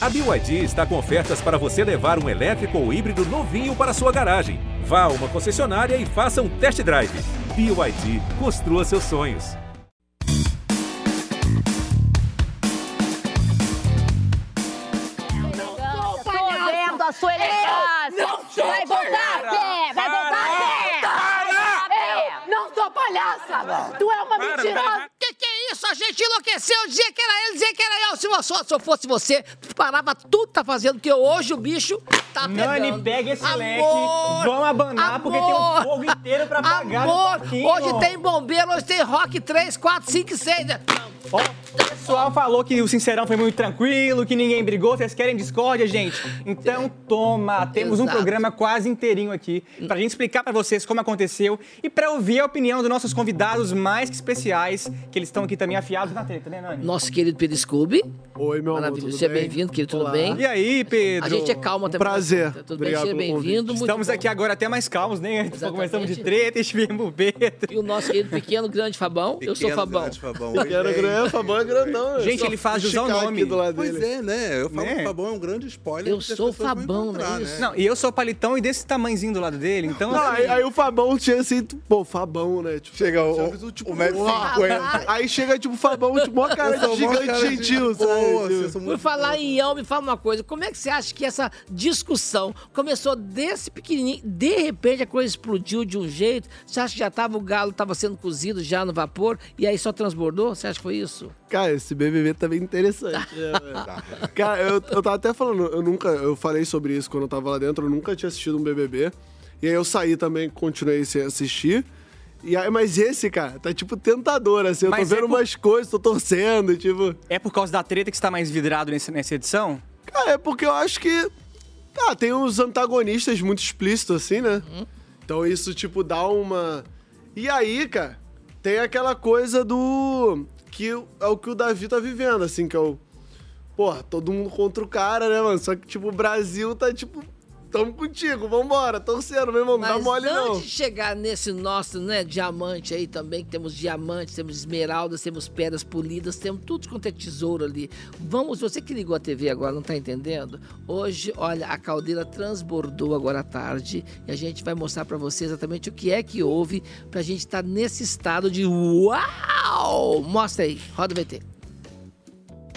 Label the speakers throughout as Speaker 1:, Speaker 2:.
Speaker 1: A BYD está com ofertas para você levar um elétrico ou híbrido novinho para sua garagem. Vá a uma concessionária e faça um test drive. BYD, construa seus sonhos.
Speaker 2: Não tô
Speaker 3: Tô vendo a sua elegância.
Speaker 2: não sou
Speaker 3: vai voltar a
Speaker 2: palhaça.
Speaker 3: pé, vai voltar a pé.
Speaker 2: Eu não sou palhaça! Tu é uma mentirosa!
Speaker 4: Que que é isso? A gente enlouqueceu, dizia que era ele, dizia que era eu. Se eu, só- se eu fosse você, parava tudo que tá fazendo, porque hoje o bicho tá pegando.
Speaker 5: Nani, pega esse
Speaker 4: Amor,
Speaker 5: leque, vamos abanar, porque tem um
Speaker 4: amor,
Speaker 5: fogo inteiro pra apagar no
Speaker 4: Amor,
Speaker 5: parquinho.
Speaker 4: hoje tem bombeiro, hoje tem rock 3, 4, 5, 6.
Speaker 5: Ó, o pessoal falou que o Sincerão foi muito tranquilo, que ninguém brigou. Vocês querem discórdia, gente? Então toma, temos um
Speaker 4: Exato.
Speaker 5: programa quase inteirinho aqui pra gente explicar pra vocês como aconteceu e pra ouvir a opinião dos nossos convidados mais que especiais, que eles estão aqui também afiados na treta, né, Nani?
Speaker 4: Nosso querido Periscube.
Speaker 6: Oi, meu amor. tudo
Speaker 4: Maravilhoso. Seja
Speaker 6: bem?
Speaker 4: bem-vindo, querido, tudo
Speaker 6: Olá.
Speaker 4: bem?
Speaker 5: E aí, Pedro?
Speaker 4: A gente é calma também.
Speaker 6: Prazer.
Speaker 4: Tudo
Speaker 6: Obrigado
Speaker 4: bem? Seja
Speaker 6: pelo convite.
Speaker 4: bem-vindo. muito
Speaker 5: Estamos
Speaker 4: bom.
Speaker 5: aqui agora até mais calmos, né? Antes
Speaker 4: Exatamente.
Speaker 5: Começamos de treta, estivemos Pedro.
Speaker 4: E o nosso querido pequeno, grande Fabão. eu sou
Speaker 7: Pequeno,
Speaker 4: Fabão.
Speaker 7: grande Fabão. Oi,
Speaker 6: Quero
Speaker 7: gente.
Speaker 6: grande, Fabão é grandão. eu
Speaker 5: Gente,
Speaker 6: só
Speaker 5: ele faz
Speaker 6: fui
Speaker 5: usar o
Speaker 6: esticar
Speaker 5: nome.
Speaker 6: aqui do lado
Speaker 7: Pois
Speaker 6: dele.
Speaker 7: é, né? Eu falo
Speaker 5: Né?
Speaker 7: que o Fabão é um grande spoiler.
Speaker 4: Eu
Speaker 7: do que as
Speaker 4: sou o
Speaker 7: pessoas vão
Speaker 4: Fabão, não é
Speaker 7: encontrar,
Speaker 4: isso?
Speaker 7: né?
Speaker 5: Não, e eu sou palitão e desse tamanhozinho do lado dele, então.
Speaker 6: Não,
Speaker 5: assim,
Speaker 6: aí, aí o Fabão tinha assim, tu- pô, Fabão, né? Tipo,
Speaker 7: Chega o,
Speaker 6: já
Speaker 7: o,
Speaker 6: avisou, tipo,
Speaker 7: o metro e
Speaker 6: uau.
Speaker 7: cinquenta.
Speaker 6: Aí chega, tipo, o Fabão, tipo, mó cara
Speaker 7: Eu sou
Speaker 6: de
Speaker 7: o maior
Speaker 6: gigante
Speaker 7: cara de-
Speaker 6: gentil,
Speaker 7: Pô, vocês
Speaker 6: sabe? tipo.
Speaker 7: são
Speaker 4: Por
Speaker 7: muito
Speaker 4: falar em Ião, me fala uma coisa. Como é que você acha que essa discussão começou desse pequenininho, de repente a coisa explodiu de um jeito? Você acha que já tava, o galo estava sendo cozido já no vapor e aí só transbordou? Você acha que foi isso?
Speaker 6: Cara, esse BBB tá bem interessante. né,
Speaker 7: Tá.
Speaker 6: velho? Cara, eu, eu tava até falando, eu nunca, eu falei sobre isso quando eu tava lá dentro, eu nunca tinha assistido um BBB. E aí eu saí também, continuei sem assistir. E aí, mas esse, cara, tá tipo tentador, assim. Eu
Speaker 5: Mas
Speaker 6: tô
Speaker 5: é
Speaker 6: vendo
Speaker 5: por-
Speaker 6: umas coisas, tô torcendo, tipo.
Speaker 5: É por causa da treta que você tá mais vidrado nesse- nessa edição?
Speaker 6: Cara, é porque eu acho que. Tá, tem uns antagonistas muito explícitos, assim, né?
Speaker 4: Uhum.
Speaker 6: Então isso, tipo, dá uma. E aí, cara, tem aquela coisa do. Que é o que o Davi tá vivendo, assim, que é o. Porra, todo mundo contra o cara, né, mano? Só que, tipo, o Brasil tá, tipo. Tamo contigo, vambora, torcendo, meu irmão, não dá
Speaker 4: Mas
Speaker 6: mole,
Speaker 4: antes
Speaker 6: não.
Speaker 4: de chegar nesse nosso né, diamante aí também, que temos diamantes, temos esmeraldas, temos pedras polidas, temos tudo quanto é tesouro ali. Vamos, você que ligou a TV agora, não tá entendendo? Hoje, olha, a caldeira transbordou agora à tarde e a gente vai mostrar para você exatamente o que é que houve pra gente estar nesse estado de uau! Mostra aí, roda o VT.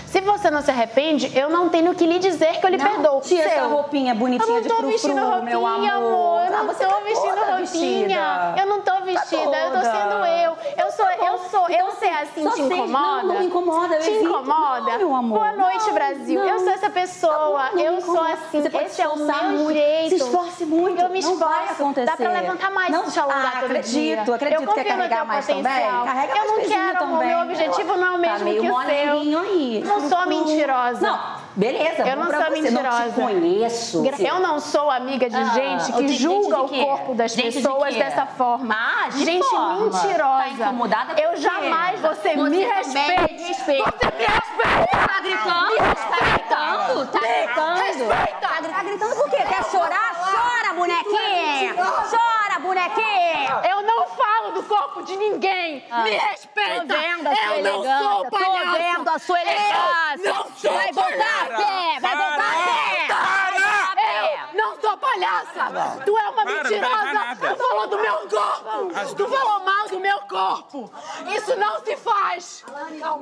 Speaker 8: Se você não se arrepende, eu não tenho o que lhe dizer que eu lhe
Speaker 9: Não,
Speaker 8: perdoo.
Speaker 9: Tira
Speaker 8: Seu.
Speaker 9: essa roupinha
Speaker 8: Eu
Speaker 9: bonitinha
Speaker 8: não
Speaker 9: de
Speaker 8: tô vestindo
Speaker 9: frufru,
Speaker 8: roupinha,
Speaker 9: meu amor.
Speaker 8: Eu
Speaker 9: Ah,
Speaker 8: não
Speaker 9: você
Speaker 8: tô
Speaker 9: tá
Speaker 8: vestindo
Speaker 9: toda Tá
Speaker 8: roupinha. Eu não tô vestida, eu tô
Speaker 9: toda.
Speaker 8: sendo eu. Eu sou, eu sou, eu
Speaker 9: Então,
Speaker 8: sei assim,
Speaker 9: só
Speaker 8: te
Speaker 9: sei- não,
Speaker 8: incomoda?
Speaker 9: não me incomoda, eu
Speaker 8: Te
Speaker 9: evito.
Speaker 8: incomoda?
Speaker 9: Não, meu amor.
Speaker 8: Boa noite,
Speaker 9: Não,
Speaker 8: Brasil.
Speaker 9: não.
Speaker 8: eu sou essa pessoa,
Speaker 9: Tá bom, não
Speaker 8: eu
Speaker 9: me
Speaker 8: sou
Speaker 9: incomoda.
Speaker 8: assim,
Speaker 9: Você pode
Speaker 8: esse é o
Speaker 9: esforçar
Speaker 8: meu
Speaker 9: muito.
Speaker 8: jeito.
Speaker 9: Se esforce muito,
Speaker 8: Eu me
Speaker 9: não
Speaker 8: esforço.
Speaker 9: vai
Speaker 8: Dá pra
Speaker 9: acontecer.
Speaker 8: levantar mais
Speaker 9: Não-
Speaker 8: se te alongar
Speaker 9: Ah,
Speaker 8: todo
Speaker 9: acredito,
Speaker 8: dia.
Speaker 9: acredito.
Speaker 8: Eu confio
Speaker 9: Quer
Speaker 8: no teu
Speaker 9: carregar mais também?
Speaker 8: potencial.
Speaker 9: Carrega
Speaker 8: eu
Speaker 9: mais
Speaker 8: não
Speaker 9: pezinho
Speaker 8: quero,
Speaker 9: também.
Speaker 8: meu objetivo não é o
Speaker 9: Tá
Speaker 8: mesmo
Speaker 9: meio
Speaker 8: que o
Speaker 9: moleguinho
Speaker 8: seu.
Speaker 9: aí.
Speaker 8: Não sou mentirosa.
Speaker 9: Não, beleza.
Speaker 8: Eu
Speaker 9: bom
Speaker 8: não
Speaker 9: pra
Speaker 8: sou
Speaker 9: você, Não
Speaker 8: mentirosa.
Speaker 9: te conheço.
Speaker 8: Gra- Eu não sou amiga de
Speaker 9: Ah,
Speaker 8: gente que
Speaker 9: gente de
Speaker 8: julga
Speaker 9: quê?
Speaker 8: o corpo das
Speaker 9: Gente de
Speaker 8: pessoas
Speaker 9: quê?
Speaker 8: dessa forma.
Speaker 9: Ah, de
Speaker 8: gente
Speaker 9: forma.
Speaker 8: mentirosa.
Speaker 9: Tá incomodada por
Speaker 8: Eu
Speaker 9: quê?
Speaker 8: jamais você, me respeita.
Speaker 9: respeita. Você me respeita. Tá gritando? Tá gritando? Tá gritando? Respeita. Tá gritando por quê? Quer chorar?
Speaker 8: é
Speaker 9: Chora, bonequinha. Chora, bonequinha.
Speaker 8: Eu não falo do corpo de ninguém.
Speaker 9: Me
Speaker 8: respeita.
Speaker 9: Tô vendo a sua
Speaker 8: Eu não
Speaker 9: elegância.
Speaker 8: sou palhaça.
Speaker 9: Tô vendo a sua elegância.
Speaker 2: não sou
Speaker 9: vai voltar a pé. Vai voltar a pé. Vai voltar a pé.
Speaker 2: Eu não sou palhaça! Tu é uma
Speaker 10: Para, não vai dar
Speaker 2: mentirosa!
Speaker 10: nada.
Speaker 2: Tu falou do meu corpo! Tu falou mal do meu corpo! Isso não se faz!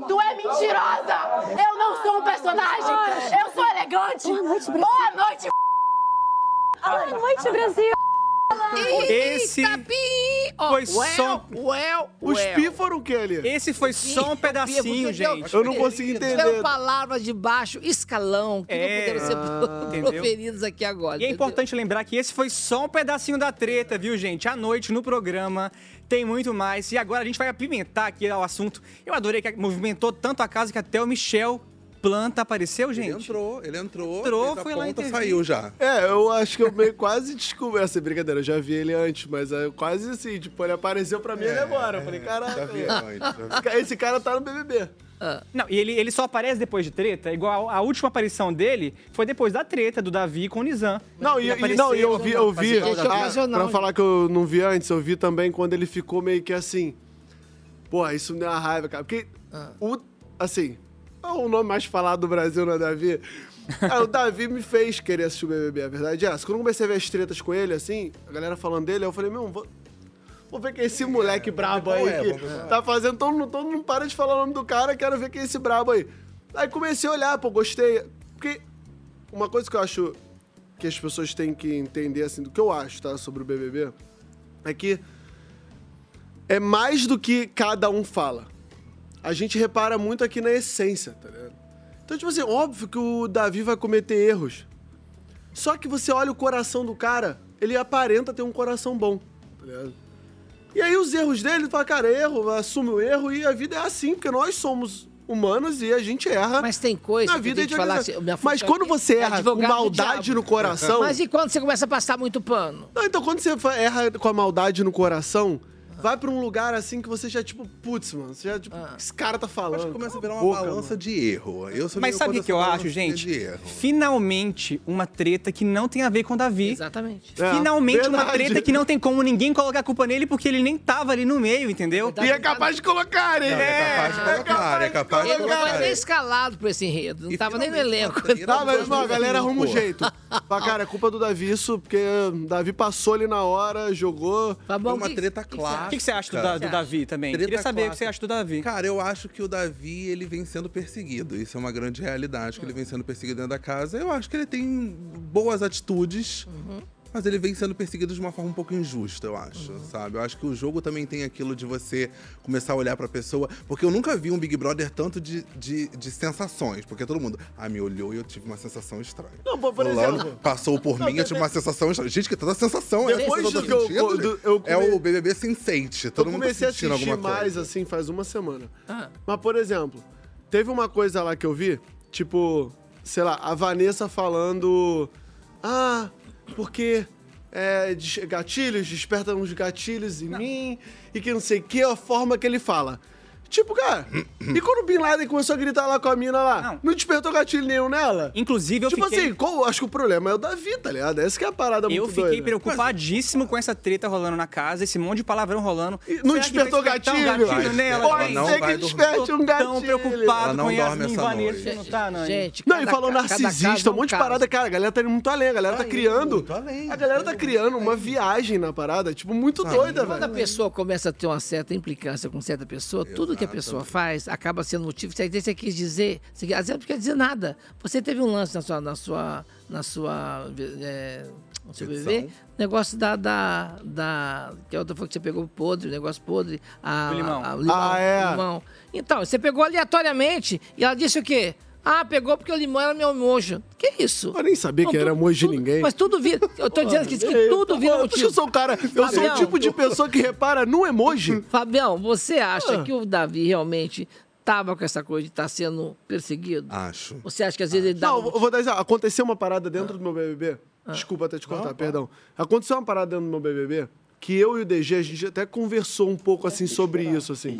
Speaker 2: Tu é mentirosa! Eu não sou um personagem! Eu sou elegante! Boa noite, Boa noite,
Speaker 9: Boa noite, Brasil.
Speaker 5: Esse
Speaker 4: Eita, tá pi! Ó,
Speaker 5: foi
Speaker 4: ué,
Speaker 5: só-
Speaker 4: ué,
Speaker 6: Os
Speaker 4: ué.
Speaker 6: pi foram o quê ali?
Speaker 5: Esse foi só um pedacinho, gente.
Speaker 6: é Eu não consigo entender.
Speaker 4: Tiveram palavras de baixo escalão que
Speaker 5: É.
Speaker 4: não puderam ser
Speaker 5: entendeu?
Speaker 4: proferidas aqui agora.
Speaker 5: E é
Speaker 4: entendeu?
Speaker 5: importante lembrar que esse foi só um pedacinho da treta, viu, gente? À noite, no programa, tem muito mais. E agora a gente vai apimentar aqui o assunto. Eu adorei que movimentou tanto a casa que até o Michel Planta apareceu,
Speaker 7: Ele
Speaker 5: gente.
Speaker 7: entrou, ele entrou.
Speaker 5: Entrou,
Speaker 7: fez a
Speaker 5: foi lá
Speaker 7: ponta,
Speaker 5: intervir.
Speaker 7: saiu já.
Speaker 6: É, eu acho que eu meio quase descobri. Essa brincadeira, eu já vi ele antes, mas eu quase assim, tipo, ele apareceu pra mim e ele é embora. Eu falei,
Speaker 7: Já
Speaker 6: caraca.
Speaker 7: vi antes. já vi.
Speaker 6: Esse ca- Esse cara tá no BBB.
Speaker 5: Não, e ele, ele só aparece depois de treta, igual a, a última aparição dele foi depois da treta do Davi com o Nizam.
Speaker 6: Não, e,
Speaker 5: Ele
Speaker 6: e- não, e eu vi, eu vi.
Speaker 4: Fazia mal da
Speaker 6: ah,
Speaker 4: vida.
Speaker 6: pra falar que eu não vi antes, eu vi também quando ele ficou meio que assim. Porra, isso me deu
Speaker 5: Ah.
Speaker 6: uma raiva, cara. Porque o. Assim, é o nome mais falado do Brasil, né, Davi? Aí o Davi me fez querer assistir o BBB, a verdade é essa. Quando eu comecei a ver as tretas com ele, assim, a galera falando dele, eu falei, meu, vou, vou ver quem é esse moleque brabo aí
Speaker 7: é,
Speaker 6: que
Speaker 7: vamos ver.
Speaker 6: tá fazendo. Todo mundo, todo mundo para de falar o nome do cara, quero ver quem é esse brabo aí. Aí comecei a olhar, pô, gostei. Porque uma coisa que eu acho que as pessoas têm que entender, assim, do que eu acho, tá, sobre o BBB, é que é mais do que cada um fala. A gente repara muito aqui na essência, tá ligado? Então, tipo assim, óbvio que o Davi vai cometer erros. Só que você olha o coração do cara, ele aparenta ter um coração bom, tá ligado? E aí os erros dele, ele fala, cara, erro, assume o erro e a vida é assim, porque nós somos humanos e a gente erra.
Speaker 4: Mas tem coisa
Speaker 6: na
Speaker 4: que eu
Speaker 6: vida
Speaker 4: tenho que
Speaker 6: de
Speaker 4: falar
Speaker 6: alguém.
Speaker 4: assim, minha
Speaker 6: Mas
Speaker 4: função
Speaker 6: quando
Speaker 4: aqui
Speaker 6: você
Speaker 4: é
Speaker 6: erra com
Speaker 4: advogado do
Speaker 6: maldade
Speaker 4: diabo.
Speaker 6: no coração,
Speaker 4: Mas e quando você começa a passar muito pano?
Speaker 6: não, então quando você fa- erra com a maldade no coração, vai pra um lugar assim que você já, tipo, putz, mano, você já, tipo,
Speaker 4: Ah.
Speaker 6: o que esse cara tá falando?
Speaker 7: Acho que começa a virar uma
Speaker 6: Boca,
Speaker 7: balança
Speaker 6: mano.
Speaker 7: de erro. Eu sou
Speaker 5: Mas
Speaker 7: meio
Speaker 5: sabe o
Speaker 7: contra
Speaker 5: que eu
Speaker 7: essa
Speaker 5: acho,
Speaker 7: balança De
Speaker 5: gente?
Speaker 7: erro.
Speaker 5: Finalmente, uma treta que não tem a ver com o Davi.
Speaker 4: Exatamente.
Speaker 6: É,
Speaker 5: Finalmente, uma
Speaker 6: verdade.
Speaker 5: treta que não tem como ninguém colocar a culpa nele, porque ele nem tava ali no meio, entendeu?
Speaker 4: Verdade.
Speaker 6: E é capaz de colocar, hein?
Speaker 7: Não, é capaz de colocar, é capaz de
Speaker 4: Ele não foi
Speaker 7: colocar.
Speaker 4: nem escalado pra esse enredo, não
Speaker 7: E
Speaker 4: tava nem no
Speaker 7: finalmente,
Speaker 4: elenco.
Speaker 7: tá ligado?
Speaker 6: Ah, mas não, a galera arruma
Speaker 7: Pô.
Speaker 6: um jeito. Fala, cara, é culpa do Davi isso, porque o Davi passou ali na hora, jogou.
Speaker 4: Tá bom,
Speaker 7: Foi uma
Speaker 4: que-
Speaker 7: treta
Speaker 4: que que
Speaker 5: O
Speaker 7: clara.
Speaker 5: que, que você acha do, da- do
Speaker 4: Cara.
Speaker 5: Davi também?
Speaker 7: Treta
Speaker 5: Queria saber o que você
Speaker 7: clássica.
Speaker 5: acha do Davi.
Speaker 7: Cara, eu acho que o Davi, ele vem sendo perseguido. Isso é uma grande realidade, que ele vem sendo perseguido dentro da casa. Eu acho que ele tem boas atitudes, mas ele vem sendo perseguido de uma forma um pouco injusta, eu acho, sabe? Eu acho que o jogo também tem aquilo de você começar a olhar pra pessoa. Porque eu nunca vi um Big Brother tanto de, de, de sensações. Porque todo mundo, ah, me olhou e eu tive uma sensação estranha.
Speaker 6: Não, pô, por
Speaker 7: Fulano
Speaker 6: exemplo-
Speaker 7: passou por mim e eu tive uma sensação estranha. Gente, que toda sensação é essa
Speaker 6: Depois
Speaker 7: eu tô
Speaker 6: do que eu-
Speaker 7: sentindo,
Speaker 6: do-
Speaker 7: gente?
Speaker 6: eu
Speaker 7: É
Speaker 6: come-
Speaker 7: o BBB Sensate. Todo
Speaker 6: eu
Speaker 7: mundo tá
Speaker 6: comecei a
Speaker 7: sentindo
Speaker 6: assistir
Speaker 7: alguma
Speaker 6: mais,
Speaker 7: coisa.
Speaker 6: assim, faz uma semana.
Speaker 4: Ah.
Speaker 6: Mas, por exemplo, teve uma coisa lá que eu vi, tipo, sei lá, a Vanessa falando. Ah, porque. é, des- gatilhos, despertam uns gatilhos em mim, e que não sei o que, a forma que ele fala. Tipo, cara, e quando o Bin Laden começou a gritar lá com a mina lá,
Speaker 5: Não.
Speaker 6: não, despertou gatilho nenhum nela?
Speaker 5: Inclusive, eu
Speaker 6: tipo
Speaker 5: fiquei...
Speaker 6: assim, qual, acho que o problema é o Davi, tá ligado? Essa que é a parada
Speaker 5: Eu
Speaker 6: muito
Speaker 5: fiquei
Speaker 6: doida.
Speaker 5: preocupadíssimo com essa treta rolando na casa, esse monte de palavrão rolando.
Speaker 6: E não
Speaker 5: Será que vai
Speaker 6: despertou
Speaker 5: despertar um
Speaker 6: gatilho?
Speaker 5: gatilho
Speaker 7: Vai,
Speaker 5: nela,
Speaker 7: ela
Speaker 5: gente?
Speaker 6: Pode
Speaker 7: não
Speaker 6: ser
Speaker 7: vai
Speaker 6: que
Speaker 7: dormir.
Speaker 6: desperte um gatilho.
Speaker 5: Tão preocupado
Speaker 7: Ela não
Speaker 5: com
Speaker 7: dorme
Speaker 5: Yasmin
Speaker 7: essa
Speaker 5: Vanessa,
Speaker 7: noite.
Speaker 5: não tá, Nani?
Speaker 4: Gente,
Speaker 6: Não, e
Speaker 4: cada
Speaker 6: falou
Speaker 4: ca- cada caso
Speaker 6: narcisista,
Speaker 4: é
Speaker 6: um monte de
Speaker 4: caso.
Speaker 6: parada. Cara, a galera tá indo muito além, a galera tá
Speaker 7: Tá indo
Speaker 6: criando.
Speaker 7: muito além,
Speaker 6: a galera
Speaker 7: tá
Speaker 6: tá
Speaker 7: indo
Speaker 6: criando uma viagem na parada, tipo, muito
Speaker 7: né,
Speaker 6: doida,
Speaker 4: Tá. Quando a
Speaker 6: velho.
Speaker 4: pessoa começa a ter uma certa implicância com certa pessoa, tudo que a pessoa faz acaba sendo motivo. Se às vezes você quis dizer, você, às vezes não quer dizer nada. Você teve um lance na sua. Na sua, na sua é, no seu
Speaker 7: Edição.
Speaker 4: bebê, negócio da, da, da. Que a outra foi que você pegou podre, o negócio podre. A,
Speaker 5: Do limão.
Speaker 4: a- o limão,
Speaker 6: Ah, é.
Speaker 4: o limão. Então, você pegou aleatoriamente e ela disse o quê? Ah, pegou porque o limão era meu mojo. Que isso?
Speaker 6: Eu nem sabia que era mojo de
Speaker 4: tudo-
Speaker 6: ninguém.
Speaker 4: Mas tá tudo vira. Eu tô dizendo que, que
Speaker 6: Eu
Speaker 4: tudo
Speaker 6: tô
Speaker 4: vira
Speaker 6: falando,
Speaker 4: motivo.
Speaker 6: Eu sou o cara, eu sou
Speaker 4: Fabião.
Speaker 6: o tipo de pessoa que Ah. repara no emoji.
Speaker 4: Fabião, você acha que o Davi realmente tava com essa coisa de estar sendo perseguido?
Speaker 7: Acho.
Speaker 4: Você acha que às vezes ele dá.
Speaker 6: Não, eu vou dar exemplo. Aconteceu uma parada dentro do meu BBB. Desculpa até te cortar, perdão. Aconteceu uma parada dentro do meu BBB que eu e o DG, a gente até conversou um pouco, assim, sobre isso, assim.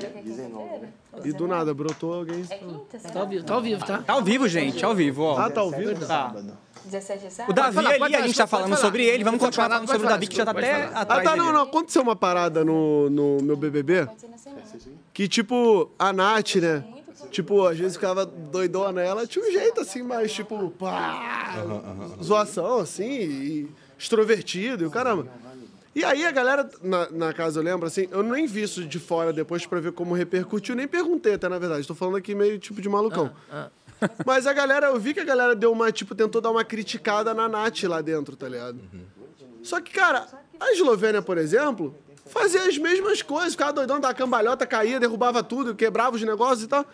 Speaker 6: E do nada, brotou alguém...
Speaker 4: Tá ao vivo, tá ao vivo, tá?
Speaker 5: Tá ao vivo, gente, ao vivo, ó.
Speaker 6: Ah, tá ouvindo?
Speaker 5: Tá.
Speaker 11: 17 de
Speaker 5: O Davi
Speaker 4: falar, pode
Speaker 5: ali,
Speaker 4: falar,
Speaker 5: a gente tá
Speaker 4: pode
Speaker 5: falando
Speaker 4: falar.
Speaker 5: sobre ele, vamos
Speaker 4: Pode
Speaker 5: continuar
Speaker 4: falar,
Speaker 5: falando sobre o
Speaker 4: pode
Speaker 5: Davi, que já tá
Speaker 4: falar,
Speaker 5: até
Speaker 4: desculpa,
Speaker 6: Ah,
Speaker 5: atrás
Speaker 6: tá, não,
Speaker 5: dele.
Speaker 6: não. Aconteceu uma parada no, no meu BBB
Speaker 12: É,
Speaker 6: que, tipo, a Nath, né? Tipo, às vezes ficava doidona ela, tinha um jeito assim, mais tipo, pá, zoação, assim, e extrovertido e o caramba. E aí a galera, na, na casa eu lembro, assim, eu nem vi isso de fora depois pra ver como repercutiu, nem perguntei até, na verdade. Tô falando aqui meio tipo de malucão.
Speaker 5: Ah.
Speaker 7: Ah,
Speaker 6: Mas a galera, eu vi que a galera deu uma, tipo, tentou dar uma criticada na Nath lá dentro, tá ligado? Só que, cara, a Eslovênia, por exemplo, fazia as mesmas coisas. Ficava doidão da cambalhota, caía, derrubava tudo, quebrava os negócios e tal.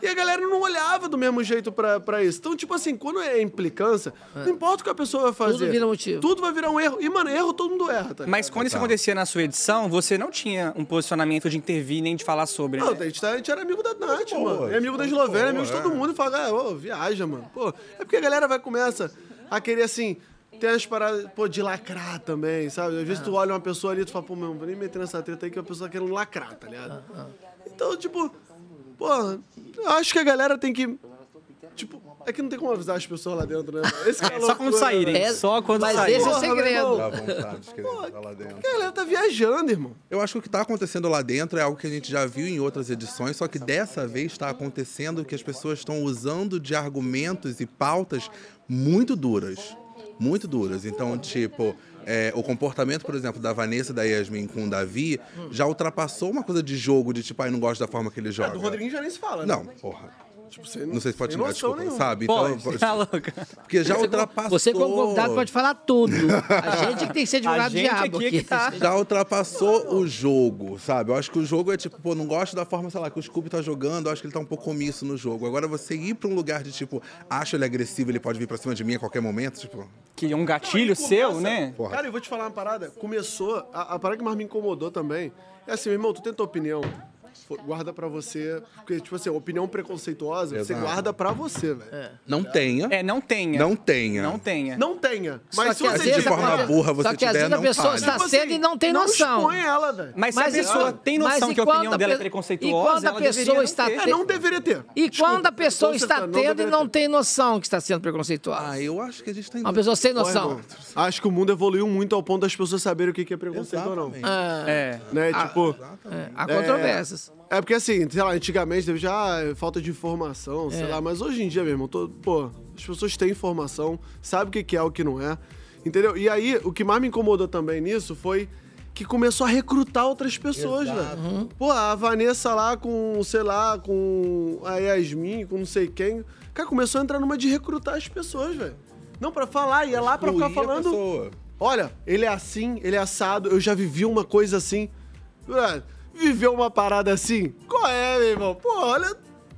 Speaker 6: E a galera não olhava do mesmo jeito pra, pra isso. Então, tipo assim, quando é implicância, não importa o que a pessoa vai fazer.
Speaker 4: É. vira motivo.
Speaker 6: Tudo vai virar um erro. E, mano, erro todo mundo erra, tá ligado?
Speaker 5: Mas quando isso acontecia na sua edição, você não tinha um posicionamento de intervir nem de falar sobre, né?
Speaker 6: Não, a gente, tá- a gente era amigo da Nath, mano. É amigo da Eslovênia, amigo de
Speaker 7: é.
Speaker 6: todo mundo. E fala, cara, ô, viaja, mano. Pô, é porque a galera vai começa a querer, assim, ter as paradas, pô, de lacrar também, sabe? Às vezes tu olha uma pessoa ali e tu fala, pô, meu, vou nem meter nessa treta aí que a pessoa tá querendo lacrar, tá
Speaker 7: ah,
Speaker 6: ligado? Então, tipo, pô, eu acho que a galera tem que, tipo, É que não tem como avisar as pessoas lá dentro, né? Esse que
Speaker 5: É, só quando
Speaker 6: loucura,
Speaker 5: saírem.
Speaker 6: né?
Speaker 4: É,
Speaker 5: só quando
Speaker 4: mas
Speaker 5: saírem.
Speaker 4: esse é o
Speaker 6: Porra, meu
Speaker 4: segredo.
Speaker 6: irmão.
Speaker 7: Dá vontade, querendo, tá lá dentro.
Speaker 4: é?
Speaker 6: A galera tá viajando, irmão.
Speaker 7: Eu acho que o que tá acontecendo lá dentro é algo que a gente já viu em outras edições, só que dessa vez está acontecendo que as pessoas estão usando de argumentos e pautas muito duras. Muito duras. Então, tipo, é, o comportamento, por exemplo, da Vanessa e da Yasmin com o Davi já ultrapassou uma coisa de jogo, de tipo, ai, não gosto da forma que ele joga.
Speaker 6: Do Rodriguinho já nem se fala, né?
Speaker 7: Não, porra.
Speaker 6: Tipo, você
Speaker 7: Não sei se pode
Speaker 6: tem
Speaker 7: tirar,
Speaker 6: noção
Speaker 7: desculpa,
Speaker 6: nenhuma.
Speaker 7: sabe?
Speaker 5: Pode,
Speaker 7: Então,
Speaker 5: tá louca.
Speaker 7: porque já
Speaker 4: Você como-
Speaker 7: ultrapassou.
Speaker 4: Você, como convidado, pode falar tudo. A gente que tem que ser
Speaker 5: A
Speaker 4: advogado
Speaker 5: gente
Speaker 4: diabo
Speaker 5: aqui que tá...
Speaker 7: já ultrapassou o jogo, sabe? Eu acho que o jogo é tipo, pô, não gosto da forma, sei lá, que o Scooby tá jogando, eu acho que ele tá um pouco omisso no jogo. Agora você ir pra um lugar de tipo, acho ele agressivo, ele pode vir pra cima de mim a qualquer momento, tipo.
Speaker 5: Que é um gatilho seu, né?
Speaker 7: Porra.
Speaker 6: Cara, eu vou te falar uma parada. Começou, a, a parada que mais me incomodou também é assim, meu irmão, tu tem tua opinião, fo- guarda pra você. Porque, tipo assim, opinião preconceituosa, você
Speaker 7: Exato.
Speaker 6: guarda pra você, velho.
Speaker 7: Não tenha.
Speaker 5: É, não tenha.
Speaker 7: Não tenha.
Speaker 5: Não tenha.
Speaker 6: Não tenha. Mas se
Speaker 4: Só que às
Speaker 6: você
Speaker 7: de
Speaker 4: vezes
Speaker 6: tiver,
Speaker 7: forma
Speaker 4: acontece-
Speaker 7: burra você
Speaker 4: Só que
Speaker 7: tiver,
Speaker 4: às vezes a
Speaker 7: não
Speaker 4: pessoa
Speaker 7: fale.
Speaker 4: está
Speaker 7: Tipo
Speaker 4: sendo e não tem noção.
Speaker 6: assim, Não expõe ela, velho.
Speaker 5: Mas se a
Speaker 4: Mas e
Speaker 5: pessoa
Speaker 4: quando-
Speaker 5: tem noção
Speaker 4: mas e
Speaker 5: que a opinião
Speaker 4: quando a
Speaker 5: dela é
Speaker 4: pe-
Speaker 5: preconceituosa,
Speaker 4: e quando a
Speaker 5: ela deveria
Speaker 4: pessoa
Speaker 5: não
Speaker 4: está
Speaker 5: ter.
Speaker 6: É, não deveria ter. Desculpa,
Speaker 4: E
Speaker 6: então tá-
Speaker 4: quando a pessoa
Speaker 6: com
Speaker 4: está
Speaker 6: certeza,
Speaker 4: tendo e
Speaker 6: deveria
Speaker 4: não
Speaker 6: ter.
Speaker 4: tem noção que está sendo preconceituosa.
Speaker 7: Ah, eu acho que a gente tá indo.
Speaker 4: Uma pessoa sem
Speaker 6: Porra,
Speaker 4: noção.
Speaker 6: irmão, Acho que o mundo evoluiu muito ao ponto das pessoas saberem o que que é preconceito ou não.
Speaker 7: Exatamente.
Speaker 5: É.
Speaker 6: Né? tipo,
Speaker 4: É, há controvérsias.
Speaker 6: É porque assim, sei lá, antigamente teve já ah, falta de informação,
Speaker 4: É.
Speaker 6: sei lá, mas hoje em dia, meu irmão, tô- pô, as pessoas têm informação, sabem o que que é, o que não é, entendeu? E aí, o que mais me incomodou também nisso foi que começou a recrutar outras pessoas, velho. Pô, a Vanessa lá com, sei lá, com a Yasmin, com não sei quem, cara, começou a entrar numa de recrutar as pessoas, velho. Não, pra falar, ia lá pra ficar
Speaker 7: Excluir a
Speaker 6: falando...
Speaker 7: pessoa.
Speaker 6: Olha, ele é assim, ele é assado, eu já vivi uma coisa assim. Ué, Viveu uma parada assim? Qual é, meu irmão? Pô, olha.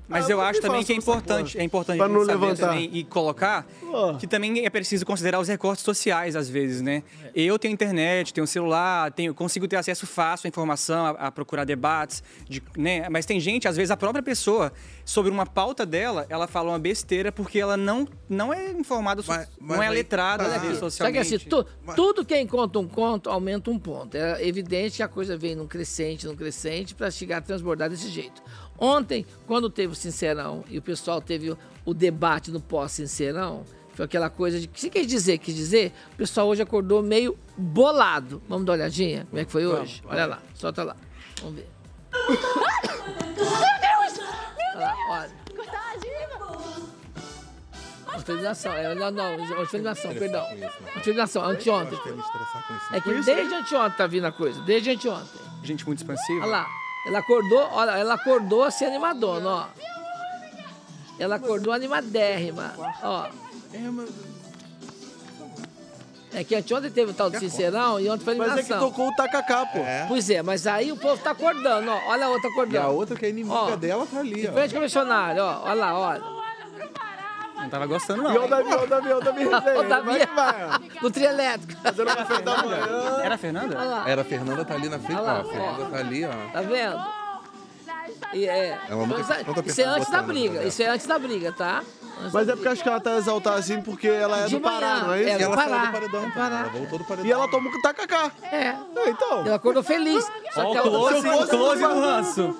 Speaker 5: Mas
Speaker 6: Ah,
Speaker 5: eu
Speaker 6: não
Speaker 5: acho
Speaker 6: me
Speaker 5: também
Speaker 6: faço
Speaker 5: que é
Speaker 6: com essa
Speaker 5: importante,
Speaker 6: porra.
Speaker 5: é importante
Speaker 6: Pra
Speaker 5: a gente
Speaker 6: não
Speaker 5: saber
Speaker 6: levantar.
Speaker 5: também e colocar
Speaker 6: Pô.
Speaker 5: que também é preciso considerar os recortes sociais às vezes, né?
Speaker 6: É.
Speaker 5: Eu tenho internet, tenho celular, tenho consigo ter acesso fácil à informação, a, a procurar debates, de- né? Mas tem gente, às vezes a própria pessoa sobre uma pauta dela, ela fala uma besteira porque ela não não é informada,
Speaker 7: Mas- mas
Speaker 5: não é
Speaker 7: aí
Speaker 5: letrada
Speaker 7: tá.
Speaker 5: às vezes,
Speaker 4: Só que
Speaker 5: socialmente.
Speaker 4: assim, tu- tudo quem conta um conto aumenta um ponto. É evidente que a coisa vem num crescente, num crescente, para chegar a transbordar desse jeito. Ontem, quando teve o Sincerão e o pessoal teve o, o debate no pós-Sincerão, foi aquela coisa de. O que você quis dizer? Quis dizer? O pessoal hoje acordou meio bolado. Vamos dar uma olhadinha? Como é que foi hoje? Olha lá, solta lá. Vamos ver. Olha lá, olha. Antelização, é, não, não, antelização, perdão. Antelização, anteontem.
Speaker 7: né? Acho que ia me estressar com isso.
Speaker 4: É que desde anteontem tá vindo a coisa, desde anteontem.
Speaker 5: Gente muito expansiva.
Speaker 4: Olha lá, ela acordou, olha, ela acordou assim animadona, ó. Ela acordou animadérrima, ó. É que anteontem teve o tal do Sincerão e ontem foi
Speaker 6: Mas é que
Speaker 4: eliminação.
Speaker 6: tocou o tacacá, pô.
Speaker 4: Pois é, mas aí o povo tá acordando, ó. Olha a
Speaker 7: E
Speaker 4: outra
Speaker 7: a
Speaker 4: acordando.
Speaker 7: outra que é inimiga
Speaker 4: Ó.
Speaker 7: dela tá ali, ó.
Speaker 4: Frente comissionário, ó. Olha lá, olha. assim,
Speaker 5: Não tava gostando
Speaker 6: E olha o
Speaker 5: não.
Speaker 6: Davi, olha o Davi, olha o Davi. Rezende,
Speaker 4: Ó, o Davi.
Speaker 6: Vai que vai.
Speaker 4: No trio elétrico.
Speaker 6: Fazendo café da manhã.
Speaker 5: Era a Fernanda?
Speaker 7: Era a Fernanda tá ali na frente,
Speaker 4: Olha lá,
Speaker 7: ó. A Fernanda tá ali, ó.
Speaker 4: Tá vendo? E é.
Speaker 7: É uma música que toda
Speaker 4: Isso é
Speaker 7: pessoa
Speaker 4: antes da
Speaker 7: botando,
Speaker 4: briga.
Speaker 7: né?
Speaker 4: Isso é antes da briga, tá? Antes
Speaker 6: Mas
Speaker 4: da
Speaker 6: é porque acho que ela tá exaltada assim porque ela é
Speaker 4: De
Speaker 6: do Pará,
Speaker 4: manhã,
Speaker 6: não é isso?
Speaker 4: é.
Speaker 7: E ela
Speaker 4: Pará,
Speaker 7: saiu do paredão.
Speaker 4: Pará.
Speaker 7: Ela voltou do paredão.
Speaker 6: E ela tá toma o tacacá.
Speaker 4: É.
Speaker 6: Então,
Speaker 4: Ela acordou feliz. Só
Speaker 5: Ó,
Speaker 4: que
Speaker 5: o
Speaker 4: a outra
Speaker 5: close, o close no ranço.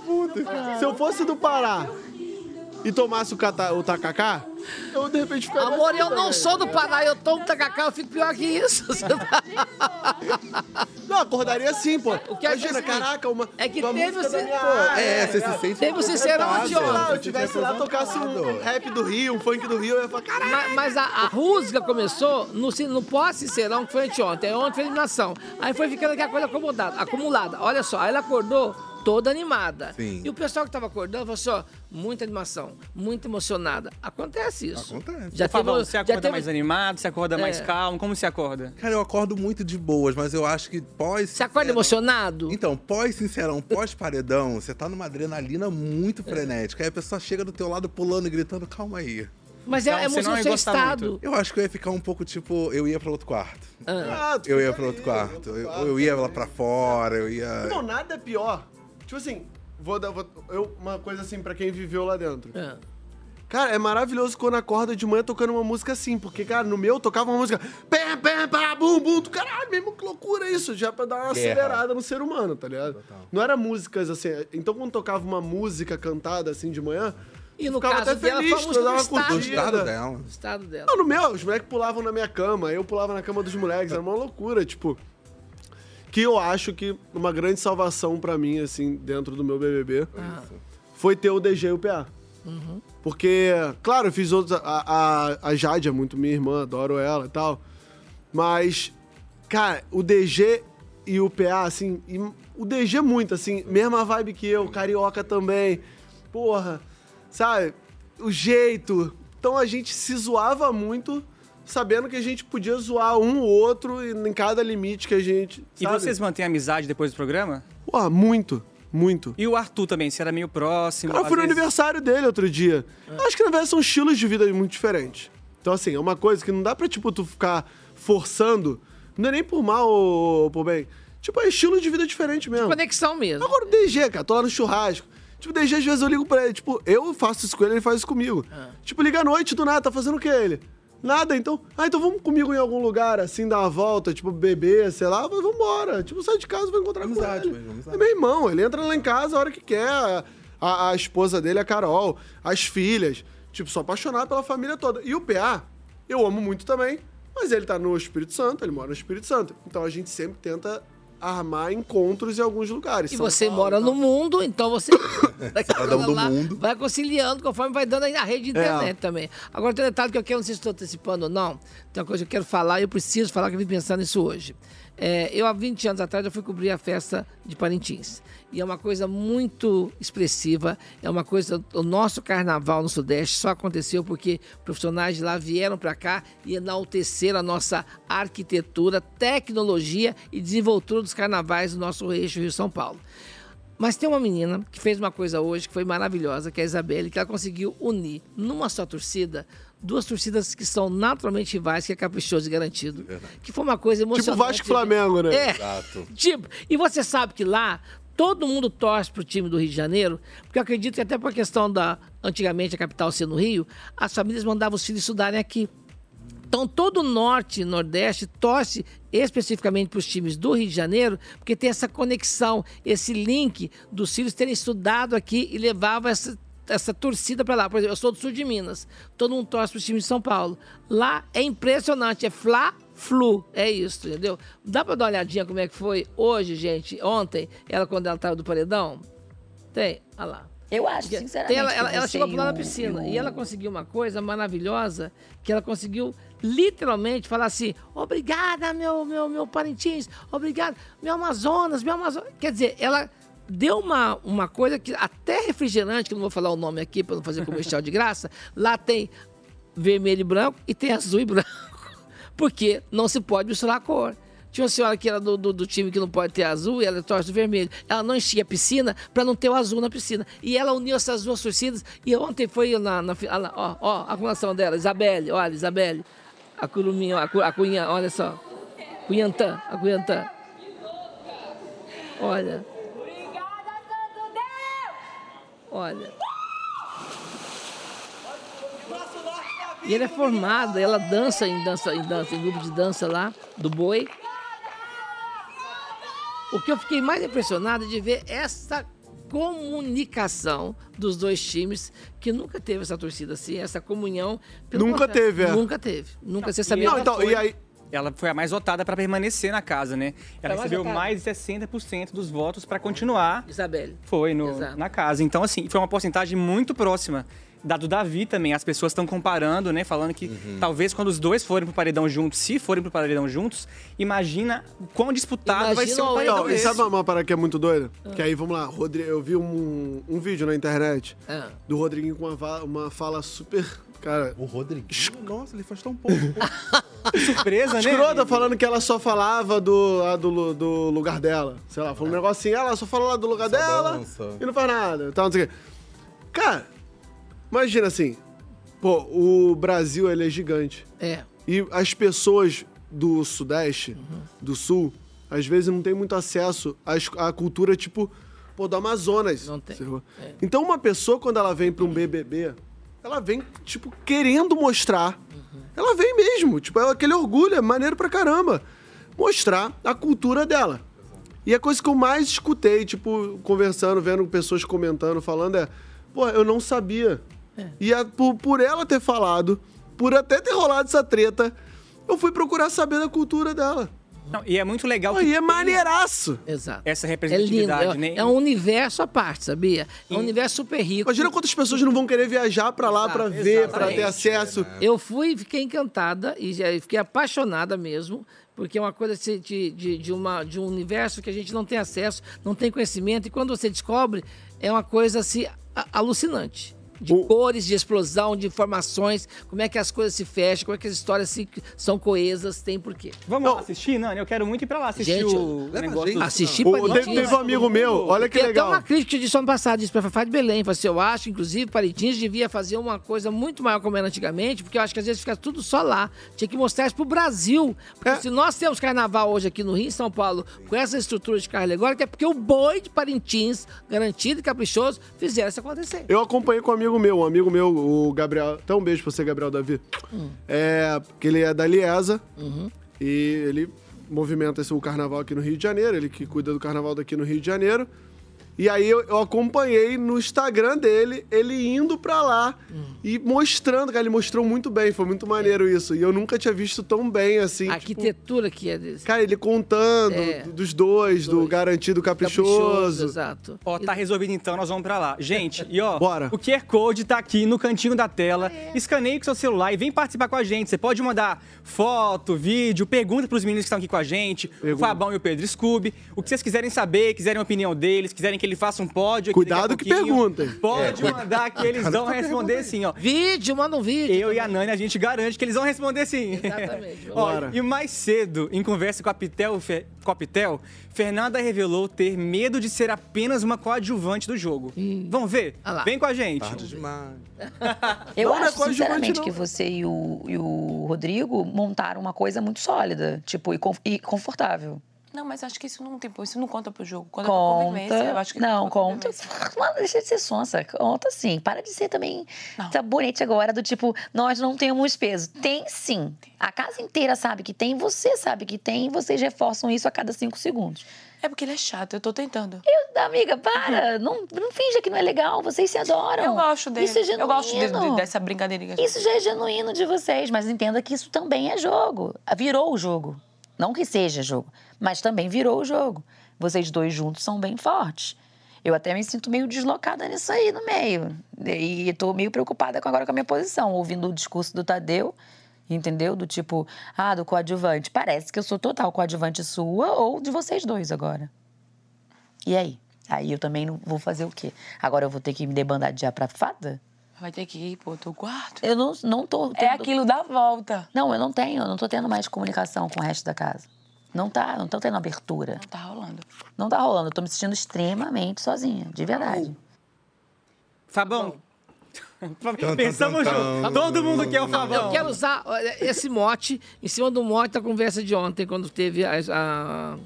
Speaker 6: se eu fosse do Pará e tomasse o, cata, o tacacá, eu de repente ficaria...
Speaker 4: Amor,
Speaker 6: assim
Speaker 4: eu não
Speaker 6: também.
Speaker 4: sou do Pará, eu tomo tacacá, eu fico pior que isso. Você tá-
Speaker 6: Não, acordaria sim, pô.
Speaker 4: O que é que
Speaker 6: Imagina,
Speaker 4: assim?
Speaker 6: caraca, uma.
Speaker 4: É que
Speaker 6: uma
Speaker 4: teve
Speaker 6: música
Speaker 4: você-
Speaker 6: da minha
Speaker 4: Pô,
Speaker 6: área.
Speaker 7: É, você se sente.
Speaker 4: Teve o Sincerão
Speaker 6: Sei lá,
Speaker 4: anteontem.
Speaker 6: eu tivesse lá, tocasse um rap do Rio, um funk do Rio, eu ia falar, caraca.
Speaker 4: Mas, mas a, a rusga começou no, sin- no pós-sincerão, que foi anteontem. Aí ontem foi eliminação. Aí foi ficando aquela coisa acomodada, acumulada. Olha só, aí ela acordou toda animada.
Speaker 7: Sim.
Speaker 4: E o pessoal que tava acordando falou assim, ó, muita animação, muito emocionada. Acontece isso.
Speaker 7: Acontece.
Speaker 4: Já
Speaker 5: Favão,
Speaker 4: teve-
Speaker 5: você
Speaker 4: já
Speaker 5: acorda
Speaker 4: teve-
Speaker 5: mais animado, você acorda mais
Speaker 4: É.
Speaker 5: calmo, como você acorda?
Speaker 7: Cara, eu acordo muito de boas, mas eu acho que pós.
Speaker 4: Você acorda emocionado?
Speaker 7: Então, pós-sincerão, pós-paredão, você tá numa adrenalina muito frenética. Aí a pessoa chega do teu lado pulando e gritando, calma aí.
Speaker 4: Mas é,
Speaker 5: Então,
Speaker 4: é
Speaker 5: você não
Speaker 4: música
Speaker 5: ia
Speaker 4: do seu
Speaker 5: gostar
Speaker 4: estado.
Speaker 5: muito.
Speaker 7: Eu acho que eu ia ficar um pouco tipo, eu ia pra outro quarto.
Speaker 6: Ah, tu
Speaker 7: Eu
Speaker 6: fica
Speaker 7: ia pra
Speaker 6: ali,
Speaker 7: outro quarto.
Speaker 6: outro
Speaker 7: Eu,
Speaker 6: quarto.
Speaker 7: eu ia lá pra fora, eu
Speaker 6: Não,
Speaker 7: ia.
Speaker 6: nada é pior. Tipo assim, vou dar vou- eu, uma coisa assim pra quem viveu lá dentro.
Speaker 4: É.
Speaker 6: Cara, é maravilhoso quando acorda de manhã tocando uma música assim, porque, cara, no meu tocava uma música. Pé, pé, pá, bum, bum, tu, caralho, mesmo que loucura isso, já pra dar uma
Speaker 7: Guerra.
Speaker 6: acelerada no ser humano, tá ligado? Não era músicas assim. Então, quando tocava uma música cantada assim de manhã,
Speaker 4: E no
Speaker 6: Ficava
Speaker 4: caso
Speaker 6: até
Speaker 4: dela,
Speaker 6: feliz,
Speaker 4: fomos
Speaker 6: toda
Speaker 4: no
Speaker 6: uma
Speaker 4: estado,
Speaker 6: curtida.
Speaker 7: Gostaram dela.
Speaker 4: no estado dela.
Speaker 6: Não, no meu, os moleques pulavam na minha cama, eu pulava na cama dos moleques, era uma loucura, tipo. Que eu acho que uma grande salvação pra mim, assim, dentro do meu BBB, foi ter o DG e o PA.
Speaker 13: Uhum.
Speaker 6: Porque, claro, eu fiz outros. A, a, a Jade é muito minha irmã, adoro ela e tal. Mas, cara, o DG e o PA, assim. e o DG muito, assim, mesma vibe que eu, carioca também. Porra, sabe? O jeito. Então a gente se zoava muito, sabendo que a gente podia zoar um ou outro e em cada limite que a gente.
Speaker 5: E
Speaker 6: sabe?
Speaker 5: vocês mantêm amizade depois do programa?
Speaker 6: Porra, muito, muito.
Speaker 5: E o Arthur também, você era meio próximo.
Speaker 6: Cara, eu
Speaker 5: assim, às
Speaker 6: fui no
Speaker 5: vezes- É.
Speaker 6: aniversário dele outro dia. Acho que na verdade são estilos de vida muito diferentes. Então, assim, é uma coisa que não dá pra, tipo, tu ficar forçando. Não é nem por mal ou ou por bem. Tipo, é estilo de vida diferente
Speaker 5: Tipo,
Speaker 6: mesmo.
Speaker 4: Conexão mesmo.
Speaker 6: Agora o DG, cara, tô lá no churrasco. Tipo, o DG, às vezes eu ligo pra ele. Tipo, eu faço isso com ele, ele faz isso comigo.
Speaker 4: Ah.
Speaker 6: Tipo, liga à noite do nada, tá fazendo o que ele? Nada, então. Ah, então vamos comigo em algum lugar, assim, dar uma volta, tipo, beber, sei lá, mas vambora. Tipo, sai de casa, vai encontrar
Speaker 7: Amizade
Speaker 6: com ele.
Speaker 7: mesmo, amizade.
Speaker 6: É meu irmão, ele entra lá em casa a hora que quer. A, a- a esposa dele, a Carol, as filhas. Tipo, sou apaixonado pela família toda. E o PA, eu amo muito também, mas ele tá no Espírito Santo, ele mora no Espírito Santo. Então a gente sempre tenta armar encontros em alguns lugares.
Speaker 4: E
Speaker 6: São
Speaker 4: você
Speaker 6: Paulo,
Speaker 4: mora
Speaker 6: tal.
Speaker 4: no mundo, então você
Speaker 7: Cidadão do mundo.
Speaker 4: vai conciliando conforme vai dando aí na rede de internet também. Agora tem um detalhe que eu quero, não sei se estou antecipando ou não, tem uma coisa que eu quero falar e eu preciso falar que eu vim pensar nisso hoje. É, eu, há 20 anos atrás, eu fui cobrir a festa de Parintins. E é uma coisa muito expressiva, é uma coisa... O nosso carnaval no Sudeste só aconteceu porque profissionais de lá vieram para cá e enalteceram a nossa arquitetura, tecnologia e desenvoltura dos carnavais do nosso eixo Rio-São Paulo. Mas tem uma menina que fez uma coisa hoje que foi maravilhosa, que é a Isabelle, que ela conseguiu unir numa só torcida duas torcidas que são naturalmente rivais, que é caprichoso e garantido. Que foi uma coisa emocionante.
Speaker 6: Tipo Vasco e Flamengo, né?
Speaker 4: É.
Speaker 7: Exato.
Speaker 4: Tipo, e você sabe que lá todo mundo torce pro time do Rio de Janeiro, porque eu acredito que até por questão da antigamente a capital ser no Rio, as famílias mandavam os filhos estudarem aqui. Então, todo o norte e nordeste torce especificamente para os times do Rio de Janeiro, porque tem essa conexão, esse link dos filhos terem estudado aqui e levava essa, essa torcida para lá. Por exemplo, eu sou do sul de Minas, todo mundo torce para os times de São Paulo. Lá é impressionante, é Fla. Flu, é isso, entendeu? Dá para dar uma olhadinha como é que foi hoje, gente, ontem, ela quando ela tava do paredão? Tem, olha lá.
Speaker 3: Eu acho,
Speaker 4: Porque
Speaker 3: sinceramente.
Speaker 4: tem ela, ela,
Speaker 3: que
Speaker 4: ela
Speaker 3: você
Speaker 2: é
Speaker 3: um
Speaker 4: chegou a pular
Speaker 3: e
Speaker 4: na
Speaker 3: o-
Speaker 4: piscina
Speaker 3: o-
Speaker 4: e ela conseguiu uma coisa maravilhosa que ela conseguiu literalmente falar assim: obrigada, meu, meu, meu Parintins, obrigado, meu Amazonas, meu Amazonas. Quer dizer, ela deu uma, uma coisa que até refrigerante, que eu não vou falar o nome aqui para não fazer comercial de graça, lá tem vermelho e branco e tem azul e branco. Porque não se pode misturar a cor. Tinha uma senhora que era do, do- do time que não pode ter azul e ela é torce o vermelho. Ela não enchia a piscina para não ter o azul na piscina. E ela uniu essas duas torcidas. E ontem foi na. na fi- olha lá, ó, ó, a acumulação dela, Isabelle, olha, Isabelle. A Curuminha, ó, a, cu, a Cunha, olha só. Cunhantã, a Cunhantã. Olha,
Speaker 11: Obrigada, Santo Deus!
Speaker 4: olha. E ela é formada, ela dança em dança, em dança, em grupo de dança lá, do boi. O que eu fiquei mais impressionado é de ver essa comunicação dos dois times, que nunca teve essa torcida assim, essa comunhão. Pelo
Speaker 6: Nunca teve, é.
Speaker 4: Nunca teve. Nunca você sabia.
Speaker 6: Não, então, e aí.
Speaker 5: Ela foi a mais votada pra permanecer na casa, né? Ela
Speaker 4: Foi a mais
Speaker 5: recebeu
Speaker 4: votada.
Speaker 5: mais de 60% dos votos pra continuar.
Speaker 4: Isabelle.
Speaker 5: Foi no-
Speaker 4: Exato.
Speaker 5: na casa. Então, assim, foi uma porcentagem muito próxima. Da do Davi também, as pessoas estão comparando, né? Falando que
Speaker 6: Uhum.
Speaker 5: talvez quando os dois forem pro paredão juntos, se forem pro paredão juntos, imagina o quão disputado vai
Speaker 4: Imagina
Speaker 5: ser
Speaker 4: o
Speaker 5: o paredão.
Speaker 6: Então, e
Speaker 5: desse.
Speaker 6: sabe uma parada que é muito doida?
Speaker 4: Ah.
Speaker 6: Que aí, vamos lá, Rodrigo, eu vi um, um vídeo na internet
Speaker 4: Ah.
Speaker 6: do Rodriguinho com uma, va- uma fala super. Cara,
Speaker 7: O Rodriguinho, nossa, ele faz tão pouco.
Speaker 5: Surpresa, né?
Speaker 6: escrota falando que ela só falava do, lá do, lu- do lugar dela. Sei lá, falou um negócio assim, ela só fala lá do lugar
Speaker 7: Só
Speaker 6: dela
Speaker 7: balança.
Speaker 6: e não faz nada. Tal, não sei o quê. Cara, imagina assim. Pô, o Brasil, ele é gigante.
Speaker 4: É.
Speaker 6: E as pessoas do Sudeste, do Sul, às vezes não tem muito acesso às- à cultura, tipo, pô, do Amazonas.
Speaker 4: Não tem. É.
Speaker 6: sacou? Então, uma pessoa, quando ela vem pra um BBB, ela vem, tipo, querendo mostrar. Ela vem mesmo. Tipo, é aquele orgulho, é maneiro pra caramba. Mostrar a cultura dela. E a coisa que eu mais escutei, tipo, conversando, vendo pessoas comentando, falando, é... Pô, eu não sabia E a- por, por ela ter falado, por até ter rolado essa treta, eu fui procurar saber da cultura dela.
Speaker 5: Não, e é muito legal
Speaker 6: Pô,
Speaker 5: que
Speaker 6: e é
Speaker 5: tem
Speaker 6: maneiraço!
Speaker 4: Exato.
Speaker 5: essa
Speaker 4: É lindo,
Speaker 5: representatividade, né?
Speaker 4: é, é um universo à parte, sabia? É um universo super rico.
Speaker 6: Imagina quantas pessoas não vão querer viajar pra lá pra ver, pra ter
Speaker 4: exatamente. É, né?
Speaker 6: acesso.
Speaker 4: Eu fui e fiquei encantada e já- e fiquei apaixonada mesmo, porque é uma coisa assim, de, de, de, uma, de um universo que a gente não tem acesso, não tem conhecimento, e quando você descobre, é uma coisa assim, a- alucinante. De
Speaker 6: O-
Speaker 4: cores, de explosão, de informações, como é que as coisas se fecham, como é que as histórias se, são coesas, tem porquê.
Speaker 5: Vamos lá assistir, Nani? Eu quero muito ir pra lá assistir
Speaker 4: Gente,
Speaker 5: o
Speaker 7: leva a
Speaker 5: negócio.
Speaker 7: gente.
Speaker 4: Assistir
Speaker 6: O-
Speaker 4: Parintins-
Speaker 6: teve, teve um amigo meu, olha que
Speaker 4: Tem até
Speaker 6: legal.
Speaker 4: uma crítica disso ano passado, disse pra Fafá de Belém. Falei assim, eu acho, inclusive, Parintins devia fazer uma coisa muito maior como era antigamente, porque eu acho que às vezes fica tudo só lá. Tinha que mostrar isso pro Brasil. Porque
Speaker 6: É.
Speaker 4: se nós temos carnaval hoje aqui no Rio, em São Paulo, com essa estrutura de carro alegórico, é porque o boi de Parintins, garantido e caprichoso, fizeram isso acontecer.
Speaker 6: Eu acompanhei com um amigo meu, um amigo meu, o Gabriel. Até um beijo pra você, Gabriel Davi.
Speaker 4: Hum.
Speaker 6: É, que ele é da Liesa.
Speaker 4: Uhum.
Speaker 6: E ele movimenta esse- o carnaval aqui no Rio de Janeiro. Ele que cuida do carnaval daqui no Rio de Janeiro. E aí eu, eu acompanhei no Instagram dele, ele indo pra lá
Speaker 4: Hum.
Speaker 6: e mostrando, cara, ele mostrou muito bem, foi muito maneiro isso. E eu nunca tinha visto tão bem assim.
Speaker 4: a
Speaker 6: tipo,
Speaker 4: arquitetura que é desse.
Speaker 6: Cara, ele contando
Speaker 4: É.
Speaker 6: do- dos dois, do
Speaker 4: Dois.
Speaker 6: garantido caprichoso.
Speaker 4: exato.
Speaker 5: Ó, tá resolvido então, nós vamos pra lá. Gente, e ó,
Speaker 6: Bora.
Speaker 5: o QR Code tá aqui no cantinho da tela. Escaneie com seu celular e vem participar com a gente. Você pode mandar foto, vídeo, pergunta pros meninos que estão aqui com a gente, o Fabão e o Pedro Scooby. O que vocês quiserem saber, quiserem a opinião deles, quiserem que ele faça um pódio. aqui daqui a
Speaker 6: Cuidado que
Speaker 5: pouquinho,
Speaker 6: perguntem.
Speaker 5: Pode mandar que eles vão responder sim, ó.
Speaker 4: Vídeo, manda um vídeo.
Speaker 5: Eu e a Nani, a gente garante que eles vão responder sim.
Speaker 4: Exatamente.
Speaker 5: Ó,
Speaker 6: Bora.
Speaker 5: e mais cedo, em conversa com a, Pitel, Fe- com a Pitel, Fernanda revelou ter medo de ser apenas uma coadjuvante do jogo. Vamos ver?
Speaker 2: um
Speaker 4: Ah lá.
Speaker 5: Vem com a gente.
Speaker 7: Tarde demais.
Speaker 9: Eu
Speaker 6: Não, não é
Speaker 9: acho,
Speaker 6: coadjuvante,
Speaker 9: sinceramente,
Speaker 6: não.
Speaker 9: que você e o, e o Rodrigo montaram uma coisa muito sólida, tipo, e, con- e confortável.
Speaker 14: Não, mas acho que isso não, tipo, isso não conta pro jogo. Conta, pra
Speaker 9: Conta.
Speaker 14: convivência, eu acho que
Speaker 9: não,
Speaker 14: conta pra
Speaker 9: conta.
Speaker 14: convivência.
Speaker 9: Mano, deixa de ser sonsa. Conta sim. Para de ser também
Speaker 14: Não.
Speaker 9: sabonete agora, do tipo, nós não temos peso. Tem sim. A casa inteira sabe que tem, você sabe que tem, e vocês reforçam isso a cada cinco segundos.
Speaker 14: É porque ele é chato, eu tô tentando. Uhum.
Speaker 9: Eu, amiga, para! Não, não finja que não é legal, vocês se adoram.
Speaker 14: Eu gosto dele.
Speaker 9: Isso é genuíno.
Speaker 14: eu gosto de- de- dessa brincadeirinha.
Speaker 9: Isso já é genuíno de vocês, mas entenda que isso também é jogo. Virou o jogo. Não que seja jogo, mas também virou o jogo. Vocês dois juntos são bem fortes. Eu até me sinto meio deslocada nisso aí no meio. E tô meio preocupada com- agora com a minha posição, ouvindo o discurso do Tadeu, entendeu? Do tipo, ah, do coadjuvante. Parece que eu sou total coadjuvante sua ou de vocês dois agora. E aí? Aí eu também não vou fazer o quê? Agora eu vou ter que me debandar pra fada?
Speaker 14: Vai ter que ir pro outro quarto.
Speaker 9: Eu não, não tô.
Speaker 14: É
Speaker 9: tendo-
Speaker 14: aquilo da volta.
Speaker 9: não, eu não tenho, eu não tô tendo mais comunicação com o resto da casa. Não tá, não tô tendo abertura.
Speaker 14: Não tá rolando.
Speaker 9: Não tá rolando, eu tô me sentindo extremamente sozinha, de verdade.
Speaker 5: Fabão.
Speaker 7: Tan,
Speaker 5: Pensamos
Speaker 7: tan, tan,
Speaker 5: junto.
Speaker 7: tan.
Speaker 5: Todo mundo quer o Fabão.
Speaker 4: Eu quero usar olha, esse mote em cima do mote da conversa de ontem, quando teve a, a-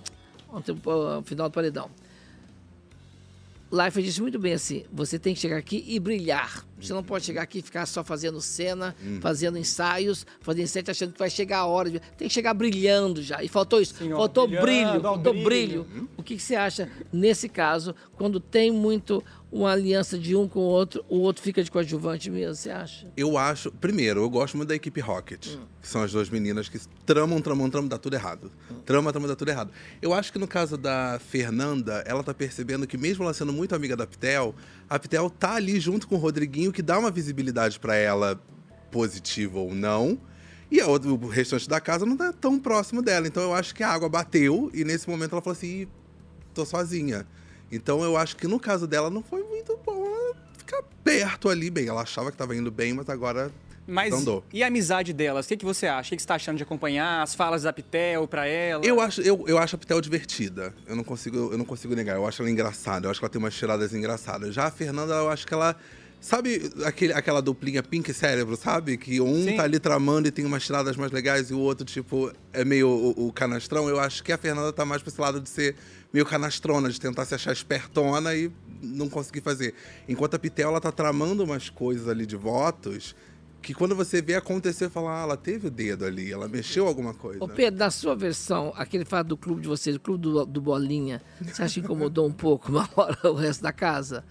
Speaker 4: ontem, o final do paredão. Life disse muito bem assim: você tem que chegar aqui e brilhar. Você não pode chegar aqui e ficar só fazendo cena, fazendo ensaios, fazendo ensaio achando que vai chegar a hora. de- Tem que chegar brilhando já. E faltou isso.
Speaker 5: Sim, ó,
Speaker 4: faltou
Speaker 5: brilhando,
Speaker 4: brilho,
Speaker 5: ó,
Speaker 4: faltou
Speaker 5: brilho.
Speaker 4: brilho. O que, que você acha nesse caso, quando tem muito uma aliança de um com o outro, o outro fica de coadjuvante mesmo, você acha?
Speaker 7: Eu acho. Primeiro, eu gosto muito da equipe Rocket, que são as duas meninas que tramam, tramam, tramam, dá tudo errado. Trama, trama, dá tudo errado. Eu acho que no caso da Fernanda, ela tá percebendo que, mesmo ela sendo muito amiga da Pitel, a Pitel tá ali junto com o Rodriguinho, que dá uma visibilidade pra ela, positiva ou não. E a outra- o restante da casa não tá tão próximo dela. Então eu acho que a água bateu e nesse momento ela falou assim: "Ih, tô sozinha. Então eu acho que no caso dela não foi muito bom ela ficar perto ali bem. Ela achava que tava indo bem, mas agora.
Speaker 5: Mas
Speaker 7: Não Então dou.
Speaker 5: e a amizade delas? O que, que você acha? O que, que você tá achando de acompanhar? As falas da Pitel pra ela?
Speaker 7: Eu acho, eu, eu acho a Pitel divertida. Eu não, consigo, eu não consigo negar. Eu acho ela engraçada. Eu acho que ela tem umas tiradas engraçadas. Já a Fernanda, eu acho que ela. Sabe aquele, aquela duplinha pink cérebro, sabe? Que um
Speaker 5: Sim.
Speaker 7: tá ali tramando e tem umas tiradas mais legais e o outro, tipo, é meio o, o canastrão. Eu acho que a Fernanda tá mais pra esse lado de ser meio canastrona, de tentar se achar espertona e não conseguir fazer. Enquanto a Pitel, ela tá tramando umas coisas ali de votos que quando você vê acontecer, fala, ah, ela teve o dedo ali, ela mexeu alguma coisa.
Speaker 4: Ô Pedro, na sua versão, aquele fato do clube de vocês, o clube do, do Bolinha, você acha que incomodou um pouco uma hora o resto da casa?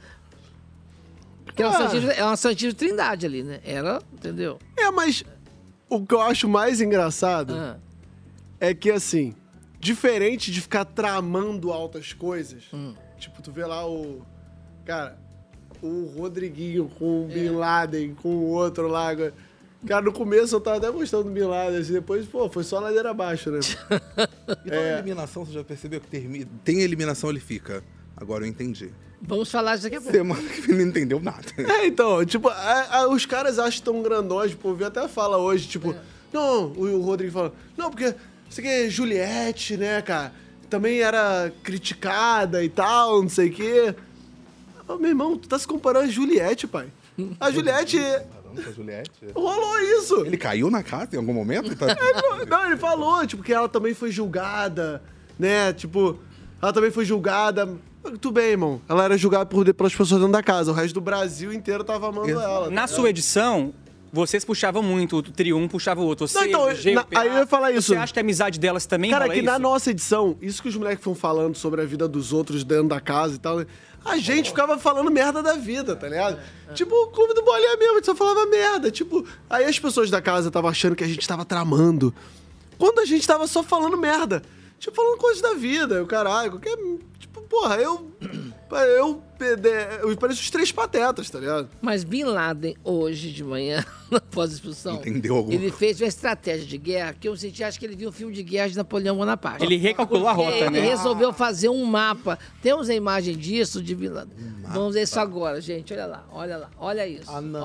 Speaker 4: Porque é uma
Speaker 6: Ah.
Speaker 4: Santíssima- é uma Santíssima Trindade ali, né? Ela, entendeu?
Speaker 6: É, mas o que eu acho mais engraçado
Speaker 4: Ah.
Speaker 6: é que, assim, diferente de ficar tramando altas coisas,
Speaker 4: Hum.
Speaker 6: tipo, tu vê lá o. Cara, o Rodriguinho com o
Speaker 4: É.
Speaker 6: Bin Laden, com o outro lá. agora. Cara, no começo eu tava até gostando do Bin Laden, assim, depois, pô, foi só ladeira abaixo, né?
Speaker 7: Então a eliminação, você já percebeu que termi- tem eliminação, ele fica. Agora eu entendi.
Speaker 4: Vamos falar disso daqui a pouco.
Speaker 7: Semana que vem não entendeu nada.
Speaker 6: É, então, tipo, a- a- os caras acham tão grandões, tipo, eu vi até fala hoje, tipo, não, o, o Rodrigo fala, não, porque você que é Juliette, né, cara? Também era criticada e tal, não sei o quê. Ô, meu irmão, tu tá se comparando a Juliette, pai. A Juliette.
Speaker 7: Caramba, Juliette.
Speaker 6: Rolou isso!
Speaker 7: Ele caiu na casa em algum momento? Tá-
Speaker 6: É, não, ele falou, tipo, que ela também foi julgada, né? Tipo, ela também foi julgada. Tudo bem, irmão. Ela era julgada por, pelas pessoas dentro da casa. O resto do Brasil inteiro tava amando ela.
Speaker 5: Na
Speaker 6: tá
Speaker 5: sua edição, vocês puxavam muito, o trio um puxava o outro. Você,
Speaker 6: Não, então,
Speaker 5: o
Speaker 6: na-
Speaker 5: GPA,
Speaker 6: aí eu ia falar isso.
Speaker 5: Você acha que a amizade delas também
Speaker 6: Cara,
Speaker 5: rola
Speaker 6: que na
Speaker 5: isso?
Speaker 6: nossa edição, isso que os moleques foram falando sobre a vida dos outros dentro da casa e tal, né? a gente ficava falando merda da vida, tá ligado? Tipo, o clube do bolinha mesmo, a gente só falava merda. Tipo, aí as pessoas da casa estavam achando que a gente tava tramando. Quando a gente tava só falando merda. Tipo, falando coisas da vida, o caralho, qualquer. Tipo, porra, eu. Eu. Eu pareço os três patetas, tá ligado?
Speaker 4: Mas Bin Laden, hoje de manhã, após a expulsão,
Speaker 6: Entendeu alguma
Speaker 4: ele fez uma estratégia de guerra que eu senti, acho que ele viu um filme de guerra de Napoleão Bonaparte.
Speaker 5: Ele recalculou a
Speaker 4: Porque
Speaker 5: rota, né?
Speaker 4: Ele resolveu fazer um mapa. Temos a imagem disso de Bin Laden. Vamos ver isso agora, gente. Olha lá, olha lá, olha isso. Ah, não.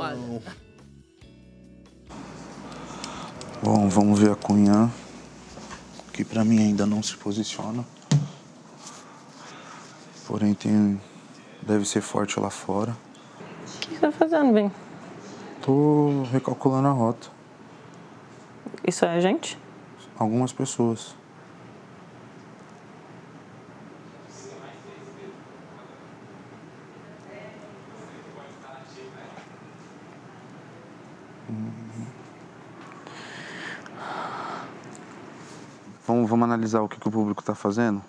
Speaker 15: Bom, vamos ver a Cunha, que pra mim ainda não se posiciona. Porém, tem, deve ser forte lá fora.
Speaker 16: O que você tá fazendo, Bem?
Speaker 15: Tô recalculando a rota.
Speaker 16: Isso é a gente?
Speaker 15: Algumas pessoas. Hum. Vamos, vamos analisar o que, que o público tá fazendo?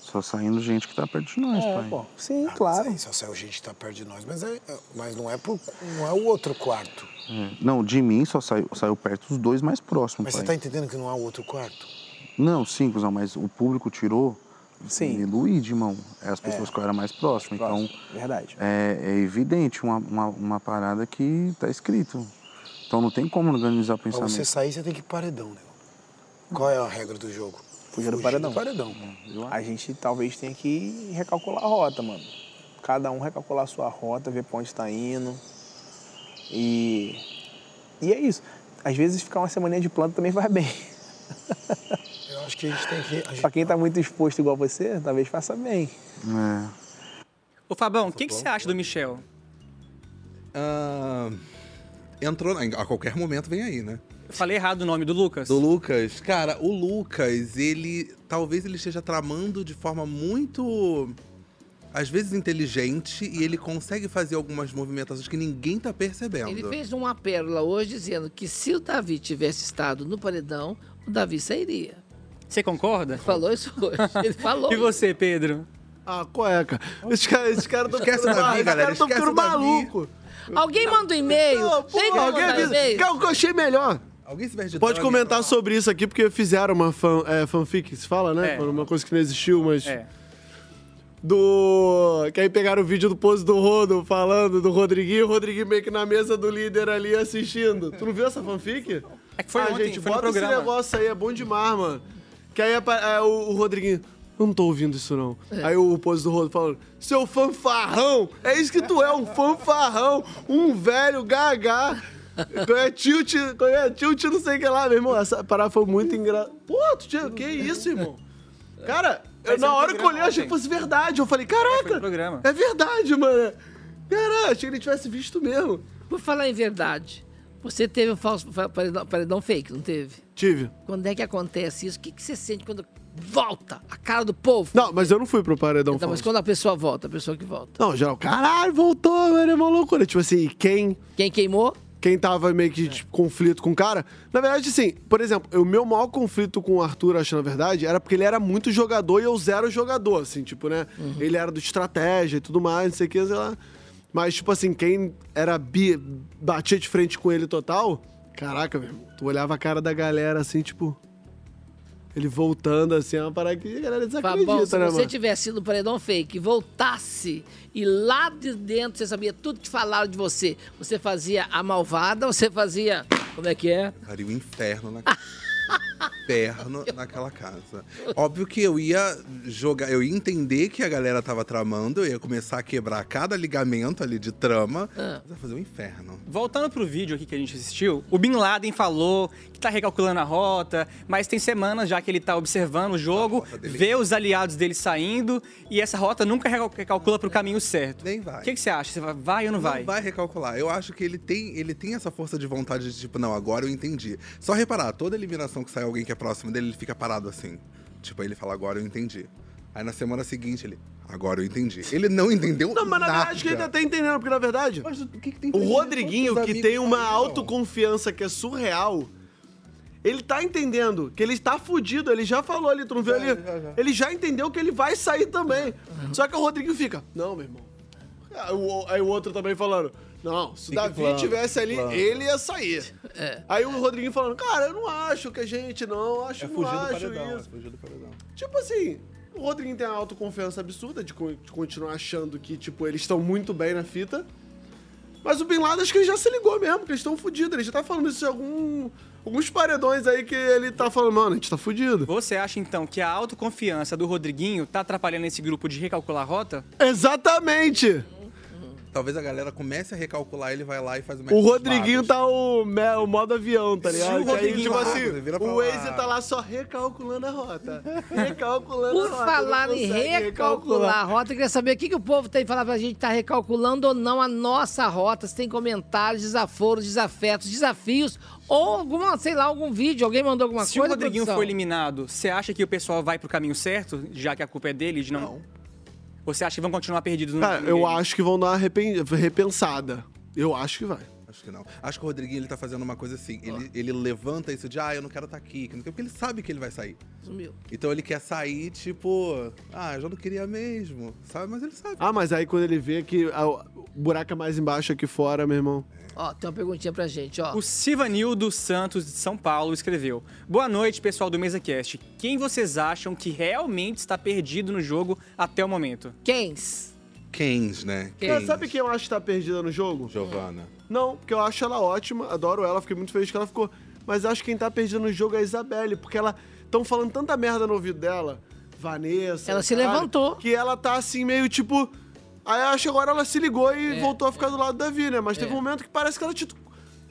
Speaker 15: Só saindo gente que tá perto de
Speaker 4: É,
Speaker 15: nós, pai.
Speaker 1: Sim, claro. Só saiu gente que tá perto de nós, mas, é, mas não, é pro, não é o outro quarto.
Speaker 15: É. Não, de mim só saiu, saiu perto os dois mais próximos,
Speaker 1: Mas
Speaker 15: pai.
Speaker 1: você tá entendendo que não é o outro quarto?
Speaker 15: Não, sim, cuzão, mas o público tirou Sim. e Luigi, irmão. É as pessoas que eu era mais próximo. Então,
Speaker 1: Verdade.
Speaker 15: é, é evidente uma, uma, uma parada que tá escrito. Então não tem como organizar
Speaker 1: Pra
Speaker 15: pensamento.
Speaker 1: você sair, você tem que ir pro paredão, né? Qual é a regra do jogo?
Speaker 17: Fugir do paredão.
Speaker 1: paredão.
Speaker 17: A gente talvez tenha que recalcular a rota, mano. Cada um recalcular a sua rota, ver pra onde tá indo. E. E é isso. Às vezes ficar uma semaninha de planta também vai bem.
Speaker 1: Eu acho que a gente tem que. a gente-
Speaker 17: Pra quem tá muito exposto igual você, talvez faça bem.
Speaker 15: É.
Speaker 5: Ô, Fabão, o que, que você acha do Michel?
Speaker 7: Ah, entrou. na- A qualquer momento vem aí, né?
Speaker 5: Eu falei errado o nome do Lucas.
Speaker 7: Do Lucas. Cara, o Lucas, ele. Talvez ele esteja tramando de forma muito. Às vezes inteligente e ele consegue fazer algumas movimentações que ninguém tá percebendo.
Speaker 4: Ele fez uma pérola hoje dizendo que se o Davi tivesse estado no paredão, o Davi sairia.
Speaker 5: Você concorda?
Speaker 4: Falou isso hoje. Ele falou.
Speaker 5: E você, Pedro?
Speaker 6: Ah, cueca. Esses caras esses caras tão
Speaker 5: Esquece
Speaker 6: tá ficando
Speaker 5: o Davi,
Speaker 6: malucos. Esses
Speaker 5: galera,
Speaker 6: caras tão
Speaker 5: esquece
Speaker 6: tá ficando
Speaker 5: o Davi.
Speaker 6: maluco.
Speaker 4: Alguém manda um e-mail?
Speaker 6: Não,
Speaker 4: Tem
Speaker 6: pô,
Speaker 4: como
Speaker 6: alguém
Speaker 4: mandar
Speaker 6: avisa. um
Speaker 4: e-mail?
Speaker 6: Cara, o que eu achei melhor.
Speaker 7: Alguém se perde então?
Speaker 6: Pode comentar sobre isso aqui, porque fizeram uma fan, é, fanfic, se fala, né?
Speaker 5: É.
Speaker 6: Uma coisa que não existiu, mas.
Speaker 5: É.
Speaker 6: Do. Que aí pegaram o vídeo do pose do Rodo falando do Rodriguinho, o Rodriguinho meio que na mesa do líder ali assistindo. Tu não viu essa fanfic?
Speaker 5: É que foi
Speaker 6: ah,
Speaker 5: ontem,
Speaker 6: gente,
Speaker 5: foi no
Speaker 6: bota
Speaker 5: programa.
Speaker 6: esse negócio aí, é bom demais, mano. Que aí apa- é, o, o Rodriguinho. Eu não tô ouvindo isso, não.
Speaker 5: É.
Speaker 6: Aí o pose do Rodo falando: Seu fanfarrão! É isso que tu é, um fanfarrão! Um velho gaga! Qual é tilt? Qual é tilt? Não sei o que lá, meu irmão. Essa parada foi muito engraçada. Pô, tu tinha. Que isso, irmão? Cara, eu,
Speaker 5: Mas é
Speaker 6: na
Speaker 5: um
Speaker 6: hora que eu
Speaker 5: programa
Speaker 6: olhei, eu achei que
Speaker 5: ontem.
Speaker 6: fosse verdade. Eu falei: Caraca!
Speaker 5: programa.
Speaker 6: É verdade, mano. Cara, achei que ele tivesse visto mesmo.
Speaker 4: Por falar em verdade, você teve um falso fa- paredão, paredão fake, não teve?
Speaker 6: Tive.
Speaker 4: Quando é que acontece isso? O que, que você sente quando volta a cara do povo?
Speaker 6: Não, mas eu não fui pro paredão.
Speaker 4: Então, mas
Speaker 6: falso.
Speaker 4: quando a pessoa volta, a pessoa que volta.
Speaker 6: Não, geral, caralho, voltou, mano, é uma loucura. Tipo assim, e quem.
Speaker 4: Quem queimou?
Speaker 6: Quem tava meio que de conflito com o cara. Na verdade, assim, por exemplo, o meu maior conflito com o Arthur, acho na verdade, era porque ele era muito
Speaker 4: Uhum.
Speaker 6: jogador e eu zero jogador, assim, tipo, né? Ele era do estratégia e tudo mais, não sei o que, sei lá. Mas, tipo assim, quem era bi, batia de frente com ele total, caraca, meu, tu olhava a cara da galera assim, tipo. Ele voltando assim, é uma parada que a galera desacredita,
Speaker 4: Fabão, se
Speaker 6: né,
Speaker 4: você
Speaker 6: mano?
Speaker 4: tivesse ido no paredão fake e voltasse e lá de dentro você sabia tudo que falaram de você, você fazia a malvada, você fazia. Como é que é?
Speaker 7: Faria o inferno na inferno naquela casa. Óbvio que eu ia jogar, eu ia entender que a galera tava tramando, eu ia começar a quebrar cada ligamento ali de trama. Mas ia fazer um inferno.
Speaker 5: Voltando pro vídeo aqui que a gente assistiu, o Bin Laden falou que tá recalculando a rota, mas tem semanas já que ele tá observando o jogo, vê os aliados dele saindo e essa rota nunca recal- recalcula pro caminho certo.
Speaker 7: Nem vai.
Speaker 5: O que, que você acha? Você vai- vai ou não vai?
Speaker 7: Não vai recalcular. Eu acho que ele tem, ele tem essa força de vontade de tipo, não, agora eu entendi. Só reparar, toda eliminação que sai alguém que é próximo dele, ele fica parado assim. Tipo, aí ele fala, agora eu entendi. Aí na semana seguinte ele, agora eu entendi. Ele não entendeu
Speaker 6: Não, mas na
Speaker 7: nada.
Speaker 6: verdade acho que ele ainda tá entendendo, porque na verdade.
Speaker 7: o que, tem
Speaker 6: O Rodriguinho, que tem uma autoconfiança que é surreal, ele tá entendendo que ele tá fudido. Ele já falou ali, tu não viu ali? Ele já entendeu que ele vai sair também. Só que o Rodriguinho fica, não, meu irmão. Aí É, o, aí o outro também falando, não, se o
Speaker 1: Fica
Speaker 6: Davi
Speaker 1: plano,
Speaker 6: tivesse ali,
Speaker 1: plano.
Speaker 6: ele ia sair. Aí o Rodriguinho falando, cara, eu não acho que a gente não, acho
Speaker 7: É
Speaker 6: que não
Speaker 7: fugir do
Speaker 6: acho
Speaker 7: paredão, é
Speaker 6: isso.
Speaker 7: fugir do paredão.
Speaker 6: Tipo assim, o Rodriguinho tem uma autoconfiança absurda de, co- de continuar achando que, tipo, eles estão muito bem na fita. Mas o Bin Laden acho que ele já se ligou mesmo, que eles estão fudidos. Ele já tá falando isso em algum, alguns paredões aí que ele tá falando, mano, a gente tá fudido.
Speaker 5: Você acha então que a autoconfiança do Rodriguinho tá atrapalhando esse grupo de recalcular a rota?
Speaker 6: Exatamente!
Speaker 7: Talvez a galera comece a recalcular, ele vai lá e faz uma
Speaker 6: O Rodriguinho tá o, me- o modo avião, tá
Speaker 7: Se
Speaker 6: ligado?
Speaker 7: o
Speaker 6: Que aí,
Speaker 7: Rodriguinho
Speaker 6: tipo
Speaker 7: rápido,
Speaker 6: assim,
Speaker 7: ele vira pra
Speaker 6: o
Speaker 7: lá.
Speaker 6: Waze tá lá só recalculando a rota. Recalculando a
Speaker 4: Por
Speaker 6: rota. não
Speaker 4: falar em
Speaker 6: consegue
Speaker 4: recalcular a rota, eu queria saber o que, que o povo tem falar pra gente tá recalculando ou não a nossa rota. Se tem comentários, desaforos, desafetos, desafios ou alguma, sei lá, algum vídeo. Alguém mandou alguma
Speaker 5: Se o
Speaker 4: coisa? é
Speaker 5: Rodriguinho
Speaker 4: produção?
Speaker 5: for eliminado, você acha que o pessoal vai pro caminho certo, já que a culpa é dele? De não. Ou você acha que vão continuar perdidos no
Speaker 6: Cara,
Speaker 5: caminho
Speaker 6: eu
Speaker 5: dele?
Speaker 6: acho que vão dar uma repen- repensada. Eu acho que vai.
Speaker 7: Acho que não. Acho que o Rodriguinho ele tá fazendo uma coisa assim. Ele, ele levanta isso de, ah, eu não quero estar aqui. que não quero", Porque ele sabe que ele vai sair.
Speaker 4: Sumiu.
Speaker 7: Então ele quer sair, tipo, ah, eu já não queria mesmo. Sabe? Mas ele sabe.
Speaker 6: Ah, mas aí quando ele vê que a- o buraco é mais embaixo aqui fora, meu irmão.
Speaker 4: Ó, tá tem uma perguntinha pra gente, ó.
Speaker 5: O Sivanildo Santos de São Paulo escreveu: Boa noite, pessoal do MesaCast. Quem vocês acham que realmente está perdido no jogo até o momento?
Speaker 4: Quem?
Speaker 7: Keynes, né?
Speaker 6: Cara, sabe quem eu acho que tá perdida no jogo?
Speaker 7: Giovana.
Speaker 6: Não, porque eu acho ela ótima, adoro ela, fiquei muito feliz que ela ficou. Mas acho que quem tá perdida no jogo é a Isabelle, porque ela. Tão falando tanta merda no ouvido dela, Vanessa.
Speaker 4: Ela se levantou.
Speaker 6: Que ela tá assim, meio tipo. Aí eu acho que agora ela se ligou e voltou a ficar do lado da Vi, né? Mas teve um momento que parece que ela titu...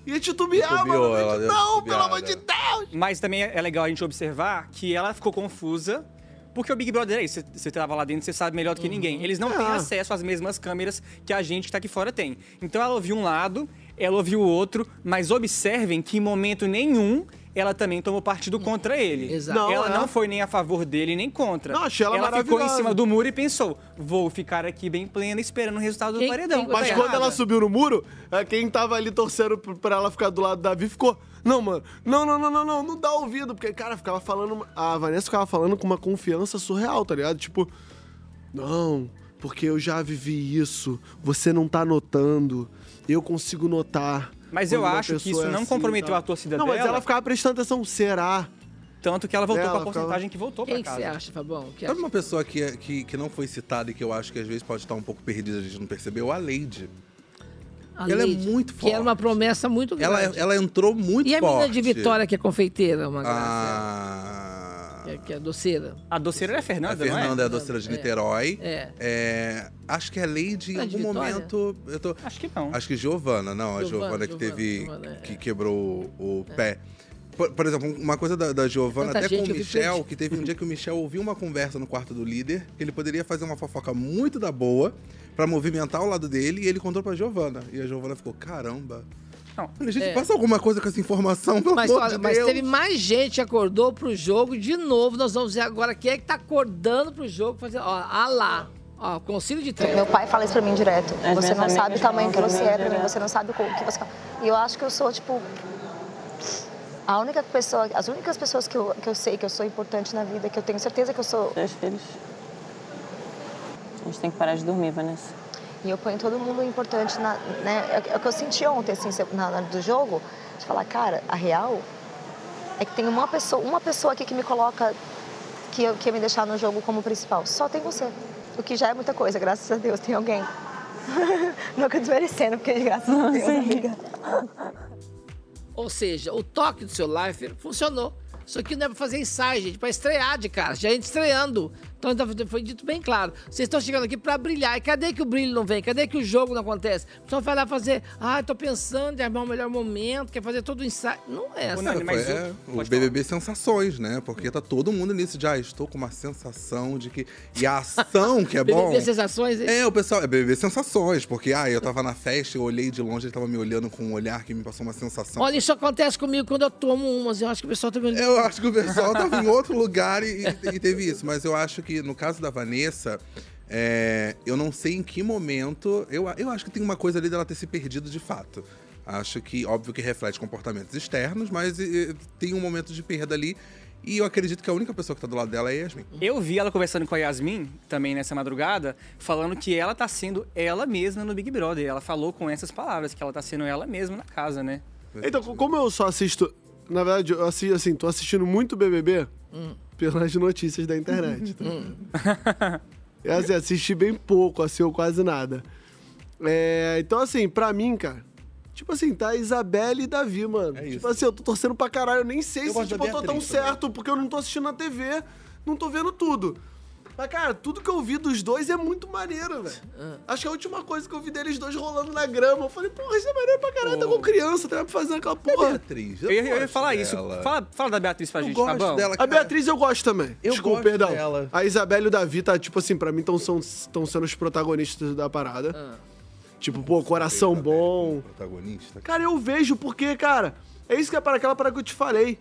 Speaker 6: ia titubear,
Speaker 5: Titubeou,
Speaker 6: mano.
Speaker 5: ela né? deu
Speaker 6: não,
Speaker 5: uma
Speaker 6: pelo amor de
Speaker 5: titubeada.
Speaker 6: Deus!
Speaker 5: Mas também é legal a gente observar que ela ficou confusa. Porque o Big Brother é isso, você- você tava lá dentro, você sabe melhor do que ninguém. Eles não têm
Speaker 6: Ah.
Speaker 5: acesso às mesmas câmeras que a gente que tá aqui fora tem. Então ela ouviu um lado, ela ouviu o outro, mas observem que em momento nenhum ela também tomou partido contra ele.
Speaker 6: Exato. Não,
Speaker 5: ela
Speaker 6: é.
Speaker 5: não né? foi nem a favor dele, nem contra.
Speaker 6: Não, achei ela
Speaker 5: ficou em
Speaker 6: maravilhosa.
Speaker 5: cima do muro e pensou, vou ficar aqui bem plena esperando o resultado do paredão.
Speaker 6: Mas
Speaker 5: Tá
Speaker 6: quando ela
Speaker 5: errada.
Speaker 6: subiu no muro, é, quem tava ali torcendo p- pra ela ficar do lado da Vi ficou. Não, mano, não, não, não, não, não, não dá ouvido. Porque, cara, ficava falando. uma- A Vanessa ficava falando com uma confiança surreal, tá ligado? Tipo, não, porque eu já vivi isso. Você não tá notando. Eu consigo notar.
Speaker 5: Mas
Speaker 6: quando
Speaker 5: eu
Speaker 6: uma
Speaker 5: acho que
Speaker 6: pessoa
Speaker 5: isso
Speaker 6: é
Speaker 5: não
Speaker 6: assim e
Speaker 5: comprometeu
Speaker 6: tal.
Speaker 5: a torcida
Speaker 6: Não, mas
Speaker 5: dela.
Speaker 6: ela ficava prestando atenção, será?
Speaker 5: Tanto que ela
Speaker 6: voltou
Speaker 5: com a porcentagem que voltou pra
Speaker 4: Quem
Speaker 5: casa.
Speaker 4: que você acha, Fabão? Que
Speaker 7: Sabe uma pessoa que, é- que, que não foi citada e que eu acho que às vezes pode estar um pouco perdida, a gente não percebeu? A Lady.
Speaker 4: A
Speaker 7: ela é
Speaker 4: Lady,
Speaker 7: muito
Speaker 4: Que era uma promessa muito grande.
Speaker 7: Ela, ela entrou muito
Speaker 4: E a menina
Speaker 7: forte.
Speaker 4: de Vitória, que é confeiteira, uma
Speaker 7: Ah.
Speaker 4: graça. Que é, que é doceira.
Speaker 5: A doceira é a
Speaker 7: A
Speaker 5: Fernanda,
Speaker 7: Fernanda é a
Speaker 5: não é?
Speaker 7: doceira de Niterói.
Speaker 4: É.
Speaker 7: É, acho que a Lady, em
Speaker 4: Não é de
Speaker 7: algum
Speaker 4: Vitória?
Speaker 7: momento. Eu tô...
Speaker 5: Acho que não.
Speaker 7: Tá Acho que Giovana, não. a
Speaker 4: Giovana,
Speaker 7: Giovana que teve.
Speaker 4: Giovana, é.
Speaker 7: que quebrou o pé. Por, por exemplo, uma coisa da, da Giovana,
Speaker 4: Tanta
Speaker 7: até
Speaker 4: gente,
Speaker 7: com
Speaker 4: eu
Speaker 7: o
Speaker 4: vi
Speaker 7: Michel,
Speaker 4: tudo.
Speaker 7: que teve um dia que o Michel ouviu uma conversa no quarto do líder, que ele poderia fazer uma fofoca muito da boa pra movimentar o lado dele, e ele contou pra Giovana. E a Giovana ficou, caramba.
Speaker 5: Não.
Speaker 7: Olha, gente,
Speaker 4: É.
Speaker 7: passa alguma coisa com essa informação, pelo
Speaker 4: Mas,
Speaker 7: amor
Speaker 4: olha,
Speaker 7: de
Speaker 4: mas
Speaker 7: Deus.
Speaker 4: teve mais gente que acordou pro jogo de novo. Nós vamos ver agora quem é que tá acordando pro jogo. Fazendo, ó, ah lá. Ó, concílio de três.
Speaker 8: Meu pai fala isso pra mim direto.
Speaker 4: As
Speaker 8: você
Speaker 4: minhas
Speaker 8: não sabe
Speaker 4: amigas
Speaker 8: o tamanho que
Speaker 4: falam pra
Speaker 8: você
Speaker 4: mim
Speaker 8: é pra mim,
Speaker 4: direto.
Speaker 8: você não sabe o que você... E eu acho que eu sou, tipo... A única pessoa... As únicas pessoas que eu, que eu sei que eu sou importante na vida, que eu tenho certeza que eu sou...
Speaker 16: Dois filhos. A gente tem que parar de dormir, Vanessa.
Speaker 8: E eu ponho todo mundo importante na. Né? É o que eu senti ontem, assim, se eu- na hora do jogo, de falar, cara, a real é que tem uma pessoa, uma pessoa aqui que me coloca, que, eu- que ia me deixar no jogo como principal. Só tem você. O que já é muita coisa, graças a Deus, tem alguém. Nunca desmerecendo, porque é graças a Deus, amiga.
Speaker 4: Ou seja, o toque do seu live funcionou. Isso aqui não é pra fazer ensaio, gente, pra estrear de cara. Já é estreando. Então tá- foi dito bem claro. Vocês estão chegando aqui pra brilhar. E cadê que o brilho não vem? Cadê que o jogo não acontece? O pessoal vai lá fazer, ah, tô pensando em armar o melhor momento, quer fazer todo o ensaio. Não é,
Speaker 7: É,
Speaker 4: sabe?
Speaker 7: foi, é, o BBB Sensações, né? Porque tá todo mundo nisso de, ah, estou com uma sensação de que... E a ação, que é bom...
Speaker 4: BBB sensações, hein?
Speaker 7: É, o pessoal, é BBB Sensações, porque, ah, eu tava na festa, eu olhei de longe, ele tava me olhando com um olhar que me passou uma sensação.
Speaker 4: Olha, isso acontece comigo quando eu tomo umas. Eu acho que o pessoal tá também.
Speaker 7: Eu acho que o pessoal tá tava em outro lugar e, e teve isso. Mas eu acho que no caso da Vanessa, é, eu não sei em que momento. Eu, eu acho que tem uma coisa ali dela ter se perdido de fato. Acho que, óbvio que reflete comportamentos externos, mas e, e, tem um momento de perda ali. E eu acredito que a única pessoa que tá do lado dela é a Yasmin.
Speaker 5: Eu vi ela conversando com a Yasmin também nessa madrugada, falando que ela tá sendo ela mesma no Big Brother. Ela falou com essas palavras, que ela tá sendo ela mesma na casa, né?
Speaker 6: Então, co- como eu só assisto. Na verdade, eu assi- assim, tô assistindo muito BBB pelas notícias da internet.
Speaker 4: Hum.
Speaker 6: Tá? É assim, assisti bem pouco, assim, ou quase nada. É, então, assim, pra mim, cara. Tipo assim, tá Isabelle e Davi, mano. Tipo assim, eu tô torcendo pra caralho. Eu nem sei se
Speaker 1: É gosto da
Speaker 6: tipo, eu tô tão
Speaker 1: Beatriz
Speaker 6: certo, porque eu não tô assistindo na TV, não tô vendo tudo. Mas, cara, tudo que eu vi dos dois é muito maneiro, velho. Acho que a última coisa que eu vi deles dois rolando na grama, eu falei, porra, isso é maneiro pra caralho, tá com criança, tá fazendo aquela porra.
Speaker 7: Beatriz,
Speaker 5: Eu, ia- eu ia falar isso. Fala, fala da Beatriz pra
Speaker 6: Eu
Speaker 5: gente,
Speaker 6: gosto
Speaker 5: tá bom?
Speaker 6: dela, A Beatriz eu gosto também.
Speaker 5: Eu
Speaker 6: Desculpa,
Speaker 5: gosto
Speaker 6: perdão.
Speaker 5: dela.
Speaker 6: A Isabelle e o Davi, tá, tipo assim, pra mim estão sendo os protagonistas da parada.
Speaker 5: Ah.
Speaker 6: Tipo, pô, coração bom.
Speaker 7: Protagonista.
Speaker 6: Cara, eu vejo porque, cara, é isso que é para aquela parada que eu te falei.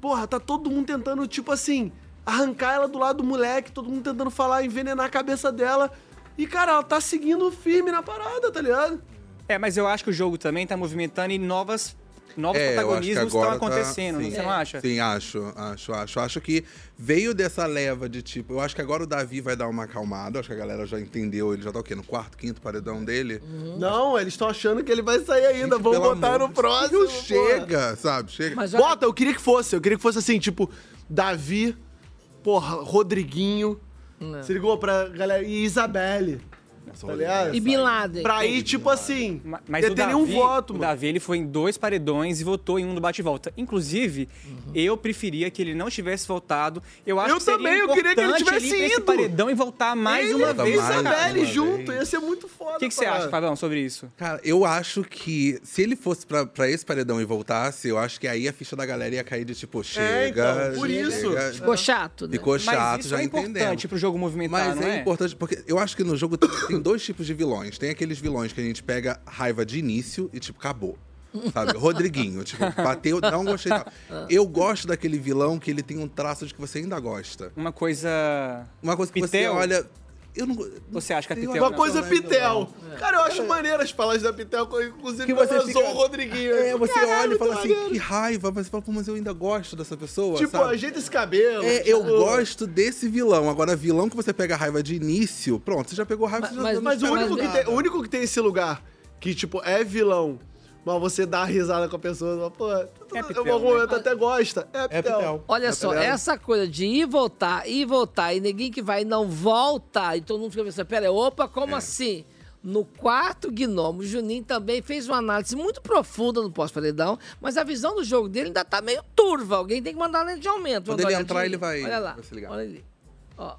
Speaker 6: Porra, tá todo mundo tentando, tipo assim, arrancar ela do lado do moleque, todo mundo tentando falar, envenenar a cabeça dela. E, cara, ela tá seguindo firme na parada, tá ligado?
Speaker 5: É, mas eu acho que o jogo também tá movimentando e novas, novos
Speaker 7: É, eu acho que
Speaker 5: protagonismos estão
Speaker 7: agora tá-
Speaker 5: acontecendo, né?
Speaker 7: sim.
Speaker 5: você não acha?
Speaker 7: Sim, acho, acho, acho. Acho que veio dessa leva de tipo. Eu acho que agora o Davi vai dar uma acalmada. Acho que a galera já entendeu. Ele já tá o quê? No quarto, quinto paredão dele?
Speaker 6: Uhum. Não, eles estão achando que ele vai sair ainda. Vão
Speaker 7: pelo
Speaker 6: botar
Speaker 7: amor
Speaker 6: no
Speaker 7: de
Speaker 6: próximo.
Speaker 7: Deus, chega, sabe? Chega. Mas olha-
Speaker 6: Bota, eu queria que fosse. Eu queria que fosse assim, tipo, Davi, porra, Rodriguinho. Se ligou pra galera. E Isabelle. Tá ligado?
Speaker 4: E Bin Laden.
Speaker 6: Pra ir, tipo assim.
Speaker 5: Mas o Davi,
Speaker 6: detener um voto,
Speaker 5: o Davi ele foi em dois paredões e votou em um do bate-volta. Inclusive, eu preferia que ele não tivesse voltado. Eu acho
Speaker 6: Uhum. Eu
Speaker 5: que seria
Speaker 6: também, eu queria que ele
Speaker 5: importante
Speaker 6: tivesse
Speaker 5: ir pra esse
Speaker 6: ido.
Speaker 5: paredão e voltar mais
Speaker 6: Ele
Speaker 5: uma
Speaker 6: e
Speaker 5: vez.
Speaker 7: Ah,
Speaker 6: Isabelle
Speaker 5: cara.
Speaker 6: junto, ia ser muito foda.
Speaker 5: O que, que você acha, Fabião, sobre isso?
Speaker 7: Cara, eu acho que se ele fosse pra, pra esse paredão e voltasse, eu acho que aí a ficha da galera ia cair de tipo, chega.
Speaker 4: então, por
Speaker 7: chega,
Speaker 4: isso.
Speaker 7: chega.
Speaker 4: Ficou chato, né?
Speaker 7: Ficou
Speaker 4: Mas
Speaker 7: chato,
Speaker 4: isso
Speaker 7: já
Speaker 4: é importante
Speaker 7: entendemos.
Speaker 5: pro jogo movimentar,
Speaker 7: Mas
Speaker 5: não
Speaker 7: é,
Speaker 5: é?
Speaker 7: importante, porque eu acho que no jogo tem, tem dois tipos de vilões. Tem aqueles vilões que a gente pega raiva de início e tipo, acabou. Sabe? Rodriguinho, tipo, bateu, não gostei. Não. Eu gosto daquele vilão que ele tem um traço de que você ainda gosta.
Speaker 5: Uma coisa.
Speaker 7: Uma coisa que
Speaker 5: Ah. Pitel?
Speaker 7: você olha. Eu não.
Speaker 5: Você acha que é
Speaker 7: Tem
Speaker 5: Pitel?
Speaker 6: Uma
Speaker 5: não?
Speaker 6: coisa Pitel. Cara, eu acho maneiro as palavras da Pitel, inclusive
Speaker 7: Que
Speaker 6: quando
Speaker 7: você
Speaker 6: ela
Speaker 7: fica-
Speaker 6: zoou o Rodriguinho.
Speaker 7: É, você
Speaker 6: Caralho,
Speaker 7: olha e fala
Speaker 6: tá
Speaker 7: assim,
Speaker 6: maneiro.
Speaker 7: que raiva, mas você fala, pô, mas eu ainda gosto dessa pessoa.
Speaker 6: Tipo,
Speaker 7: sabe?
Speaker 6: ajeita esse cabelo.
Speaker 7: É, eu
Speaker 6: tipo-
Speaker 7: gosto desse vilão. Agora, vilão que você pega raiva de início, pronto, você já pegou raiva, você já
Speaker 6: Mas,
Speaker 7: não
Speaker 6: mas o,
Speaker 7: espera
Speaker 6: único que
Speaker 7: nada.
Speaker 6: tem, o único que tem esse lugar que, tipo, é vilão, mas você dá risada com a pessoa, fala, pô, é
Speaker 4: Pitel,
Speaker 6: em algum
Speaker 4: né?
Speaker 6: momento até gosta. É, Pitel.
Speaker 4: Então,
Speaker 7: Então, tá
Speaker 4: Olha só, essa coisa de ir voltar, ir voltar, e ninguém que vai e não volta, e todo mundo fica pensando, pera, opa,
Speaker 7: É.
Speaker 4: como assim? No quarto gnomo, o Juninho também fez uma análise muito profunda no pós-paredão, mas a visão do jogo dele ainda tá meio turva. Alguém tem que mandar a lente de aumento.
Speaker 7: Quando
Speaker 4: Vamos
Speaker 7: ele
Speaker 4: dar uma
Speaker 7: entrar, ele
Speaker 4: olhadinha?
Speaker 7: vai,
Speaker 4: Olha lá.
Speaker 7: vai se ligar.
Speaker 4: Olha ali. Ó.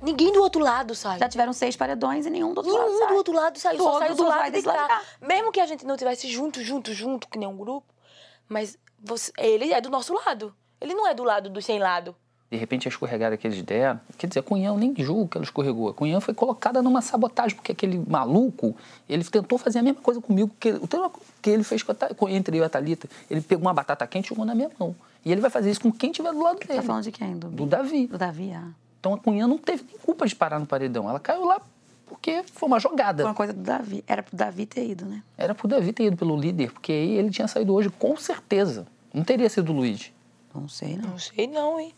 Speaker 9: Ninguém do outro lado sai. Já tiveram seis paredões e nenhum do outro lado
Speaker 18: Nenhum
Speaker 9: sai.
Speaker 18: do outro lado saiu,
Speaker 9: Todo
Speaker 18: só saiu do
Speaker 9: mundo
Speaker 18: lado
Speaker 9: vai
Speaker 18: de
Speaker 9: desse lado
Speaker 18: cá. Mesmo que a gente não tivesse junto, junto, junto, que nem um grupo, mas você- ele é do nosso lado. Ele não é do lado dos sem lado.
Speaker 19: De repente, a escorregada que eles deram, quer dizer, a Cunhã, eu nem julgo que ela escorregou. A Cunhã foi colocada numa sabotagem, porque aquele maluco, ele tentou fazer a mesma coisa comigo que, o tema que ele fez com a, Tha- com- entre eu e a Thalita. Ele pegou uma batata quente e jogou na minha mão. E ele vai fazer isso com quem tiver do lado dele. Tá falando
Speaker 9: de quem? Do,
Speaker 19: Davi.
Speaker 9: Do Davi, ah.
Speaker 19: Então a Cunhã não teve nem culpa de parar no paredão. Ela caiu lá porque foi uma jogada.
Speaker 9: Foi uma coisa do Davi. Era pro Davi ter ido, né?
Speaker 19: Era pro Davi ter ido pelo líder, porque aí ele tinha saído hoje com certeza. Não teria sido o Luiz.
Speaker 9: Não sei,
Speaker 18: Não sei não, hein?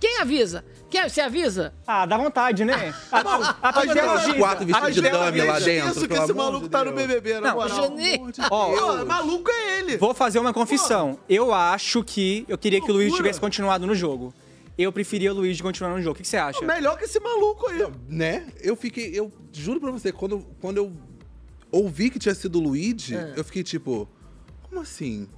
Speaker 4: Quem avisa? Quem, você avisa?
Speaker 5: Ah, dá vontade, né? A, a,
Speaker 7: Olha nós quatro vestidos de dame lá dentro,
Speaker 6: Isso que
Speaker 7: pelo
Speaker 6: esse
Speaker 7: amor
Speaker 6: maluco
Speaker 7: de
Speaker 6: tá no
Speaker 7: Deus.
Speaker 6: BBB, na
Speaker 5: Não,
Speaker 6: moral.
Speaker 5: Janine.
Speaker 6: Pelo amor de
Speaker 5: Ó,
Speaker 6: Deus.
Speaker 5: eu-
Speaker 6: Maluco é ele.
Speaker 5: Vou fazer uma confissão. Eu acho que. Eu queria que o Luiz
Speaker 6: Loucura.
Speaker 5: tivesse continuado no jogo. Eu preferia o Luiz continuar no jogo. O que, que você acha?
Speaker 6: É Melhor que esse maluco aí.
Speaker 7: Né? Eu fiquei. Eu juro pra você, quando, quando eu ouvi que tinha sido o Luigi,
Speaker 6: É.
Speaker 7: eu fiquei tipo. Como assim?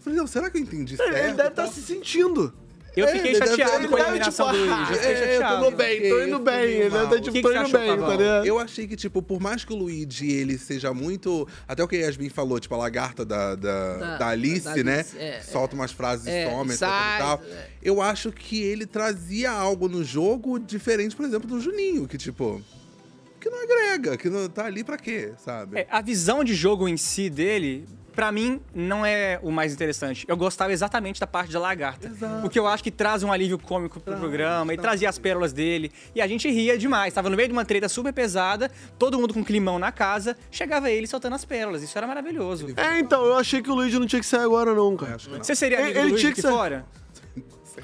Speaker 7: Falei, não, será que eu entendi
Speaker 6: Ele
Speaker 7: certo? É,
Speaker 6: deve estar se sentindo.
Speaker 7: Eu fiquei chateado com a eliminação do Luigi, eu fiquei
Speaker 6: É, eu tô
Speaker 7: chateado.
Speaker 6: indo bem, tô indo bem. Ele tá tipo, tô indo bem, tá ligado?
Speaker 7: Eu achei que, tipo, por mais que o Luigi, ele seja muito... Até o que a Yasmin falou, tipo, a lagarta da, da,
Speaker 4: Da-
Speaker 7: da Alice,
Speaker 4: da Alice,
Speaker 7: né?
Speaker 4: é,
Speaker 7: Solta umas frases
Speaker 4: É,
Speaker 7: e some, etc
Speaker 4: sai, é.
Speaker 7: e tal. Eu acho que ele trazia algo no jogo diferente, por exemplo, do Juninho, que, tipo... Que não agrega, que não tá ali pra quê, sabe?
Speaker 5: É, a visão de jogo em si dele, pra mim, não é o mais interessante. Eu gostava exatamente da parte da lagarta. Porque eu acho que traz um alívio cômico pro programa, e trazia as pérolas dele. E a gente ria demais. Tava no meio de uma treta super pesada, todo mundo com um climão na casa, chegava ele soltando as pérolas. Isso era maravilhoso.
Speaker 6: É, então, eu achei que o Luigi não tinha que sair agora, não, cara.
Speaker 5: Você seria amigo do Luigi aqui fora?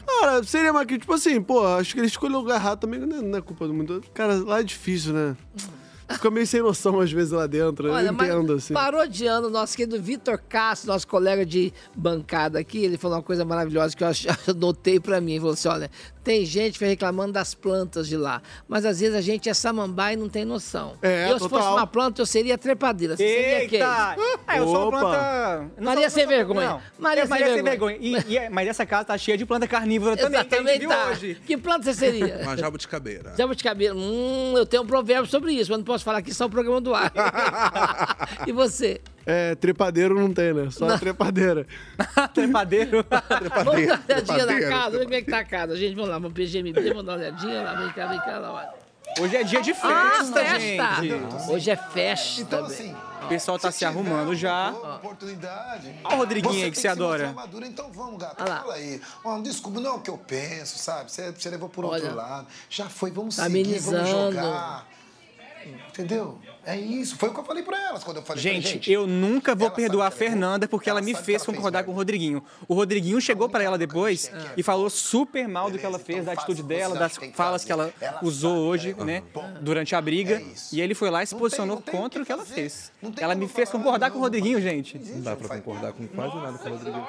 Speaker 6: Cara, seria mais que, tipo assim, pô, acho que ele escolheu o lugar errado também, não é, não é culpa do mundo. Cara, lá é difícil, né? Fica meio sem noção às vezes lá dentro, eu
Speaker 4: mas
Speaker 6: entendo, assim.
Speaker 4: parodiando o nosso querido Vitor Castro, nosso colega de bancada aqui, ele falou uma coisa maravilhosa que eu ach- anotei pra mim. Ele falou assim: olha, tem gente que fica reclamando das plantas de lá, mas às vezes a gente é samambaia e não tem noção.
Speaker 5: É,
Speaker 4: eu, se
Speaker 5: total.
Speaker 4: fosse uma planta, eu seria trepadeira. Você seria quem?
Speaker 5: Eita! Ah, eu sou planta. não
Speaker 4: Maria
Speaker 5: sou-
Speaker 4: sem
Speaker 5: não sou-
Speaker 4: vergonha.
Speaker 5: Não.
Speaker 4: Maria
Speaker 5: É,
Speaker 4: sem vergonha.
Speaker 5: E- e é- mas essa casa tá cheia de planta carnívora também, que a gente
Speaker 4: Exatamente,
Speaker 5: viu
Speaker 4: tá.
Speaker 5: hoje.
Speaker 4: Que planta você seria?
Speaker 7: Uma jabuticabeira.
Speaker 4: Jabuticabeira. Hum, eu tenho um provérbio sobre isso, mas não posso falar aqui, só o programa do ar. e você?
Speaker 6: É, trepadeiro não tem, né? Só
Speaker 4: Não.
Speaker 6: trepadeira.
Speaker 5: trepadeiro?
Speaker 4: Vamos dar
Speaker 6: trepadeiro.
Speaker 4: uma olhadinha na casa, vamos ver como é que tá a casa. Gente, vamos lá, vamos PGMB, vamos dar uma olhadinha lá, vem cá, vem cá, lá, olha.
Speaker 5: Hoje é dia de festa,
Speaker 4: Ah, festa!
Speaker 5: gente.
Speaker 4: Hoje é festa. Então, assim,
Speaker 5: O pessoal tá se arrumando já.
Speaker 1: Oportunidade.
Speaker 5: Ó o Rodriguinho
Speaker 4: é
Speaker 5: aí
Speaker 1: Você
Speaker 5: que
Speaker 1: tem
Speaker 5: se
Speaker 1: mostrar
Speaker 5: adora.
Speaker 1: madura, então vamos, gato,
Speaker 4: Olha lá.
Speaker 1: fala aí. Ó, não desculpa, não é o que eu penso, sabe? Você, você levou por
Speaker 4: Olha.
Speaker 1: outro lado. Já foi, vamos
Speaker 4: Tá
Speaker 1: seguir,
Speaker 4: amenizando.
Speaker 1: vamos jogar. Entendeu? É isso. Foi o que eu falei pra elas quando eu falei pra
Speaker 5: Gente, eu nunca vou perdoar a Fernanda porque ela, me fez concordar com o Rodriguinho. O Rodriguinho chegou pra ela depois e falou super mal do que ela fez, da atitude dela, das falas que ela usou hoje, né, durante a briga. E ele foi lá e se posicionou contra o que ela fez. Ela me fez concordar com o Rodriguinho, gente.
Speaker 7: Não dá pra concordar com quase nada com o Rodrigo.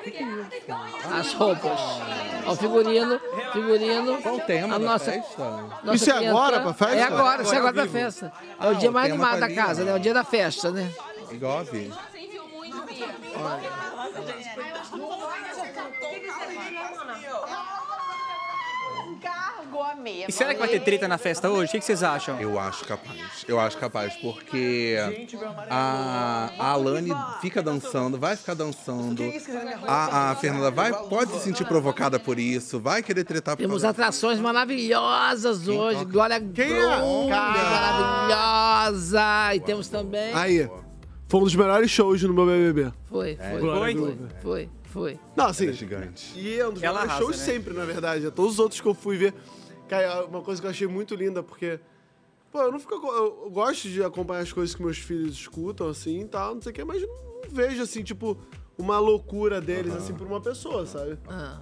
Speaker 4: As roupas. Ó, o figurino, figurino.
Speaker 7: Qual o tema
Speaker 4: a
Speaker 7: da
Speaker 4: nossa,
Speaker 7: festa?
Speaker 4: nossa
Speaker 7: Isso é
Speaker 4: clientela-
Speaker 7: agora pra festa?
Speaker 4: É agora, isso
Speaker 7: Agora
Speaker 4: é agora
Speaker 7: ao
Speaker 4: pra
Speaker 7: vivo.
Speaker 4: festa. É o
Speaker 7: Ah,
Speaker 4: dia
Speaker 7: o
Speaker 4: mais
Speaker 7: tema
Speaker 4: animado
Speaker 7: tá
Speaker 4: da
Speaker 7: ali,
Speaker 4: casa,
Speaker 7: ó.
Speaker 4: né? É o dia da festa, né?
Speaker 7: Igual a Vi.
Speaker 5: E será que vai ter treta na festa hoje? O que que vocês acham?
Speaker 7: Eu acho capaz. Eu acho capaz, porque
Speaker 5: Gente, meu amarelo.
Speaker 7: a, a Alane fica dançando, vai ficar dançando.
Speaker 5: isso que você tá me arrumando?
Speaker 7: A, a Fernanda vai, pode se sentir provocada por isso, vai querer tretar por
Speaker 4: Temos
Speaker 7: causa
Speaker 4: atrações maravilhosas hoje. Glória Quem
Speaker 6: é?
Speaker 4: maravilhosa. E temos também.
Speaker 6: Aí, foi um dos melhores shows no meu BBB.
Speaker 4: Foi, foi,
Speaker 6: Glória
Speaker 4: foi,
Speaker 6: Groove.
Speaker 4: foi, foi, foi.
Speaker 6: Não, assim,
Speaker 7: gigante.
Speaker 6: E é um dos
Speaker 4: Ela
Speaker 6: melhores
Speaker 4: arrasa,
Speaker 6: shows
Speaker 4: né?
Speaker 6: sempre, na verdade. É todos os outros que eu fui ver. Cara, é uma coisa que eu achei muito linda, porque. Pô, eu não fico. Eu eu gosto de acompanhar as coisas que meus filhos escutam, assim e tal, não sei o quê, mas não não vejo, assim, tipo, uma loucura deles, assim, por uma pessoa, sabe?
Speaker 5: Ah.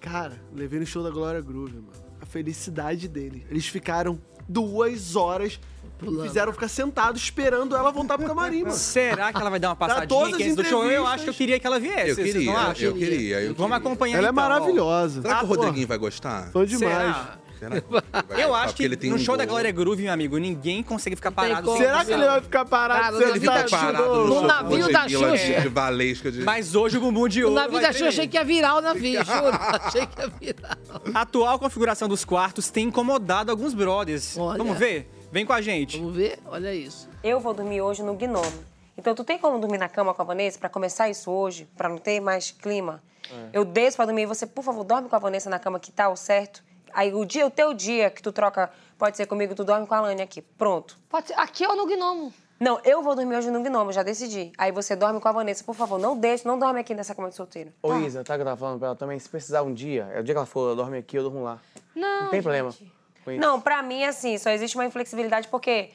Speaker 6: Cara, levei no show da Glória Groove, mano. A felicidade dele. Eles ficaram duas horas.
Speaker 4: Pulando.
Speaker 6: Fizeram ficar sentado esperando ela voltar pro camarim, mano.
Speaker 5: Será que ela vai dar uma
Speaker 6: Tá,
Speaker 5: passadinha
Speaker 6: todas
Speaker 5: aqui
Speaker 6: as
Speaker 5: antes do show? Eu
Speaker 6: entrevistas.
Speaker 5: acho que eu queria que ela viesse.
Speaker 7: Eu
Speaker 5: É, vocês
Speaker 7: queria,
Speaker 5: não acham?
Speaker 7: eu queria, eu
Speaker 5: Vamos
Speaker 7: queria.
Speaker 5: acompanhar
Speaker 7: Ela é
Speaker 5: então, ó.
Speaker 7: maravilhosa. Será que o
Speaker 5: Ah,
Speaker 7: Rodriguinho vai gostar?
Speaker 5: Sou demais.
Speaker 7: Será que ele vai
Speaker 5: Eu
Speaker 7: gostar?
Speaker 5: acho
Speaker 7: Porque
Speaker 5: que
Speaker 7: ele tem
Speaker 5: no
Speaker 7: um
Speaker 5: show da
Speaker 7: gol.
Speaker 5: Glória Groove, meu amigo, ninguém consegue ficar parado.
Speaker 6: como, Será que ele vai ficar parado
Speaker 5: Cara,
Speaker 6: sentado?
Speaker 5: ele fica
Speaker 7: Parado no show
Speaker 5: No
Speaker 7: com
Speaker 5: navio
Speaker 7: Ludmilla
Speaker 5: da
Speaker 7: de-
Speaker 5: Xuxa.
Speaker 7: De valesca de...
Speaker 5: Mas hoje o bumbum de
Speaker 4: O
Speaker 5: ouro.
Speaker 4: navio
Speaker 5: vai
Speaker 4: da Xuxa eu achei
Speaker 5: tremer.
Speaker 4: que ia virar o navio, juro. Achei que ia virar.
Speaker 5: A atual configuração dos quartos tem incomodado alguns brothers. Vamos ver? Vem com a gente.
Speaker 4: Vamos ver? Olha isso.
Speaker 2: Eu vou dormir hoje no Gnomo. Então, tu tem como dormir na cama com a Vanessa pra começar isso hoje, pra não ter mais clima?
Speaker 20: É.
Speaker 2: Eu desço pra dormir e você, por favor, dorme com a Vanessa na cama que tá o certo. Aí o dia, o teu dia que tu troca, pode ser comigo, tu dorme com a Lani aqui. Pronto.
Speaker 20: Pode ser aqui ou no Gnomo?
Speaker 2: Não, eu vou dormir hoje no Gnomo, já decidi. Aí você dorme com a Vanessa, por favor, não deixe, não dorme aqui nessa cama de solteiro.
Speaker 20: Ô, Isa, tá que eu tava falando pra ela também? Se precisar um dia, é o dia que ela for, ela dorme aqui, eu durmo lá.
Speaker 2: Não,
Speaker 20: Não tem problema. com isso.
Speaker 2: é Não, pra mim, assim, só existe uma inflexibilidade porque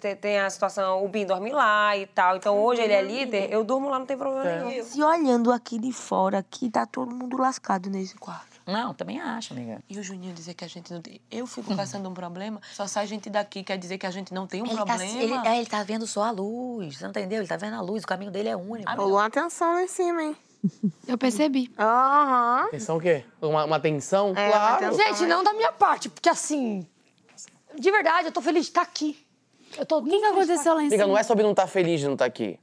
Speaker 2: te- tem a situação, o Bim dorme lá e tal. Então hoje ele é líder, eu durmo lá, não tem problema
Speaker 20: Tá.
Speaker 2: nenhum.
Speaker 18: Se olhando aqui de fora, aqui tá todo mundo lascado nesse quarto.
Speaker 9: Não, também acho, amiga.
Speaker 14: E o Juninho dizer que a gente não tem. Eu fico caçando um problema, só sai gente daqui, quer dizer que a gente não tem um
Speaker 9: Ele tá,
Speaker 14: problema.
Speaker 9: ele, é, ele tá vendo só a luz, você não entendeu? Ele tá vendo a luz, o caminho dele é único.
Speaker 21: Rolou atenção lá em cima, hein?
Speaker 9: Eu percebi.
Speaker 21: Aham.
Speaker 20: Tensão o quê? Uma, uma tensão?
Speaker 9: É, né?
Speaker 22: Gente, não da minha parte, porque assim. De verdade, eu tô feliz de estar aqui. Eu tô o que, aconteceu lá
Speaker 20: Amiga,
Speaker 9: assim.
Speaker 20: não é sobre não estar feliz de não estar aqui.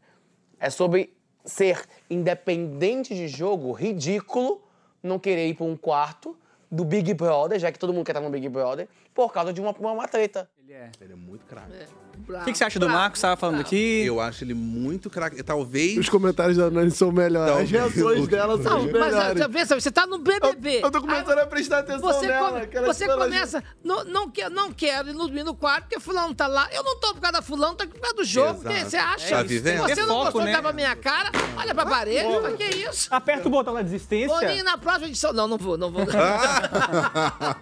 Speaker 20: É sobre ser independente de jogo, ridículo, não querer ir pra um quarto do Big Brother, já que todo mundo quer estar no Big Brother, por causa de uma, uma, uma treta. Ele é. Ele é muito craque.
Speaker 5: O que, que você acha do Marcos? Tava falando aqui.
Speaker 7: Eu acho ele muito craque. Talvez.
Speaker 6: Os comentários da Nani são melhores. As
Speaker 7: Talvez.
Speaker 6: reações dela são
Speaker 4: Não,
Speaker 6: as
Speaker 4: mas ah,
Speaker 6: melhores.
Speaker 4: tá- pensa, você tá no BBB. Eu, tô
Speaker 6: começando a prestar atenção
Speaker 4: você
Speaker 6: nela,
Speaker 4: come-
Speaker 6: aquelas
Speaker 4: você
Speaker 6: pelas-
Speaker 4: começa, não, não, quer, não quero ir no, ir no quarto porque fulano tá lá. Eu não tô por causa da fulano, tô por causa do jogo.
Speaker 7: Exato.
Speaker 4: que Você acha?
Speaker 7: Tá vivendo?
Speaker 4: Você
Speaker 7: É
Speaker 4: não
Speaker 7: foco,
Speaker 4: gostou
Speaker 7: né?
Speaker 4: da pra minha cara? Olha pra parede, mas que isso?
Speaker 5: Aperta o botão da desistência.
Speaker 4: Boninho, na próxima edição... Não, não vou, não vou.
Speaker 7: Ah.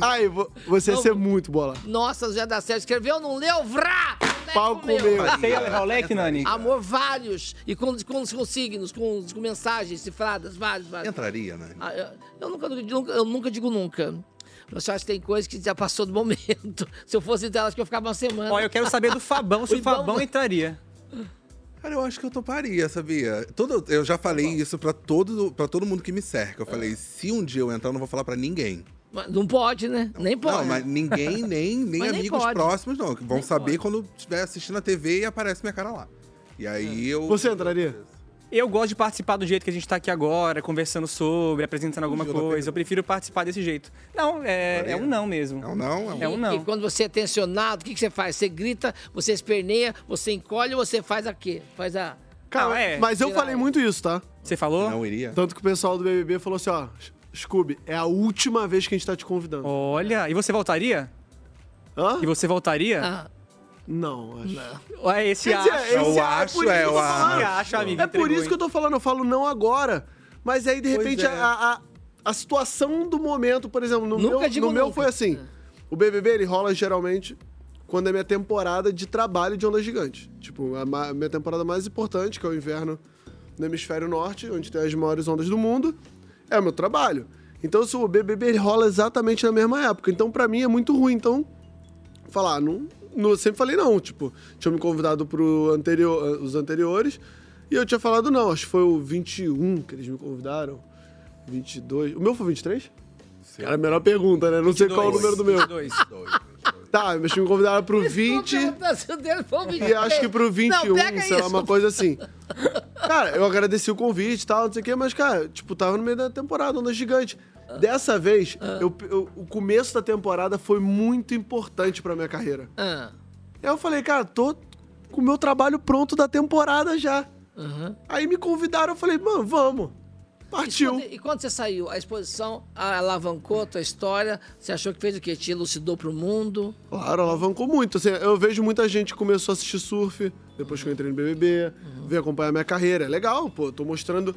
Speaker 6: Ai, vo- você ia ser muito bola.
Speaker 4: Nossa, Zé da Sérgio escreveu, não leu? Vrá!
Speaker 6: Pau comeu. Você ia levar o leque, Nani?
Speaker 4: Amor, vários. E com, com, com signos, com, com mensagens cifradas, vários, vários.
Speaker 7: Entraria, né?
Speaker 4: Ah, eu, eu nunca, nunca- nunca- eu nunca digo nunca. Eu só acho que tem coisa que já passou do momento. Se eu fosse dela, acho que eu ficava uma semana.
Speaker 5: Ó, eu quero saber do Fabão, se o
Speaker 4: né?
Speaker 5: Fabão entraria.
Speaker 7: Cara, eu acho que eu toparia, sabia? Todo, eu já falei
Speaker 5: Tá
Speaker 7: isso pra todo, pra todo mundo que me cerca. Eu falei, se um dia eu entrar, eu não vou falar pra ninguém.
Speaker 4: Mas Não pode, né? Nem pode.
Speaker 7: Não, mas ninguém, nem, nem
Speaker 4: Mas nem
Speaker 7: amigos
Speaker 4: pode.
Speaker 7: próximos, não. que Vão saber quando estiver assistindo a TV e aparece minha cara lá. E aí eu.
Speaker 6: Você entraria?
Speaker 5: Eu gosto de participar do jeito que a gente tá aqui agora, conversando sobre, apresentando alguma coisa. Eu prefiro participar desse jeito. Não, é, é um não mesmo. É um
Speaker 7: não?
Speaker 5: É um
Speaker 4: E
Speaker 5: não.
Speaker 4: quando você é tensionado, o que, que você faz? Você grita, você esperneia, você encolhe ou você faz a quê? Faz a.
Speaker 6: Cara,
Speaker 5: é.
Speaker 6: mas eu falei muito isso, tá?
Speaker 5: Você falou?
Speaker 7: Não iria.
Speaker 6: Tanto que o pessoal do BBB falou assim, ó... Scooby, é a última vez que a gente tá te convidando.
Speaker 5: Olha, e você voltaria?
Speaker 6: Hã?
Speaker 5: E você voltaria?
Speaker 4: Ah.
Speaker 6: Não, acho.
Speaker 5: Ué, esse
Speaker 6: Quer dizer,
Speaker 5: acho.
Speaker 6: esse acho, por isso que eu tô falando.
Speaker 5: Esse acho, amigo.
Speaker 6: É por isso que eu tô falando, eu falo não agora. Mas aí, de
Speaker 5: Pois
Speaker 6: repente,
Speaker 5: é.
Speaker 6: a, a, a situação do momento, por exemplo, no
Speaker 4: Nunca
Speaker 6: meu,
Speaker 4: digo
Speaker 6: no meu
Speaker 4: nunca.
Speaker 6: foi assim. O BBB, ele rola geralmente quando é minha temporada de trabalho de Onda Gigante. Tipo, a ma- minha temporada mais importante, que é o inverno no Hemisfério Norte, onde tem as maiores ondas do mundo, é o meu trabalho. Então, se o BBB ele rola exatamente na mesma época. Então, pra mim, é muito ruim. Então, falar, não, não- eu sempre falei não, tipo, tinham me convidado pro anterior, eh, os anteriores e eu tinha falado não, acho que foi o 21 que eles me convidaram, 22, o meu foi 23? Cara, a melhor pergunta, né? Não sei qual é o número do meu.
Speaker 4: Ah,
Speaker 6: Tá, eles me convidaram pro 20
Speaker 4: Se é o tá dele for o
Speaker 6: e acho que pro 21,
Speaker 4: pega
Speaker 6: sei lá,
Speaker 4: isso.
Speaker 6: uma coisa assim. Cara, eu agradeci o convite e tal, não sei o quê, mas, cara, tipo, tava no meio da temporada, onda gigante. Dessa vez, eu- eu- o começo da temporada foi muito importante pra minha carreira.
Speaker 4: Ah.
Speaker 6: Aí eu falei, cara, tô com o meu trabalho pronto da temporada já. Aí me convidaram, eu falei, mano, vamos.
Speaker 4: Partiu. E quando, e quando você saiu, a exposição alavancou a tua história? Você achou que fez o quê? Te elucidou pro mundo?
Speaker 6: Claro, alavancou muito. Assim, eu vejo muita gente que começou a assistir surf, depois que eu entrei no BBB,
Speaker 4: Uhum.
Speaker 6: veio acompanhar minha carreira. É legal, pô, eu tô mostrando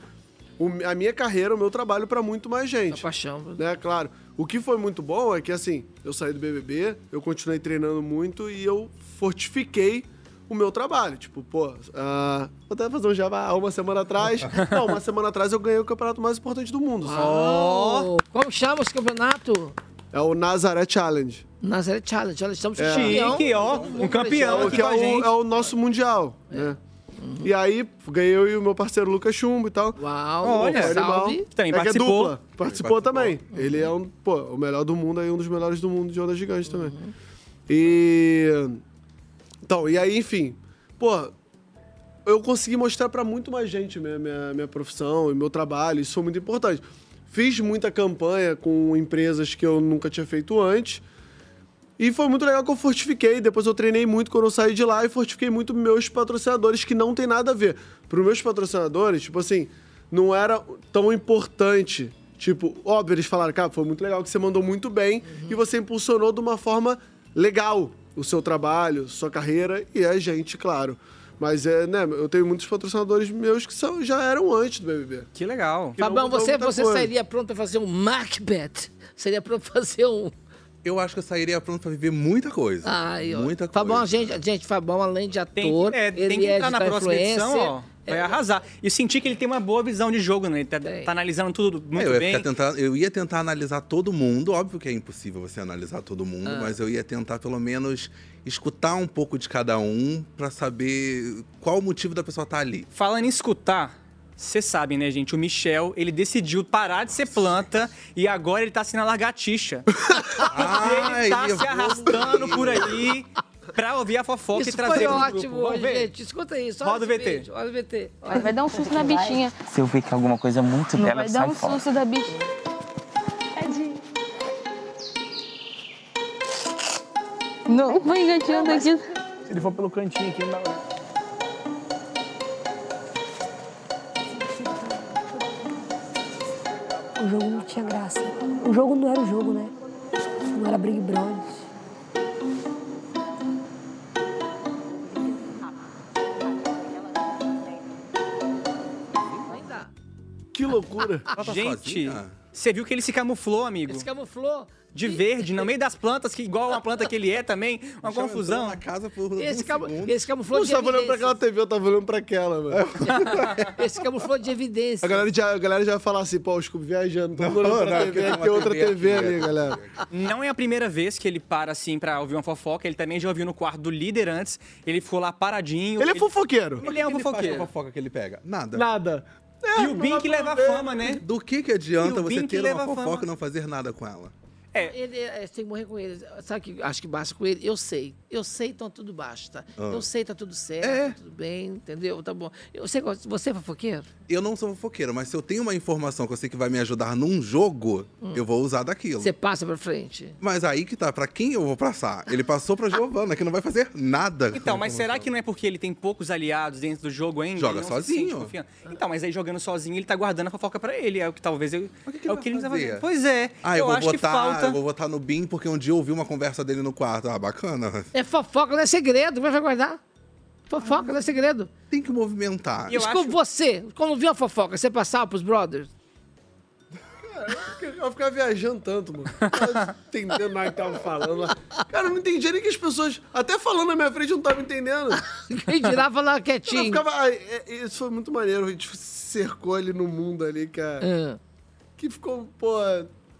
Speaker 6: o- a minha carreira, o meu trabalho pra muito mais gente.
Speaker 4: Tá
Speaker 6: A
Speaker 4: paixão.
Speaker 6: Né, claro. O que foi muito bom é que, assim, eu saí do BBB, eu continuei treinando muito e eu fortifiquei o meu trabalho. Tipo, pô, ah, vou até fazer um jabá há uma semana atrás. Não, uma semana atrás eu ganhei o campeonato mais importante do mundo.
Speaker 4: Uau! Como chama esse campeonato?
Speaker 6: É o Nazaré Challenge.
Speaker 4: Nazaré Challenge, olha, estamos com
Speaker 6: É.
Speaker 4: campeão.
Speaker 5: Um
Speaker 6: É o que é, o, é o nosso mundial,
Speaker 5: É.
Speaker 6: né? E aí, ganhei eu e o meu parceiro Lucas Chumbo e tal.
Speaker 4: Uau,
Speaker 5: olha, salve. Também
Speaker 6: é que é
Speaker 5: participou. Uhum.
Speaker 6: dupla. Participou, também. Ele é um, pô, o melhor do mundo aí, um dos melhores do mundo de onda gigante
Speaker 5: Uhum.
Speaker 6: também. E. Então, e aí, enfim. Pô, eu consegui mostrar pra muito mais gente minha, minha, minha profissão e meu trabalho. Isso foi muito importante. Fiz muita campanha com empresas que eu nunca tinha feito antes. E foi muito legal que eu fortifiquei. Depois eu treinei muito quando eu saí de lá e fortifiquei muito meus patrocinadores, que não tem nada a ver. Para os meus patrocinadores, tipo assim, não era tão importante. Tipo, óbvio, eles falaram, cara, foi muito legal que você mandou muito bem e você impulsionou de uma forma legal o seu trabalho, sua carreira e a gente, claro. Mas é, né, eu tenho muitos patrocinadores meus que são, já eram antes do BBB.
Speaker 5: Que legal.
Speaker 6: é
Speaker 4: Fabão, você, você sairia pronto a fazer um Macbeth? Seria pronto a fazer um.
Speaker 7: Eu acho que eu sairia pronto pra viver muita coisa.
Speaker 4: Ai, ó.
Speaker 7: muita coisa.
Speaker 4: Fabão, gente, gente, Fabão, além de ator,
Speaker 7: Tem- é, tem
Speaker 4: ele
Speaker 7: que
Speaker 4: é
Speaker 7: entrar na
Speaker 4: digital
Speaker 7: próxima edição,
Speaker 4: influencer.
Speaker 7: ó.
Speaker 5: Vai arrasar. E senti que ele tem uma boa visão de jogo, né? Ele tá, tá analisando tudo muito
Speaker 7: É, eu, ia
Speaker 5: bem.
Speaker 7: ficar tentando- eu ia tentar analisar todo mundo. Óbvio que é impossível você analisar todo mundo,
Speaker 5: Ah.
Speaker 7: mas eu ia tentar pelo menos escutar um pouco de cada um pra saber qual o motivo da pessoa estar tá ali.
Speaker 5: Falando em escutar, vocês sabem, né, gente? O Michel, ele decidiu parar de ser planta e agora ele tá sendo a lagartixa. ele tá
Speaker 7: eu
Speaker 5: se
Speaker 7: vou-
Speaker 5: arrastando por aí pra ouvir a fofoca e
Speaker 4: Isso
Speaker 5: trazer
Speaker 4: foi
Speaker 5: pro
Speaker 4: ótimo
Speaker 5: grupo. Vamos
Speaker 4: hoje,
Speaker 5: ver?
Speaker 4: gente. Escuta isso.
Speaker 5: Roda o
Speaker 4: olha esse
Speaker 5: VT.
Speaker 4: vídeo, Olha o VT. olha.
Speaker 3: Vai dar um susto na bichinha.
Speaker 23: Se eu ver que alguma coisa é muito
Speaker 3: Não
Speaker 23: dela,
Speaker 3: vai dar
Speaker 23: sai
Speaker 3: um
Speaker 23: fora.
Speaker 3: susto da bichinha. Tadinho. Não, vai engatinhando aqui.
Speaker 17: Se ele for pelo cantinho aqui, não dá.
Speaker 13: O jogo não tinha graça. O jogo não era o jogo, né? Não era Big Brother.
Speaker 6: Que loucura.
Speaker 7: tá
Speaker 5: Gente, você viu que ele se camuflou, amigo?
Speaker 4: Ele
Speaker 3: é
Speaker 4: se camuflou.
Speaker 5: De verde, no meio das plantas, que igual uma planta que ele é também. Uma confusão.
Speaker 7: Na casa por
Speaker 4: Esse, camu... esse camuflou
Speaker 6: um Não
Speaker 4: de
Speaker 6: estava olhando pra
Speaker 4: evidências.
Speaker 6: aquela TV, eu tava olhando pra aquela, mano.
Speaker 4: Esse camuflou de evidências.
Speaker 6: É. A galera, já, a galera já fala assim, pô, o Scooby viajando, tá olhando pra
Speaker 5: não,
Speaker 6: TV,
Speaker 5: tem
Speaker 6: aqui
Speaker 5: uma
Speaker 6: é outra
Speaker 5: TV
Speaker 6: TV,
Speaker 5: aqui,
Speaker 6: ali,
Speaker 5: é.
Speaker 6: galera.
Speaker 5: Não é a primeira vez que ele para assim pra ouvir uma fofoca. Ele também já ouviu no quarto do líder antes. Ele ficou lá paradinho.
Speaker 6: Ele é fofoqueiro.
Speaker 5: Ele é um
Speaker 7: Ele faz
Speaker 5: fofoqueiro.
Speaker 7: com a fofoca que ele pega. Nada.
Speaker 6: Nada.
Speaker 5: e o Bink leva fama, né?
Speaker 7: Do que, que
Speaker 5: E
Speaker 7: adianta
Speaker 5: o
Speaker 7: você
Speaker 5: Bink
Speaker 7: ter
Speaker 5: leva
Speaker 7: uma
Speaker 5: fama.
Speaker 7: fofoca e não fazer nada com ela?
Speaker 4: Ele, é, você tem que morrer com ele. Sabe que acho que basta com ele? Eu sei. Eu sei, então tudo basta.
Speaker 7: Ah. É.
Speaker 4: Eu sei, tá tudo certo, tudo bem, entendeu? Tá bom. Eu, você, gosta- você é fofoqueiro?
Speaker 7: Eu não sou fofoqueiro, mas se eu tenho uma informação que eu sei que vai me ajudar num jogo,
Speaker 4: Hum.
Speaker 7: eu vou usar daquilo.
Speaker 4: Você passa pra frente?
Speaker 7: Mas aí que tá, pra quem eu vou passar? Ele passou pra Giovana, que não vai fazer nada. com
Speaker 5: Então,
Speaker 7: a
Speaker 5: mas será que não é porque ele tem poucos aliados dentro do jogo ainda? Ele
Speaker 7: Joga
Speaker 5: não se
Speaker 7: sozinho.
Speaker 5: sente confiante? então, mas aí jogando sozinho, ele tá guardando a fofoca pra ele. É o que talvez... Eu, é o que ele não tá
Speaker 7: informação.
Speaker 5: fazendo. Pois é.
Speaker 7: Ah, eu, vou
Speaker 5: acho
Speaker 7: votar,
Speaker 5: que falta...
Speaker 7: eu vou votar no Bim porque um dia eu ouvi uma conversa dele no quarto. Ah, bacana.
Speaker 4: É fofoca, não é segredo. Como é que vai guardar? Fofoca não é segredo.
Speaker 7: Tem que movimentar.
Speaker 4: Mas como você, quando viu a fofoca, você passava pros brothers?
Speaker 6: Eu ficava viajando tanto, mano. Eu tava entendendo nada que tava falando lá. Cara, eu não entendia nem que as pessoas, até falando na minha frente, eu não tava entendendo.
Speaker 4: Quem dirá falar quietinho.
Speaker 6: Eu ficava, ah, é- é- isso foi muito maneiro. A gente se cercou ali no mundo ali, cara.
Speaker 4: Ah.
Speaker 6: Que ficou, pô.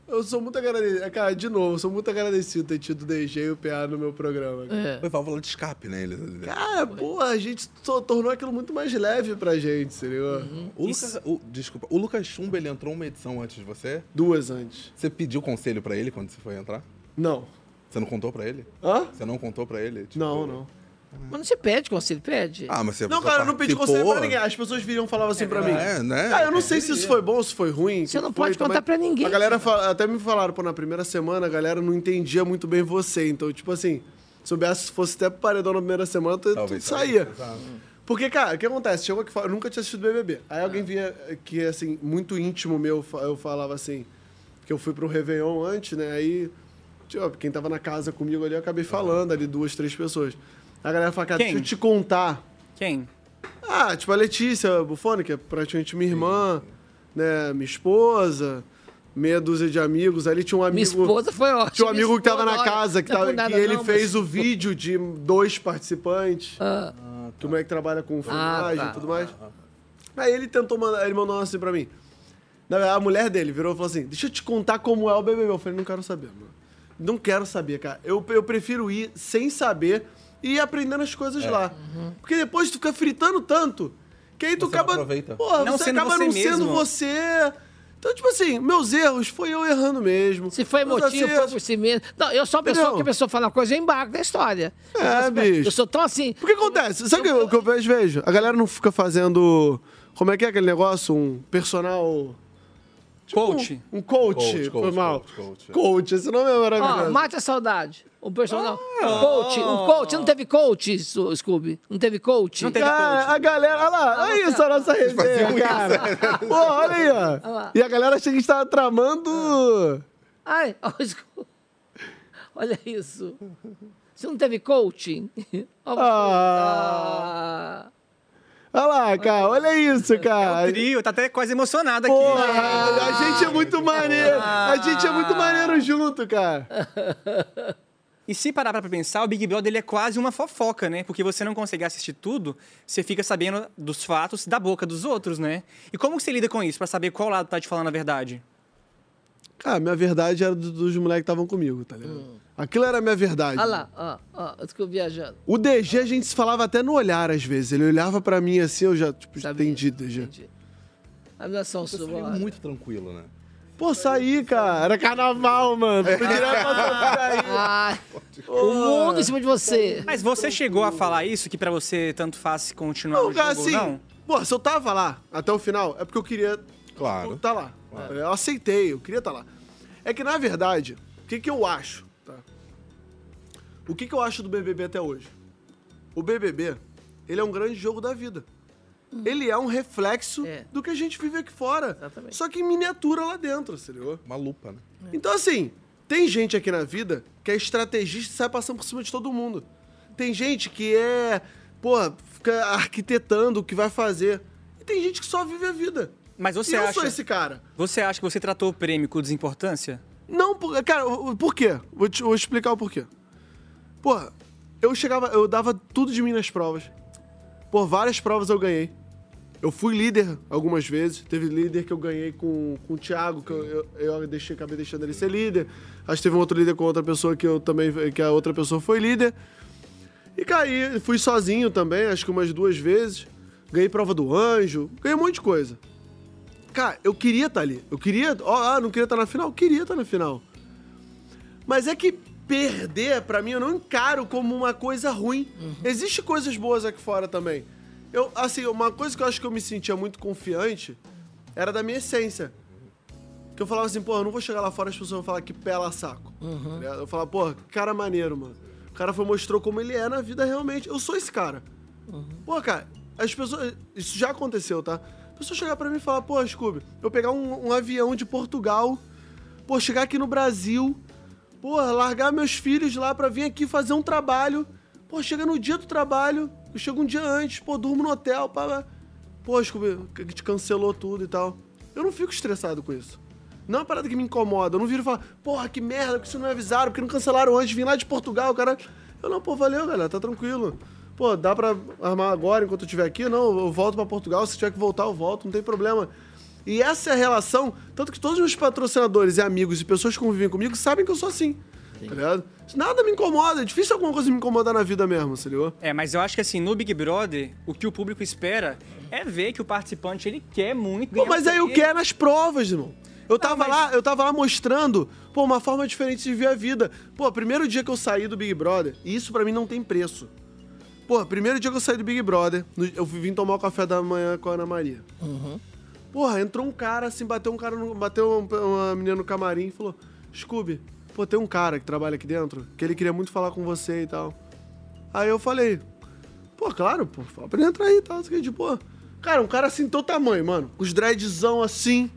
Speaker 6: Eu sou muito agradecido. Cara, de novo, eu sou muito agradecido ter tido o DG e o PA no meu programa.
Speaker 4: É.
Speaker 7: Foi válvula de escape, né? Ele...
Speaker 6: Cara, pô, a gente to- tornou aquilo muito mais leve pra gente, entendeu?
Speaker 7: O Lucas, o- desculpa, o Lucas Chumba, ele entrou uma edição antes de você?
Speaker 6: Duas antes.
Speaker 7: Você pediu conselho pra ele quando você foi entrar?
Speaker 6: Não.
Speaker 7: Você não contou pra ele?
Speaker 6: Hã?
Speaker 7: Você não contou pra ele? Tipo,
Speaker 6: não, não.
Speaker 4: Mas não se pede conselho, pede.
Speaker 7: Ah, mas você
Speaker 6: Não, cara, eu não pedi conselho pra ninguém. As pessoas viriam e falavam assim pra mim.
Speaker 7: É, né?
Speaker 6: Cara, eu não sei se isso foi bom ou se foi ruim. Você
Speaker 4: não pode contar pra ninguém.
Speaker 6: A
Speaker 4: né?
Speaker 6: galera fala- até me falaram, pô, na primeira semana a galera não entendia muito bem você. Então, tipo assim, se eu soubesse se fosse até pro paredão na primeira semana, tu, tu saía. Porque, cara, o que acontece? Chegou aqui, e fala- eu nunca tinha assistido BBB. Aí
Speaker 4: É.
Speaker 6: alguém via que, assim, muito íntimo meu, fa- eu falava assim, que eu fui pro Réveillon antes, né? Aí, tipo, quem tava na casa comigo ali, eu acabei falando ali, duas, três pessoas. A galera fala, cara,
Speaker 5: Quem?
Speaker 6: deixa eu te contar.
Speaker 5: Quem?
Speaker 6: Ah, tipo a Letícia Bufone, que é praticamente minha irmã, né? Minha esposa, meia dúzia de amigos. Ali tinha um amigo.
Speaker 4: esposa foi ótima,
Speaker 6: Tinha um amigo
Speaker 4: minha
Speaker 6: que tava
Speaker 4: esposa,
Speaker 6: na
Speaker 4: olha,
Speaker 6: casa, que,
Speaker 4: não é por
Speaker 6: tava,
Speaker 4: nada
Speaker 6: que ele
Speaker 4: não, mas-
Speaker 6: fez o vídeo de dois participantes. Ah, tá. é Que o moleque trabalha com filmagem
Speaker 4: Ah. tá.
Speaker 6: e tudo mais. Aí ele tentou mandar, ele mandou assim pra mim. Na verdade, A mulher dele virou e falou assim: Deixa eu te contar como é o BBB. Eu falei: Não quero saber, mano. Não quero saber, cara. Eu, eu prefiro ir sem saber e ir aprendendo as coisas
Speaker 5: É.
Speaker 6: lá. Porque depois tu fica fritando tanto que aí tu acaba. Porra,
Speaker 5: Uhum. Não
Speaker 6: você
Speaker 5: sendo
Speaker 6: acaba
Speaker 5: você
Speaker 6: não sendo
Speaker 5: mesmo.
Speaker 6: você. Então, tipo assim, meus erros foi eu errando mesmo.
Speaker 4: Se foi motivo, foi por si mesmo. Não, eu sou uma pessoa
Speaker 6: Entendeu?
Speaker 4: que a pessoa fala uma coisa, eu embarco na história. Eu falo
Speaker 6: É,
Speaker 4: assim,
Speaker 6: bicho.
Speaker 4: Eu sou tão assim.
Speaker 6: O que acontece? Sabe o que eu- o que eu vejo? vejo? A galera não fica fazendo. Como é que é aquele negócio? Um personal. tipo,
Speaker 5: Coach.
Speaker 6: Um, um coach,
Speaker 5: Coach,
Speaker 6: foi
Speaker 5: coach,
Speaker 6: mal. Coach, esse nome é maravilhoso. Ah.
Speaker 4: Ó, mate a saudade. Um personal. Um coach, um coach. Não teve coach, Su- Scooby? Não teve coach?
Speaker 6: Não teve Cara, coach. um a galera, olha lá, olha isso a nossa resenha, cara. Pô, olha aí, ó.
Speaker 4: Olha lá.
Speaker 6: E a galera acha que a gente tava tramando.
Speaker 4: Ai, ó, o Scooby. Olha isso. Ah. Você não teve coaching? Ó, o Scooby.
Speaker 6: Ah.
Speaker 4: Ah.
Speaker 6: Olha lá, cara, olha isso, cara.
Speaker 5: trio, tá até quase emocionado aqui.
Speaker 6: Porra, a gente é muito maneiro. A gente é muito maneiro junto, cara.
Speaker 5: E se parar pra pensar, o Big Brother ele é quase uma fofoca, né? Porque você não consegue assistir tudo, você fica sabendo dos fatos da boca dos outros, né? E como que você lida com isso, pra saber qual lado tá te falando a verdade?
Speaker 6: Cara, Ah, minha verdade era do- dos moleques que estavam comigo, tá ligado? Aquilo era a minha verdade.
Speaker 4: Olha Ah lá, ó, ó, eu fico viajando.
Speaker 6: O DG a gente se falava até no olhar às vezes. Ele olhava pra mim assim, eu já tipo, entendi, DG.
Speaker 4: A relação
Speaker 7: Você
Speaker 4: sua.
Speaker 7: saiu
Speaker 4: olha.
Speaker 7: muito tranquilo, né?
Speaker 6: Pô, saí, cara. Era carnaval, mano. Fui direto pra Sapucaí.
Speaker 4: Ah, o mundo em cima de você.
Speaker 5: Mas você chegou a falar isso, que pra você tanto faz continuar
Speaker 6: Não,
Speaker 5: no jogo
Speaker 6: cara,
Speaker 5: ou
Speaker 6: assim,
Speaker 5: não?
Speaker 6: Pô, se eu tava lá até o final, é porque eu queria.
Speaker 7: Claro.
Speaker 6: tipo, tá lá. Eu aceitei, eu queria estar tá lá. É que, na verdade, o que, que eu acho? tá? O que, que eu acho do BBB até hoje? O BBB, ele é um grande jogo da vida. Ele é um reflexo do que a gente vive aqui fora. Só que em miniatura lá dentro, você ligou?
Speaker 7: Uma lupa, né?
Speaker 6: Então, assim, tem gente aqui na vida que é estrategista e sai passando por cima de todo mundo. Tem gente que é, pô, fica arquitetando o que vai fazer. E tem gente que só vive a vida.
Speaker 5: Mas você
Speaker 6: e eu
Speaker 5: acha.
Speaker 6: sou esse cara.
Speaker 5: Você acha que você tratou o prêmio com desimportância?
Speaker 6: Não, por- cara, o- o- por quê? Vou, te, vou explicar o porquê. Porra, eu chegava, eu dava tudo de mim nas provas. Por várias provas eu ganhei. Eu fui líder algumas vezes. Teve líder que eu ganhei com, com o Thiago, que eu, eu, eu deixei, acabei deixando ele ser líder. Acho que teve um outro líder com outra pessoa que eu também. que a outra pessoa foi líder. E caí, fui sozinho também, acho que umas duas vezes. Ganhei prova do anjo, ganhei um monte de coisa. Cara, eu queria estar ali. Eu queria. Ó, ah, não queria estar na final? Queria estar na final. Mas é que perder, pra mim, eu não encaro como uma coisa ruim. Existem coisas boas aqui fora também. Eu, assim, uma coisa que eu acho que eu me sentia muito confiante era da minha essência. Que eu falava assim, pô, eu não vou chegar lá fora e as pessoas vão falar que pela saco. Tá ligado? Eu falava, pô, que cara maneiro, mano. O cara foi, mostrou como ele é na vida realmente. Eu sou esse cara.
Speaker 4: Uhum.
Speaker 6: Pô, cara, as pessoas. Isso já aconteceu, tá? A pessoa chegar pra mim e falar, pô, Scooby, eu pegar um, um avião de Portugal, pô, chegar aqui no Brasil, pô, largar meus filhos lá pra vir aqui fazer um trabalho. Pô, chega no dia do trabalho, eu chego um dia antes, pô, durmo no hotel, pá, pá. Pô, Scooby, que te cancelou tudo e tal. Eu não fico estressado com isso. Não é uma parada que me incomoda. Eu não viro e falo, porra, que merda, porque vocês não me avisaram, porque não cancelaram antes, vim lá de Portugal, cara. Eu não, pô, valeu, galera, tá tranquilo. Pô, dá pra armar agora enquanto eu estiver aqui? Não, eu volto pra Portugal, se tiver que voltar, eu volto, não tem problema. E essa é a relação, tanto que todos os meus patrocinadores e amigos e pessoas que convivem comigo sabem que eu sou assim. Tá ligado? Nada me incomoda, é difícil alguma coisa me incomodar na vida mesmo, se ligou?
Speaker 5: É, mas eu acho que assim, no Big Brother, o que o público espera é ver que o participante ele quer muito.
Speaker 6: Pô, mas aí eu quero né? nas provas, irmão. Eu tava, lá, eu tava lá mostrando, pô, uma forma diferente de ver a vida. Pô, primeiro dia que eu saí do Big Brother, e isso pra mim não tem preço. Pô, primeiro dia que eu saí do Big Brother, no- eu vim tomar o café da manhã com a Ana Maria. Porra, entrou um cara assim, bateu um cara no, bateu um- uma menina no camarim e falou: Scooby, pô, tem um cara que trabalha aqui dentro que ele queria muito falar com você e tal. Aí eu falei: Pô, claro, pô, fala pra ele entrar aí e tal, assim, de boa. Cara, um cara assim, teu tamanho, mano, com os dreadzão assim,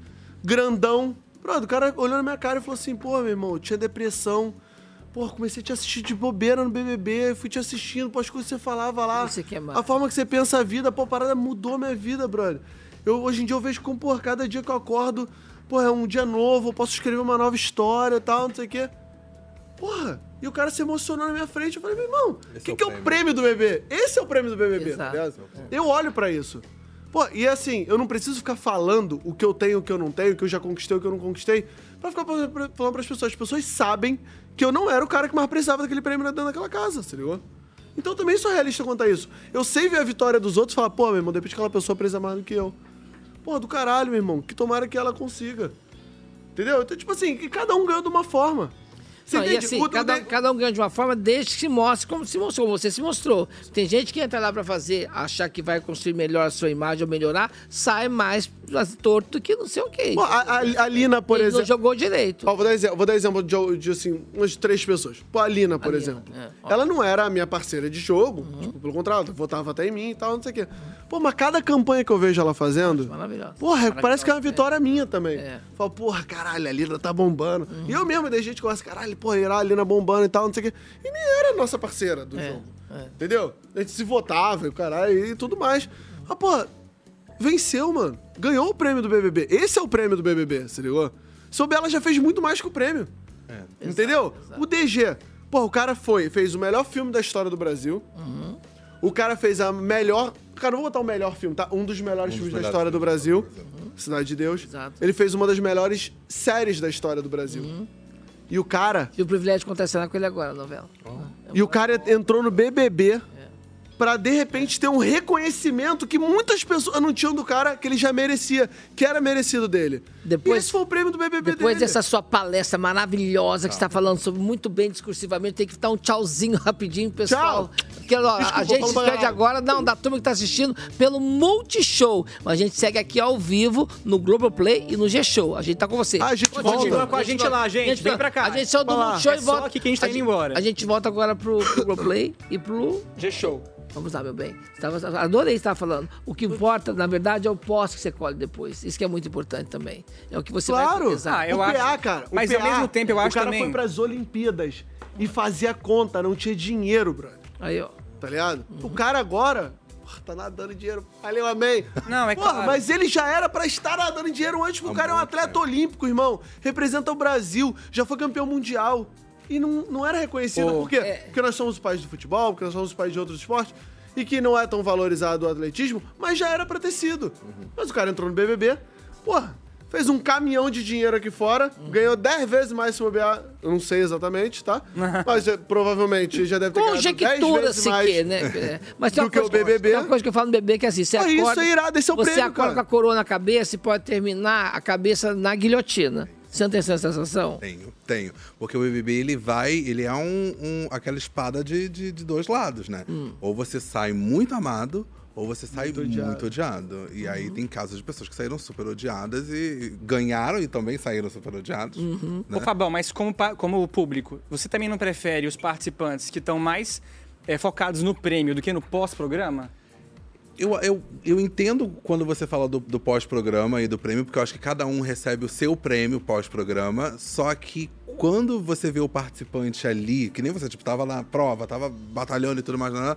Speaker 6: grandão. Pronto, o cara olhou na minha cara e falou assim: Pô, meu irmão, eu tinha depressão. Pô, comecei a te assistir de bobeira no BBB, fui te assistindo, pô, as coisas que você falava lá. a forma que você pensa a vida, pô, a parada mudou minha vida, brother. Eu, hoje em dia eu vejo como, pô, cada dia que eu acordo, pô, é um dia novo, eu posso escrever uma nova história e tal, não sei o quê. Porra, e o cara se emocionou na minha frente. Eu falei, meu irmão, o que, que é o prêmio do bebê? Esse é o prêmio do BBB, tá ligado? Eu olho pra isso. Pô, e assim, eu não preciso ficar falando o que eu tenho, o que eu não tenho, o que eu já conquistei, o que eu não conquistei, pra ficar pra- pra- falando pras pessoas. As pessoas sabem que eu não era o cara que mais precisava daquele prêmio dentro daquela casa, se ligou? Então eu também sou realista quanto a isso. Eu sei ver a vitória dos outros e falar, pô, meu irmão, depois aquela pessoa precisa mais do que eu. Pô, do caralho, meu irmão, que tomara que ela consiga. Entendeu? Então, tipo assim, que cada um ganha de uma forma. Você
Speaker 4: Não, e
Speaker 6: entende?
Speaker 4: assim,
Speaker 6: O- o
Speaker 4: cada,
Speaker 6: de-
Speaker 4: cada um ganha de uma forma desde que se mostre como se mostrou, como você se mostrou. Tem gente que entra lá pra fazer, achar que vai construir melhor a sua imagem ou melhorar, sai mais torto do que não sei o quê.
Speaker 6: Pô, a, a- a Lina, por
Speaker 4: Ele não
Speaker 6: exemplo.
Speaker 4: jogou direito.
Speaker 6: vou dar exemplo, vou dar exemplo de, de, assim, umas três pessoas. Pô, a Lina, por
Speaker 4: A Lina, Uhum.
Speaker 6: exemplo.
Speaker 4: é,
Speaker 6: ela não era a minha parceira de jogo, tipo, pelo contrário, ela votava até em mim e tal, não sei o quê. Pô, mas cada campanha que eu vejo ela fazendo.
Speaker 4: Maravilhosa.
Speaker 6: Porra, parece que é uma vitória minha também. Fala, porra, caralho, a Lina tá bombando. E eu mesmo, tem gente que gosta, caralho, porra, irá, a Lina bombando e tal, não sei o quê. E nem era a nossa parceira do jogo. Entendeu? A gente se votava e o caralho e tudo mais. Ah, pô, venceu, mano. Ganhou o prêmio do BBB. Esse é o prêmio do BBB, se ligou? Seu Bela já fez muito mais que o prêmio.
Speaker 4: É.
Speaker 6: Entendeu? O DG, pô, o cara foi, fez o melhor filme da história do Brasil. O cara fez a melhor. Cara, não vou botar o melhor filme, tá? Um dos melhores filmes da
Speaker 7: melhores
Speaker 6: história do Brasil. Cidade de Deus. Ele fez uma das melhores séries da história do Brasil.
Speaker 4: Uhum.
Speaker 6: E o cara.
Speaker 4: E o privilégio acontecendo com ele agora, a novela. É
Speaker 6: E o cara entrou no BBB pra, de repente, ter um reconhecimento que muitas pessoas não tinham do cara que ele já merecia, que era merecido dele. Depois, e esse foi o prêmio do BBB
Speaker 4: Depois
Speaker 6: dele.
Speaker 4: dessa sua palestra maravilhosa que você está falando sobre muito bem discursivamente, tem que dar um tchauzinho rapidinho, pessoal. Porque, ó, a
Speaker 6: Desculpa,
Speaker 4: gente
Speaker 6: fala
Speaker 4: se
Speaker 6: mais
Speaker 4: pede
Speaker 6: alto.
Speaker 4: agora, não, da turma que está assistindo, pelo Multishow. Mas a gente segue aqui ao vivo no Globoplay e no G-Show. A gente tá com você.
Speaker 5: A gente Continua volta. com a gente lá, gente. Vem pra cá.
Speaker 4: A gente saiu do
Speaker 5: Vai lá.
Speaker 4: Multishow
Speaker 5: É
Speaker 4: e
Speaker 5: só
Speaker 4: volta.
Speaker 5: aqui que a gente tá indo
Speaker 4: gen-
Speaker 5: embora.
Speaker 4: A gente volta agora pro, pro Globoplay e pro
Speaker 20: G-Show.
Speaker 4: Vamos lá, meu bem. Você tava- adorei estar falando. O que importa, na verdade, é o pós que você colhe depois. Isso que é muito importante também. É o que você vai
Speaker 6: Claro! Ah,
Speaker 4: economizar.
Speaker 6: o PA, cara. o PA, O cara foi pras Olimpíadas e fazia conta, não tinha dinheiro, brother.
Speaker 4: Aí, ó.
Speaker 6: Tá ligado? O cara agora. porra, Tá nadando em dinheiro. Valeu, amém. Não, é
Speaker 5: claro.
Speaker 6: Mas ele já era pra estar nadando em dinheiro antes, porque o cara é um atleta olímpico, irmão. Representa o Brasil, já foi campeão mundial. E não, não era reconhecido.
Speaker 5: Pô,
Speaker 6: por
Speaker 4: é.
Speaker 6: quê? Porque nós somos o país do futebol, porque nós somos o país de outros esportes, e que não é tão valorizado o atletismo, mas já era pra ter sido. Mas o cara entrou no BBB, porra, fez um caminhão de dinheiro aqui fora, ganhou 10 vezes mais se bobear, eu não sei exatamente, tá? mas é, provavelmente já deve ter ganhado 10 vezes
Speaker 4: Conjectura-se
Speaker 6: mais
Speaker 4: que, né? Mas tem
Speaker 6: do
Speaker 4: uma,
Speaker 6: que
Speaker 4: coisa
Speaker 6: o BBB.
Speaker 4: tem uma coisa que eu falo no BBB que é assim, você
Speaker 6: Pô,
Speaker 4: acorda...
Speaker 6: isso é irado, esse é o
Speaker 4: Você
Speaker 6: prêmio,
Speaker 4: acorda
Speaker 6: cara.
Speaker 4: com a coroa na cabeça e pode terminar a cabeça na guilhotina. Você não tem essa sensação?
Speaker 7: Tenho, tenho. Porque o BBB, ele vai, ele é um, um- aquela espada de, de, de dois lados, né?
Speaker 6: Hum.
Speaker 7: Ou você sai muito amado, ou você sai muito odiado. E
Speaker 6: Uhum.
Speaker 7: aí tem casos de pessoas que saíram super odiadas e ganharam e também saíram super odiados. né?
Speaker 6: Uhum.
Speaker 5: Ô, Fabão, mas como, pa- como o público, você também não prefere os participantes que estão mais eh, focados no prêmio do que no pós-programa?
Speaker 7: Eu, eu, eu entendo quando você fala do, do pós-programa e do prêmio, porque eu acho que cada um recebe o seu prêmio pós-programa, só que quando você vê o participante ali, que nem você, tipo, tava na prova, tava batalhando e tudo mais, né?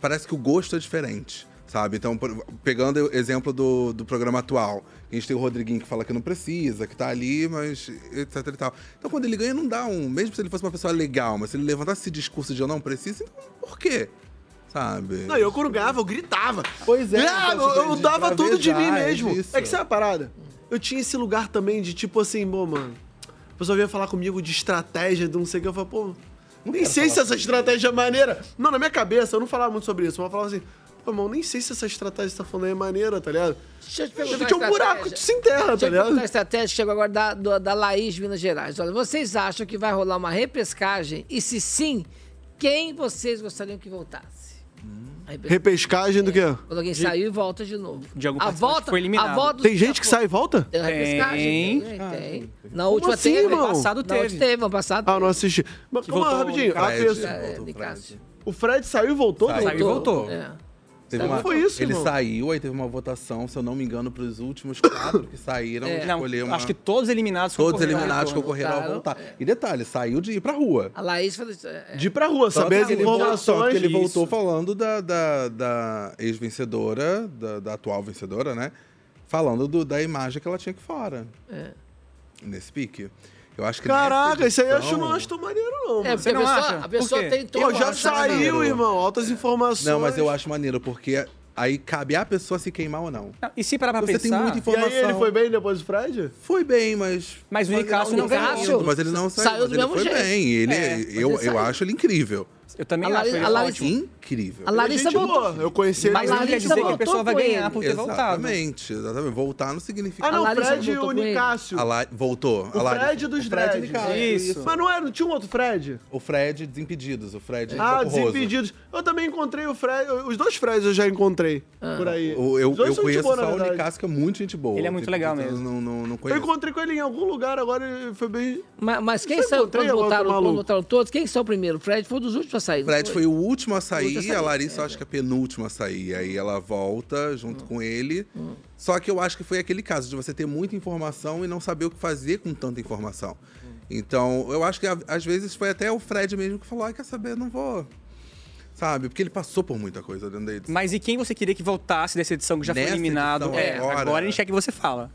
Speaker 7: parece que o gosto é diferente, sabe? Então, por- pegando o exemplo do, do programa atual, a gente tem o Rodriguinho que fala que não precisa, que tá ali, mas etc e tal. Então, quando ele ganha, não dá um. Mesmo se ele fosse uma pessoa legal, mas se ele levantasse esse discurso de eu não preciso, então por quê? Sabe?
Speaker 6: Não, eu quando ganhava, eu gritava.
Speaker 7: Pois é,
Speaker 6: Ah,
Speaker 7: então,
Speaker 6: eu,
Speaker 7: tipo,
Speaker 6: eu
Speaker 7: de
Speaker 6: dava tudo de mim
Speaker 7: bravejar, é
Speaker 6: mesmo.
Speaker 7: disso.
Speaker 6: É que sabe a parada? Eu tinha esse lugar também de tipo assim, pô, mano. A pessoa vinha falar comigo de estratégia, de não sei o que. Eu falava, pô, nem sei se essa estratégia é maneira. Não, na minha cabeça, eu não falava muito sobre isso, mas eu falava assim. Pô, irmão, nem sei se essa estratégia que você tá falando aí é maneira, tá ligado?
Speaker 4: Deixa eu te
Speaker 6: Tinha
Speaker 4: perguntar
Speaker 6: um
Speaker 4: uma
Speaker 6: buraco
Speaker 4: estratégia.
Speaker 6: que se enterra,
Speaker 4: Deixa
Speaker 6: tá
Speaker 4: eu te perguntar
Speaker 6: ligado?
Speaker 4: uma estratégia que chegou agora da, do- da Laís de Minas Gerais. Olha, vocês acham que vai rolar uma repescagem? E se sim, quem vocês gostariam que voltasse? A repescagem.
Speaker 6: Repescagem do quê?
Speaker 4: É, Quando alguém
Speaker 6: De-
Speaker 4: saiu e volta de novo.
Speaker 6: de algum
Speaker 4: a
Speaker 6: participante
Speaker 4: volta,
Speaker 6: que foi eliminado.
Speaker 4: A volta
Speaker 6: Tem gente que sai e volta?
Speaker 4: Tem repescagem, tem, tem. Na
Speaker 6: Como
Speaker 4: última
Speaker 6: assim,
Speaker 4: teve.
Speaker 6: irmão?
Speaker 4: ano passado
Speaker 6: Na
Speaker 4: teve.
Speaker 6: última
Speaker 4: teve, ano passado
Speaker 6: Ah, não assisti. Mas um
Speaker 4: Que
Speaker 6: calma
Speaker 4: voltou
Speaker 6: rapidinho,
Speaker 4: o
Speaker 6: rápido
Speaker 4: Fred,
Speaker 6: isso.
Speaker 4: é,
Speaker 6: Voltou o
Speaker 4: de
Speaker 6: Fred.
Speaker 4: Cássio.
Speaker 6: O Fred saiu e voltou?
Speaker 7: Saiu,
Speaker 6: não
Speaker 7: e voltou. Teve
Speaker 6: Como
Speaker 7: uma-
Speaker 6: foi isso,
Speaker 7: Ele
Speaker 6: irmão?
Speaker 7: saiu, aí teve uma votação, se eu não me engano, para os últimos quatro que saíram.
Speaker 5: É.
Speaker 7: escolher
Speaker 5: Não,
Speaker 7: uma-
Speaker 5: acho que todos eliminados
Speaker 7: Todos
Speaker 5: concorreram ao
Speaker 7: eliminados
Speaker 5: retorno.
Speaker 7: concorreram a
Speaker 5: Voltaram.
Speaker 7: voltar. E detalhe, saiu de ir pra rua.
Speaker 4: A Laís falou isso. é, é.
Speaker 6: De ir pra rua,
Speaker 7: Tanto
Speaker 6: saber as
Speaker 7: que ele voltou-
Speaker 6: informações.
Speaker 7: tanto que ele voltou
Speaker 6: Isso.
Speaker 7: falando da, da, da ex-vencedora, da, da atual vencedora, né? Falando do- da imagem que ela tinha aqui fora,
Speaker 4: É.
Speaker 7: nesse pique. Eu acho que
Speaker 6: Caraca,
Speaker 7: nessa
Speaker 6: isso aí eu acho,
Speaker 7: edição-
Speaker 6: não acho tão maneiro, não.
Speaker 4: É,
Speaker 6: mano.
Speaker 4: porque a pessoa- a pessoa né?
Speaker 6: Por quê?
Speaker 4: tem todo-
Speaker 6: Pô, já
Speaker 4: acho maneiro.
Speaker 6: saiu, irmão. Altas informações.
Speaker 7: Não, mas eu acho maneiro, porque aí cabe à pessoa se queimar ou não.
Speaker 5: E se parar pra
Speaker 7: Você tem
Speaker 5: pensar...
Speaker 7: muita informação.
Speaker 6: E aí, ele foi bem depois do Fred?
Speaker 7: Foi bem, mas...
Speaker 5: Mas o
Speaker 7: Mas
Speaker 5: Nicasso
Speaker 7: ele
Speaker 5: não
Speaker 7: não saiu,
Speaker 5: ganhou.
Speaker 7: mas ele não saiu, mas ele foi bem. Ele,
Speaker 4: É,
Speaker 7: é, eu, eu acho ele incrível.
Speaker 5: Eu também
Speaker 4: A Lari- acho ele a Lari- ótimo.
Speaker 7: Incrível. é
Speaker 4: A Larissa voltou.
Speaker 7: Mas
Speaker 4: Mas
Speaker 7: não quer dizer que a pessoa vai ganhar
Speaker 6: é
Speaker 7: por ter
Speaker 4: voltado.
Speaker 7: voltado. Exatamente, exatamente. Voltar não significa...
Speaker 6: Ah, não, o Fred e o Nicásio.
Speaker 7: A Lari- Voltou.
Speaker 6: O
Speaker 7: a Lari-
Speaker 6: Fred dos
Speaker 7: o Fred
Speaker 6: dreads.
Speaker 7: Nicásio,
Speaker 6: Mas não era, não tinha um outro Fred?
Speaker 7: O Fred Desimpedidos, o Fred
Speaker 6: Ah,
Speaker 7: Cocorroso.
Speaker 6: Desimpedidos. Eu também encontrei o Fred. Os dois Freds eu já encontrei por aí.
Speaker 7: O- Eu,
Speaker 6: Os dois
Speaker 7: eu
Speaker 6: são gente
Speaker 7: conheço
Speaker 6: boa, na
Speaker 7: só o
Speaker 6: verdade.
Speaker 7: Nicásio, que é muito gente boa.
Speaker 5: Ah. Ele é muito
Speaker 7: Tipo,
Speaker 5: legal
Speaker 7: eu
Speaker 5: mesmo.
Speaker 7: Não, não, não
Speaker 6: Eu
Speaker 7: conheço.
Speaker 6: encontrei com ele em algum lugar, agora ele foi bem...
Speaker 4: Mas, mas quem
Speaker 6: Eu
Speaker 4: saiu?
Speaker 6: encontrei
Speaker 4: Quando
Speaker 6: outro
Speaker 4: voltaram, quando
Speaker 6: maluco.
Speaker 4: voltaram todos, quem saiu primeiro? O Fred foi um dos últimos a sair.
Speaker 7: O
Speaker 4: não
Speaker 7: Fred foi o último a sair,
Speaker 4: Último a sair,
Speaker 7: a Larissa eu acho que é a penúltima a sair. Aí ela volta
Speaker 5: Hum.
Speaker 7: junto com ele. Só que eu acho que foi aquele caso de você ter muita informação e não saber o que fazer com tanta informação.
Speaker 5: Hum.
Speaker 7: Então, eu acho que a- às vezes foi até o Fred mesmo que falou: ai, quer saber, não vou. Sabe? Porque ele passou por muita coisa dentro da edição.
Speaker 5: Mas e quem você queria que voltasse dessa edição que já
Speaker 7: Nessa
Speaker 5: foi eliminado?
Speaker 7: edição
Speaker 5: é,
Speaker 7: agora.
Speaker 5: agora, a gente quer que você fala.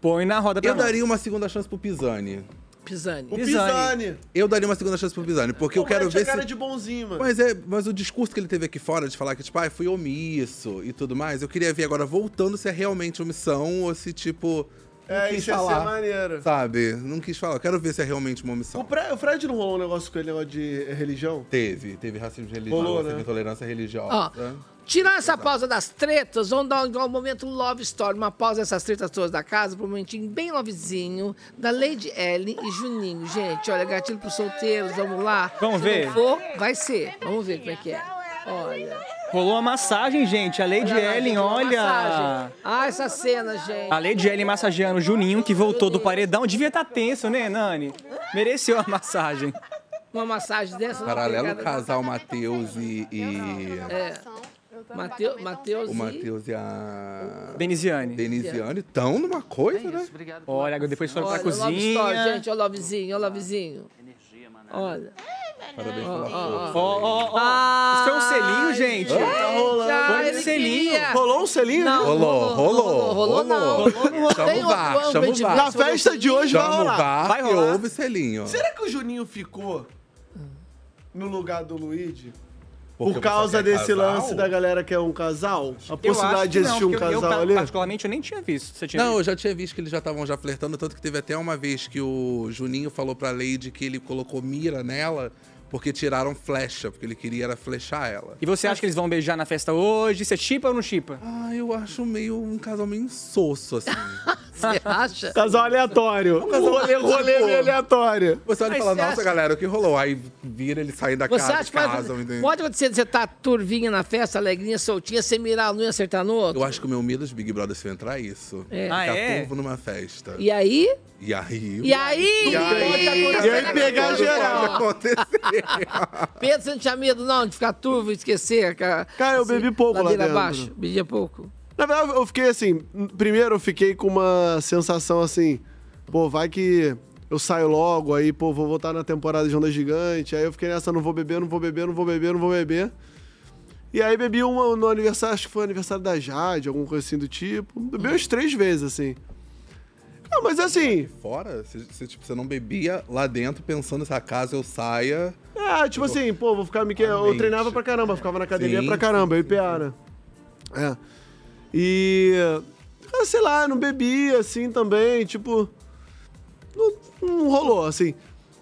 Speaker 5: Põe na roda pra
Speaker 7: Eu
Speaker 5: nós.
Speaker 7: daria uma segunda chance pro Pisani.
Speaker 4: Pisani.
Speaker 6: O Pisani.
Speaker 7: Eu daria uma segunda chance pro Pisani, porque eu quero
Speaker 6: Pô, tinha
Speaker 7: ver
Speaker 6: cara
Speaker 7: se...
Speaker 6: de bonzinho, mano.
Speaker 7: Mas é, mas o discurso que ele teve aqui fora de falar que, tipo, ah, fui omisso e tudo mais, eu queria ver agora voltando se é realmente omissão ou se, tipo. não
Speaker 6: É,
Speaker 7: quis
Speaker 6: isso ia ser maneiro.
Speaker 7: Sabe? Não quis falar. Eu quero ver se é realmente uma omissão.
Speaker 6: O, Fre- o Fred não rolou um negócio com ele, negócio de religião?
Speaker 7: Teve, teve racismo religioso,
Speaker 6: Rolou,
Speaker 7: teve
Speaker 6: né?
Speaker 7: intolerância religiosa.
Speaker 4: Ó, Tirar essa pausa das tretas, vamos dar um, um momento love story, uma pausa dessas tretas todas da casa, pra um momentinho bem lovezinho, da Lady Ellen e Juninho. Gente, olha, gatilho pros solteiros, vamos lá.
Speaker 5: Vamos
Speaker 4: Se
Speaker 5: ver.
Speaker 4: não for, vai ser. Vamos ver como é que é. Olha.
Speaker 5: Rolou a massagem, gente. A Lady
Speaker 4: Olha lá,
Speaker 5: Ellen,
Speaker 4: gente, uma
Speaker 5: olha.
Speaker 4: massagem. Ah, essa cena, gente.
Speaker 5: A Lady Ellen massageando o Juninho, que voltou do paredão. Devia estar tenso, né, Nani? Mereceu a massagem.
Speaker 4: Uma massagem dessa. não
Speaker 7: Paralelo
Speaker 4: tem cara-
Speaker 7: casal Matheus e. e-
Speaker 4: É. Mateu- Mateus
Speaker 7: O
Speaker 4: e-
Speaker 7: Matheus e a.
Speaker 5: Deniziane.
Speaker 7: Deniziane estão numa coisa, né?
Speaker 5: Olha, depois
Speaker 7: tá
Speaker 5: foram pra
Speaker 4: Olha, love story,
Speaker 5: cozinha.
Speaker 4: gente. Olha o lovezinho, olha o lovezinho. Olha.
Speaker 7: Parabéns
Speaker 4: pela
Speaker 5: Ó, ó, ó. Isso foi um selinho, gente?
Speaker 4: Tá rolando.
Speaker 5: Foi
Speaker 4: Ele
Speaker 5: um selinho.
Speaker 4: queria. Rolou um selinho? Não,
Speaker 7: Rolou, rolou, rolou.
Speaker 4: rolou, não.
Speaker 7: Chama
Speaker 4: Tem
Speaker 7: o VAR,
Speaker 4: outro
Speaker 7: chama o
Speaker 4: ângulo de
Speaker 7: VAR.
Speaker 4: ver se rolou selinho?
Speaker 7: Chama o VAR e houve selinho.
Speaker 6: Será que o Juninho ficou no lugar do Luigi?
Speaker 7: Porque
Speaker 6: Por causa
Speaker 7: você quer
Speaker 6: desse
Speaker 7: é casal?
Speaker 6: lance da galera que é um casal? A
Speaker 5: Eu acho
Speaker 6: possibilidade
Speaker 5: que
Speaker 6: de existir
Speaker 5: não,
Speaker 6: um
Speaker 5: porque eu-
Speaker 6: casal
Speaker 5: eu,
Speaker 6: ali?
Speaker 5: Particularmente, eu nem tinha visto. Você tinha
Speaker 7: não, eu
Speaker 5: visto?
Speaker 7: já tinha visto que eles já estavam já flertando, tanto que teve até uma vez que o Juninho falou pra Lady que ele colocou mira nela porque tiraram flecha, porque ele queria era flechar ela.
Speaker 5: E você acha que eles vão beijar na festa hoje? Você chipa ou não chipa?
Speaker 7: Ah, eu acho meio um casal meio insosso, assim. Um
Speaker 4: Você acha?
Speaker 6: Casal aleatório. Um Rolê, rolê meio aleatório.
Speaker 7: tipo- Você olha e
Speaker 4: Mas
Speaker 7: fala,
Speaker 4: você
Speaker 7: nossa,
Speaker 4: acha-
Speaker 7: galera, o que rolou? Aí vira ele sair da
Speaker 4: Você
Speaker 7: casa,
Speaker 4: acha que pode-
Speaker 7: casam,
Speaker 4: pode,
Speaker 7: entendeu?
Speaker 4: acontecer de você estar turvinha na festa, alegrinha, soltinha, você mirar a lua e acertar no outro?
Speaker 7: Eu acho que o meu medo de Big Brother se eu entrar é isso.
Speaker 4: É. Ah,
Speaker 7: Ficar
Speaker 4: é?
Speaker 7: povo numa festa.
Speaker 4: E aí?
Speaker 7: E aí?
Speaker 4: E aí?
Speaker 7: E aí?
Speaker 4: Pode acontecer.
Speaker 7: E aí pegar geral.
Speaker 4: Pedro, você não tinha medo, não, de ficar turvo e esquecer? Cara,
Speaker 6: eu bebi pouco lá
Speaker 4: ladeira
Speaker 6: dentro.
Speaker 4: abaixo, bebi pouco.
Speaker 6: Na verdade, eu fiquei assim. Primeiro, eu fiquei com uma sensação assim. Pô, vai que eu saio logo, aí, pô, vou voltar na temporada de Onda Gigante. Aí eu fiquei nessa: não vou beber, não vou beber, não vou beber, não vou beber. E aí bebi uma no aniversário, acho que foi aniversário da Jade, alguma coisa assim do tipo. Bebi umas três vezes, assim. Ah, mas assim.
Speaker 7: Fora, você, você, tipo, você não bebia lá dentro pensando se acaso eu saia.
Speaker 6: É, tipo assim, pô, vou ficar me que Eu
Speaker 7: Realmente.
Speaker 6: treinava pra caramba, ficava na academia
Speaker 7: Sim,
Speaker 6: pra caramba, IPA, né? É. E. ah, Sei lá, não bebia assim também, tipo. Não, não rolou, assim.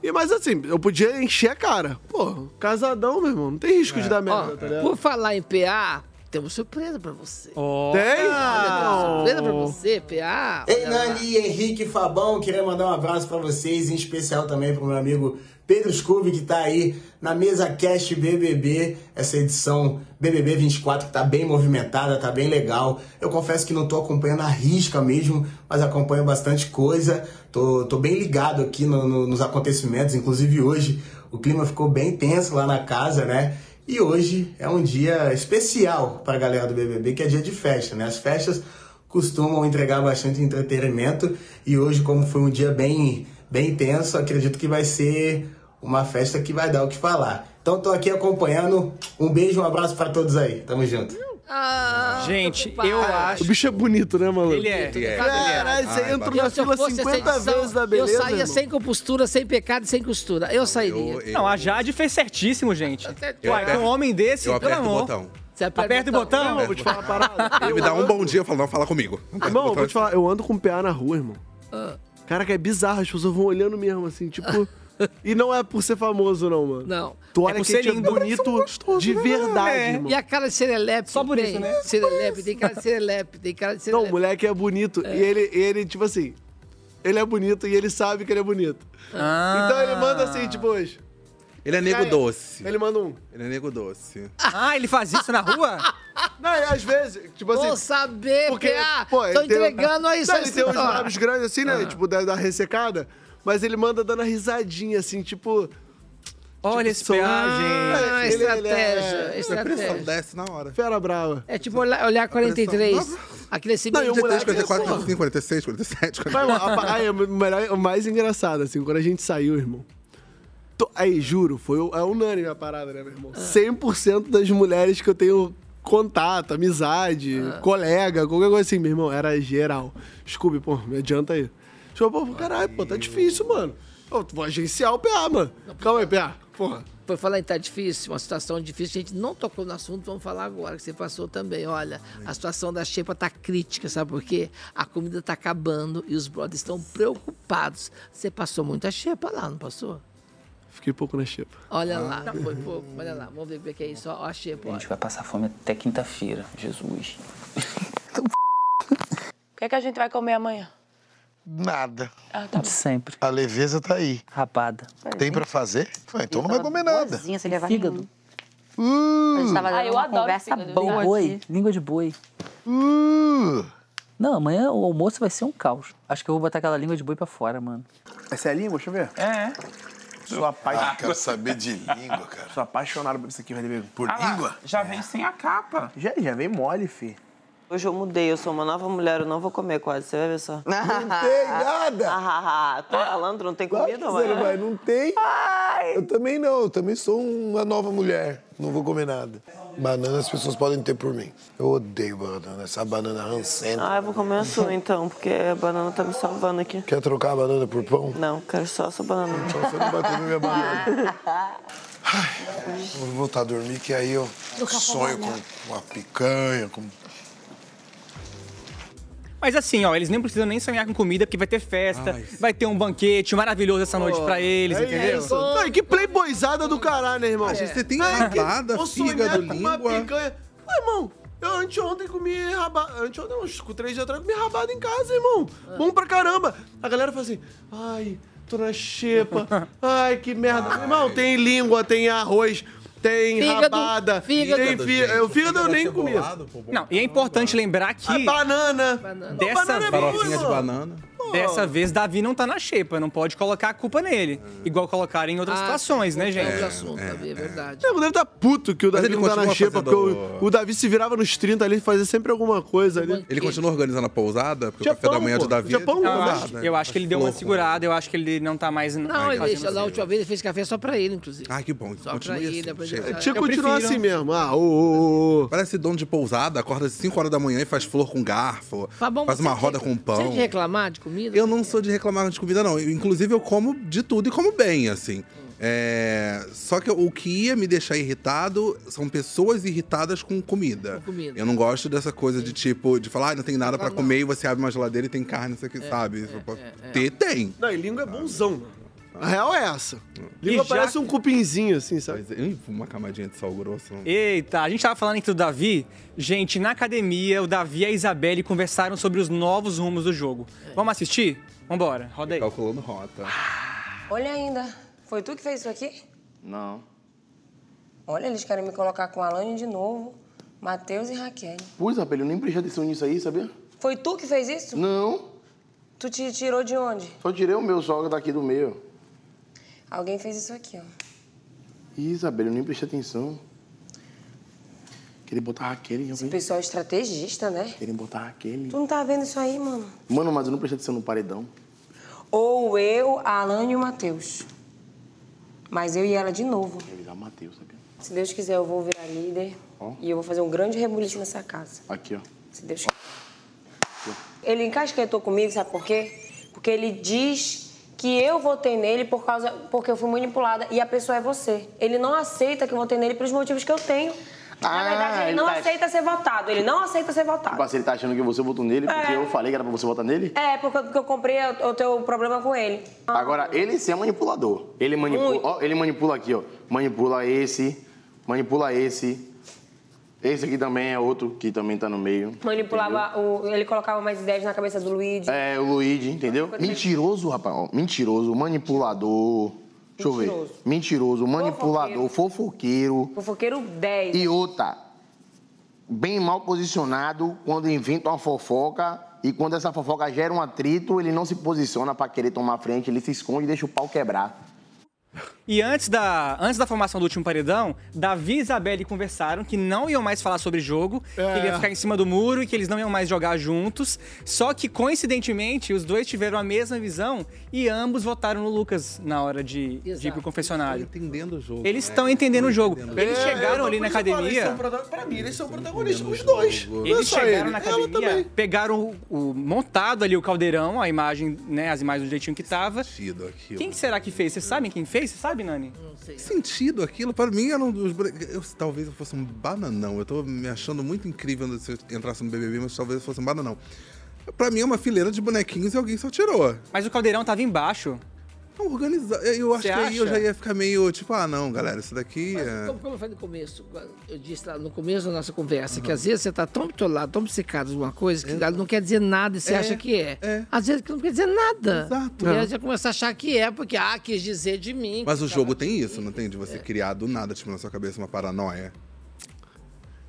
Speaker 6: E, mas assim, eu podia encher a cara. Pô, casadão, meu irmão, não tem risco de
Speaker 23: É.
Speaker 6: dar merda,
Speaker 4: Ó,
Speaker 6: tá ligado?
Speaker 4: Por falar em PA, temos surpresa pra você.
Speaker 6: Tem?
Speaker 4: Olha,
Speaker 7: Ah,
Speaker 4: temos surpresa pra
Speaker 23: Oh.
Speaker 4: você, PA.
Speaker 23: Ei,
Speaker 4: Olha lá.
Speaker 23: Nani, Henrique, Fabão, queria mandar um abraço pra vocês, em especial também pro meu amigo Pedro Scooby, que tá aí na mesa Cast BBB, essa edição BBB 24, que tá bem movimentada, tá bem legal. Eu confesso que não tô acompanhando a risca mesmo, mas acompanho bastante coisa, tô, tô bem ligado aqui no- no- nos acontecimentos, inclusive hoje o clima ficou bem tenso lá na casa, né? E hoje é um dia especial pra galera do BBB, que é dia de festa, né? As festas costumam entregar bastante entretenimento e hoje como foi um dia bem bem intenso, acredito que vai ser uma festa que vai dar o que falar. Então tô aqui acompanhando. Um beijo, um abraço pra todos aí. Tamo junto.
Speaker 4: Ah,
Speaker 5: Gente, eu acho.
Speaker 6: O bicho é bonito, né, maluco?
Speaker 5: Ele é.
Speaker 23: Ele é.
Speaker 6: Caralho, você
Speaker 23: Ai,
Speaker 6: entra
Speaker 23: bacana.
Speaker 6: na
Speaker 4: Se eu
Speaker 6: fila
Speaker 4: fosse essa
Speaker 6: 50
Speaker 4: edição,
Speaker 6: vezes da beleza.
Speaker 4: Eu saía
Speaker 6: irmão.
Speaker 4: sem compostura, sem pecado e sem costura. Eu sairia.
Speaker 5: Não, a Jade fez certíssimo, gente.
Speaker 7: Eu
Speaker 5: Ué,
Speaker 7: aperto-
Speaker 5: um homem desse,
Speaker 7: eu
Speaker 5: pelo
Speaker 7: aperto o
Speaker 5: amor.
Speaker 7: botão.
Speaker 4: Você
Speaker 5: Aperta o botão?
Speaker 6: Não, eu vou te falar uma parada.
Speaker 7: Ele me dá um bom dia, eu falo, não, fala comigo.
Speaker 6: Irmão, eu vou te falar, eu ando com PA na rua, irmão.
Speaker 4: Ah.
Speaker 6: Caraca, é bizarro, as pessoas vão olhando mesmo, assim, tipo. e não é por ser famoso, não, mano.
Speaker 4: Não.
Speaker 6: Tu
Speaker 4: É
Speaker 6: olha
Speaker 4: por
Speaker 6: que
Speaker 4: ser
Speaker 6: a gente é
Speaker 4: lindo. né?
Speaker 6: bonito de verdade, irmão.
Speaker 4: E a cara de serelepe. é. Só por isso, né? Serelepe, tem cara de serelepe, tem cara de
Speaker 6: Não,
Speaker 4: serelepe.
Speaker 6: o moleque é bonito. E ele, ele, tipo assim, ele é bonito e ele sabe que ele é bonito.
Speaker 5: Ah.
Speaker 6: Então ele manda assim, tipo, hoje.
Speaker 7: Ele é nego
Speaker 6: Cara,
Speaker 7: doce.
Speaker 6: Ele manda um.
Speaker 7: Ele é nego doce.
Speaker 5: Ah, ele faz isso na rua?
Speaker 6: Não, e às vezes, tipo assim.
Speaker 4: Vou saber, PA.
Speaker 6: ele
Speaker 4: Tô
Speaker 6: tem- um-
Speaker 4: entregando aí, Ah.
Speaker 6: Não,
Speaker 4: só
Speaker 6: Ele
Speaker 4: isso,
Speaker 6: tem uns
Speaker 4: ó.
Speaker 6: lábios grandes assim, né? Tipo, da, da ressecada. Mas ele manda dando a risadinha, assim, tipo.
Speaker 5: Olha esse PA, gente.
Speaker 4: Ah,
Speaker 6: Ele- ele é-
Speaker 4: estratégia, estratégia.
Speaker 7: desce na hora.
Speaker 6: Fera brava.
Speaker 4: É tipo olhar, olhar 43. Aquele esse
Speaker 6: Não, e o moleque-
Speaker 7: 43, 44, 45, 46, 47,
Speaker 6: Mas, mano, a pa- ai, o melhor- o mais engraçado, assim, quando a gente saiu, irmão. to- Aí, juro, foi o- é unânime a parada, né, meu irmão? 100% das mulheres que eu tenho contato, amizade, colega, qualquer coisa assim, meu irmão, era geral. Scooby, pô, me adianta aí. Scooby, pô, caralho, pô, tá difícil, mano. Pô, vou agenciar o PA, mano. Calma aí, PA, porra.
Speaker 4: Por falar em tá difícil, uma situação difícil, a gente não tocou no assunto, vamos falar agora, que você passou também. Olha, a situação da Xepa tá crítica, sabe por quê? A comida tá acabando e os brothers estão preocupados. Você passou muita Xepa lá, não passou?
Speaker 6: Fiquei um pouco na xepa.
Speaker 4: Olha lá, foi pouco, olha lá, vamos ver como é que é isso. Ó, ó a Xepa,
Speaker 19: A
Speaker 4: ó.
Speaker 19: gente vai passar fome até quinta-feira. Jesus.
Speaker 18: O que, é que a gente vai comer amanhã?
Speaker 24: Nada.
Speaker 18: Ah, tá bom.
Speaker 24: Sempre. A leveza tá aí.
Speaker 19: Rapada.
Speaker 24: Tem pra fazer? Ué, então não vai comer
Speaker 9: tá
Speaker 24: nada.
Speaker 11: Você leva fígado.
Speaker 24: A
Speaker 11: gente tava
Speaker 18: Ah,
Speaker 11: dando
Speaker 18: eu
Speaker 11: uma
Speaker 18: adoro
Speaker 11: conversa
Speaker 18: fígado.
Speaker 11: boa aqui. Uh.
Speaker 19: Boi, língua de boi. Não, amanhã o almoço vai ser um caos. Acho que eu vou botar aquela língua de boi pra fora, mano.
Speaker 17: Essa é a língua? Deixa eu ver.
Speaker 11: É.
Speaker 17: Sou apaixonado.
Speaker 24: Ah, quero saber de língua, cara.
Speaker 17: Sou apaixonado por isso aqui, Rodrigo.
Speaker 24: Por
Speaker 17: língua?
Speaker 11: Ah Já vem sem a capa.
Speaker 17: Já, já vem mole, fi.
Speaker 11: Hoje eu mudei, eu sou uma nova mulher, eu não vou comer quase, você vai ver só.
Speaker 20: Né?
Speaker 25: Não tem
Speaker 9: Ah,
Speaker 25: nada.
Speaker 11: Tô
Speaker 9: tá,
Speaker 11: malandro, não tem
Speaker 25: Claro que
Speaker 11: comida,
Speaker 25: você
Speaker 2: é. né?
Speaker 25: não vai,
Speaker 11: mano.
Speaker 25: não tem. Eu também não, eu também sou uma nova mulher. Não vou comer nada. Banana as pessoas podem ter por mim. Eu odeio banana, essa banana rancenta.
Speaker 11: Ah, eu vou comer a sua então, porque a banana tá me salvando aqui.
Speaker 25: Quer trocar a banana por pão?
Speaker 11: Não, quero só a sua banana.
Speaker 25: Então você não vai comer
Speaker 17: Ah.
Speaker 25: minha banana. Vou voltar a dormir, que aí eu
Speaker 11: Trocar por
Speaker 25: sonho com
Speaker 11: banana.
Speaker 25: uma picanha, com
Speaker 5: Mas assim, ó, eles nem precisam nem sonhar com comida, porque vai ter festa, vai ter um banquete maravilhoso essa noite pra eles,
Speaker 6: é
Speaker 5: entendeu?
Speaker 6: isso. Não, e que playboyzada do caralho, né, irmão?
Speaker 5: É. Gente, você tem
Speaker 6: Ai, que-
Speaker 5: rabada,
Speaker 6: vou sonhar
Speaker 5: fígado,
Speaker 6: com uma
Speaker 5: língua.
Speaker 6: picanha. Ô, irmão, eu anteontem comi rabada. Anteontem, uns com três dias atrás, comi rabada em casa, irmão. Bom pra caramba. A galera fala assim, ai, tô na xepa. Ai, que merda. Irmão, tem língua, tem arroz. Tem
Speaker 5: Fígado,
Speaker 6: rabada,
Speaker 5: fígado.
Speaker 6: tem fígado. O fígado eu nem comi.
Speaker 5: Não, e é importante lembrar que.
Speaker 6: banana!
Speaker 5: Dessa
Speaker 6: Banana
Speaker 5: vez.
Speaker 6: é bom, Farofinha de irmão. banana.
Speaker 5: Dessa vez, Davi não tá na xepa, não pode colocar a culpa nele. Igual colocaram em outras
Speaker 4: Ah,
Speaker 5: situações, né, gente?
Speaker 4: outro assunto, Davi, é verdade.
Speaker 6: Não, deve estar puto que o
Speaker 7: Mas
Speaker 6: Davi
Speaker 7: ele
Speaker 6: não tá na
Speaker 7: continua
Speaker 6: xepa, porque
Speaker 7: fazendo-
Speaker 6: o, o Davi se virava nos 30 ali e fazia sempre alguma coisa ali.
Speaker 7: Ele continua organizando a pousada? Porque
Speaker 6: Tinha
Speaker 7: o café da
Speaker 6: pão,
Speaker 7: manhã
Speaker 6: pô.
Speaker 7: de Davi...
Speaker 6: Tinha pão,
Speaker 7: é de
Speaker 5: Eu
Speaker 7: pousada,
Speaker 5: acho,
Speaker 7: né?
Speaker 5: eu acho que ele deu uma
Speaker 7: louco.
Speaker 5: segurada, eu acho que ele não tá mais.
Speaker 4: Não, ele deixa lá, a
Speaker 5: o
Speaker 4: última vez ele fez café só pra ele, inclusive.
Speaker 7: Ah, que bom.
Speaker 4: Só pra ele, é pra ele.
Speaker 7: Tinha que
Speaker 4: Eu
Speaker 7: continuar
Speaker 4: prefiro-
Speaker 7: assim
Speaker 6: mesmo. Ah, ô, ô, ô.
Speaker 7: Parece dono de pousada, acorda às 5 horas da manhã e faz flor com garfo,
Speaker 4: Fabão,
Speaker 7: faz
Speaker 4: você
Speaker 7: uma
Speaker 4: é de-
Speaker 7: roda com
Speaker 4: Você é de
Speaker 7: pão.
Speaker 4: reclamar de comida?
Speaker 7: Eu não sou de reclamar de comida, não. Eu, Inclusive, eu como de tudo e como bem, assim. É, Só que o que ia me deixar irritado são pessoas irritadas com comida.
Speaker 4: comida.
Speaker 7: Eu não gosto dessa coisa de tipo, de falar, ah, não tem nada pra
Speaker 4: Reclamar.
Speaker 7: comer e você abre uma geladeira e tem carne, isso aqui, sabe? Isso pode-
Speaker 6: é.
Speaker 7: Ter, tem.
Speaker 6: Não, e língua é bonzão, mano. A real é essa.
Speaker 5: E já
Speaker 6: Língua parece um cupinzinho, assim, sabe?
Speaker 7: uma camadinha de sal grosso. não-
Speaker 5: Eita, a gente tava falando aqui do Davi. Gente, na academia, o Davi e a Isabelle conversaram sobre os novos rumos do jogo.
Speaker 4: É.
Speaker 5: Vamos assistir? Vambora, roda aí.
Speaker 7: Calculando rota.
Speaker 2: Olha ainda. Foi tu que fez isso aqui?
Speaker 19: Não.
Speaker 2: Olha, eles querem me colocar com Alane de novo, Matheus e Raquel.
Speaker 12: Pois, rapaz, eu nem prestei atenção nisso aí, sabia?
Speaker 2: Foi tu que fez isso?
Speaker 12: Não,
Speaker 2: Tu te tirou de onde?
Speaker 12: só tirei o meu sogra daqui do meio.
Speaker 2: Alguém fez isso aqui, ó.
Speaker 12: Ih, Isabela, eu nem prestei atenção. Queria botar a Raquel em alguém.
Speaker 2: Pessoal é estrategista, né?
Speaker 12: Querem botar a Raquel em...
Speaker 2: Tu não tá vendo isso aí, mano?
Speaker 12: Mano, mas eu não prestei atenção no paredão.
Speaker 2: Ou eu, a Alane e o Matheus. Mas eu e ela de novo.
Speaker 12: Queria avisar o Matheus, sabia?
Speaker 2: Se Deus quiser, eu vou virar líder
Speaker 12: Ó.
Speaker 2: e eu vou fazer um grande rebuliço nessa casa.
Speaker 12: Aqui, ó.
Speaker 2: Se Deus Ele encasquetou comigo, sabe por quê? Porque ele diz que eu votei nele por causa porque eu fui manipulada e a pessoa é você. Ele não aceita que eu votei nele pelos motivos que eu tenho. Na verdade, ele
Speaker 12: ele
Speaker 2: não
Speaker 12: tá-
Speaker 2: aceita ser votado. Ele não aceita ser votado.
Speaker 12: Tipo assim, ele tá achando que você votou nele porque
Speaker 2: É.
Speaker 12: eu falei que era pra você votar nele?
Speaker 2: É, porque eu, porque eu comprei o, o teu problema com ele.
Speaker 12: Agora, ele sim é manipulador. Ele manipula, ó, ele manipula aqui, ó. Manipula esse, manipula esse. Esse aqui também é outro que também tá no meio.
Speaker 2: Manipulava o. Ele colocava mais ideias na cabeça do Luigi.
Speaker 12: É, o Luigi, entendeu? Mentiroso, rapaz. ó, mentiroso, manipulador. Deixa eu ver.
Speaker 2: Mentiroso.
Speaker 12: Mentiroso, manipulador, fofoqueiro.
Speaker 2: Fofoqueiro 10.
Speaker 12: E outra, bem mal posicionado quando inventa uma fofoca e quando essa fofoca gera um atrito, ele não se posiciona pra querer tomar frente, ele se esconde e deixa o pau quebrar.
Speaker 5: E antes da, antes da formação do último paredão, Davi e Isabelle conversaram que não iam mais falar sobre jogo,
Speaker 6: É.
Speaker 5: que ele ia ficar em cima do muro e que eles não iam mais jogar juntos. Só que, coincidentemente, os dois tiveram a mesma visão e ambos votaram no Lucas na hora de, de ir pro confessionário. Eles estão entendendo o jogo. Eles estão entendendo o jogo. Eles
Speaker 6: É,
Speaker 5: chegaram
Speaker 6: então
Speaker 5: ali na
Speaker 6: por isso eu falei, eles
Speaker 5: academia.
Speaker 6: são prota- Pra mim, eles são protagonistas, os dois. Não é
Speaker 5: Eles
Speaker 6: só
Speaker 5: chegaram
Speaker 6: ele.
Speaker 5: na
Speaker 6: Ela também.
Speaker 5: academia, pegaram o, o- montado ali o caldeirão, a imagem, né, as imagens do jeitinho que tava.
Speaker 7: aquilo.
Speaker 5: Quem que será que fez? Vocês sabem quem fez? Você sabe, Nani? Não sei.
Speaker 7: Que sentido aquilo? Para mim, era um dos. bra- Eu, talvez eu fosse um bananão. Eu tô me achando muito incrível se eu entrasse no BBB, mas talvez eu fosse um bananão. Pra mim, é uma fileira de bonequinhos e alguém só tirou.
Speaker 5: Mas o caldeirão tava embaixo.
Speaker 7: Organizar. Eu acho
Speaker 4: Você
Speaker 7: que aí eu
Speaker 4: acha?
Speaker 7: já ia ficar meio tipo, ah, não, galera, isso daqui é.
Speaker 4: Como, como eu falei no começo, eu disse lá no começo da nossa conversa, que às vezes você tá tão bitolado, tão obcecado em alguma coisa,
Speaker 7: É.
Speaker 4: que ela não quer dizer nada e você
Speaker 19: É,
Speaker 4: acha que é. Às vezes que não quer dizer nada.
Speaker 7: Exato.
Speaker 4: E aí você começa a achar que é, porque, ah, quis dizer de mim.
Speaker 7: Mas o
Speaker 4: que tá
Speaker 7: jogo tem isso, não tem? De
Speaker 4: É.
Speaker 7: você criar do nada, tipo, na sua cabeça uma paranoia.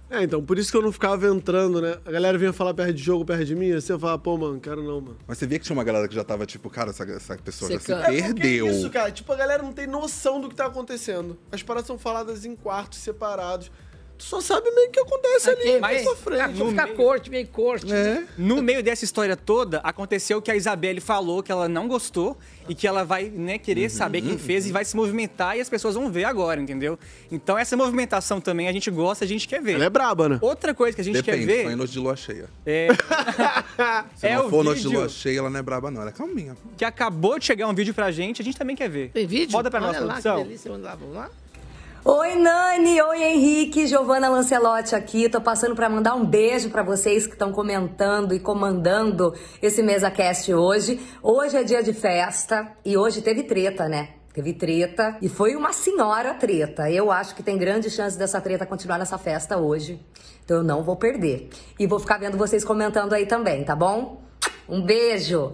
Speaker 6: É, então, por isso que eu não ficava entrando, né? A galera vinha falar perto de jogo, perto de mim, e você falava, pô, mano, quero não, mano.
Speaker 7: Mas você via que tinha uma galera que já tava, tipo, cara, essa, essa pessoa já se
Speaker 6: É porque
Speaker 7: perdeu.
Speaker 6: Isso, cara. Tipo, a galera não tem noção do que tá acontecendo. As paradas são faladas em quartos separados. Tu só sabe meio que o que acontece ali na tua frente.
Speaker 4: corte, meio corte.
Speaker 7: É.
Speaker 5: No meio dessa história toda, aconteceu que a Isabelle falou que ela não gostou e que ela vai né,
Speaker 7: Uhum,
Speaker 5: querer saber quem fez e vai se movimentar e as pessoas vão ver agora, entendeu? Então essa movimentação também a gente gosta, a gente quer ver.
Speaker 7: Ela é
Speaker 6: braba, né?
Speaker 5: Outra coisa que a gente
Speaker 7: Depende,
Speaker 5: quer
Speaker 7: só em
Speaker 5: ver
Speaker 7: noite de lua cheia.
Speaker 5: é,
Speaker 7: Se
Speaker 5: é
Speaker 7: não
Speaker 5: o
Speaker 7: for noite de
Speaker 5: vídeo
Speaker 7: lua cheia, ela não é braba, não. Ela é calminha.
Speaker 5: que acabou de chegar um vídeo pra gente, a gente também quer ver.
Speaker 4: Tem vídeo?
Speaker 5: Roda pra nós,
Speaker 4: Olha lá, que
Speaker 5: produção.
Speaker 4: delícia, vamos lá, vamos lá.
Speaker 15: Oi, Nani! Oi, Henrique! Giovana Lancelotti aqui. Tô passando pra mandar um beijo pra vocês que estão comentando e comandando esse MesaCast hoje. Hoje é dia de festa e hoje teve treta, né? Teve treta e foi uma senhora treta. Eu acho que tem grande chance dessa treta continuar nessa festa hoje. Então eu não vou perder. E vou ficar vendo vocês comentando aí também, tá bom? Um beijo!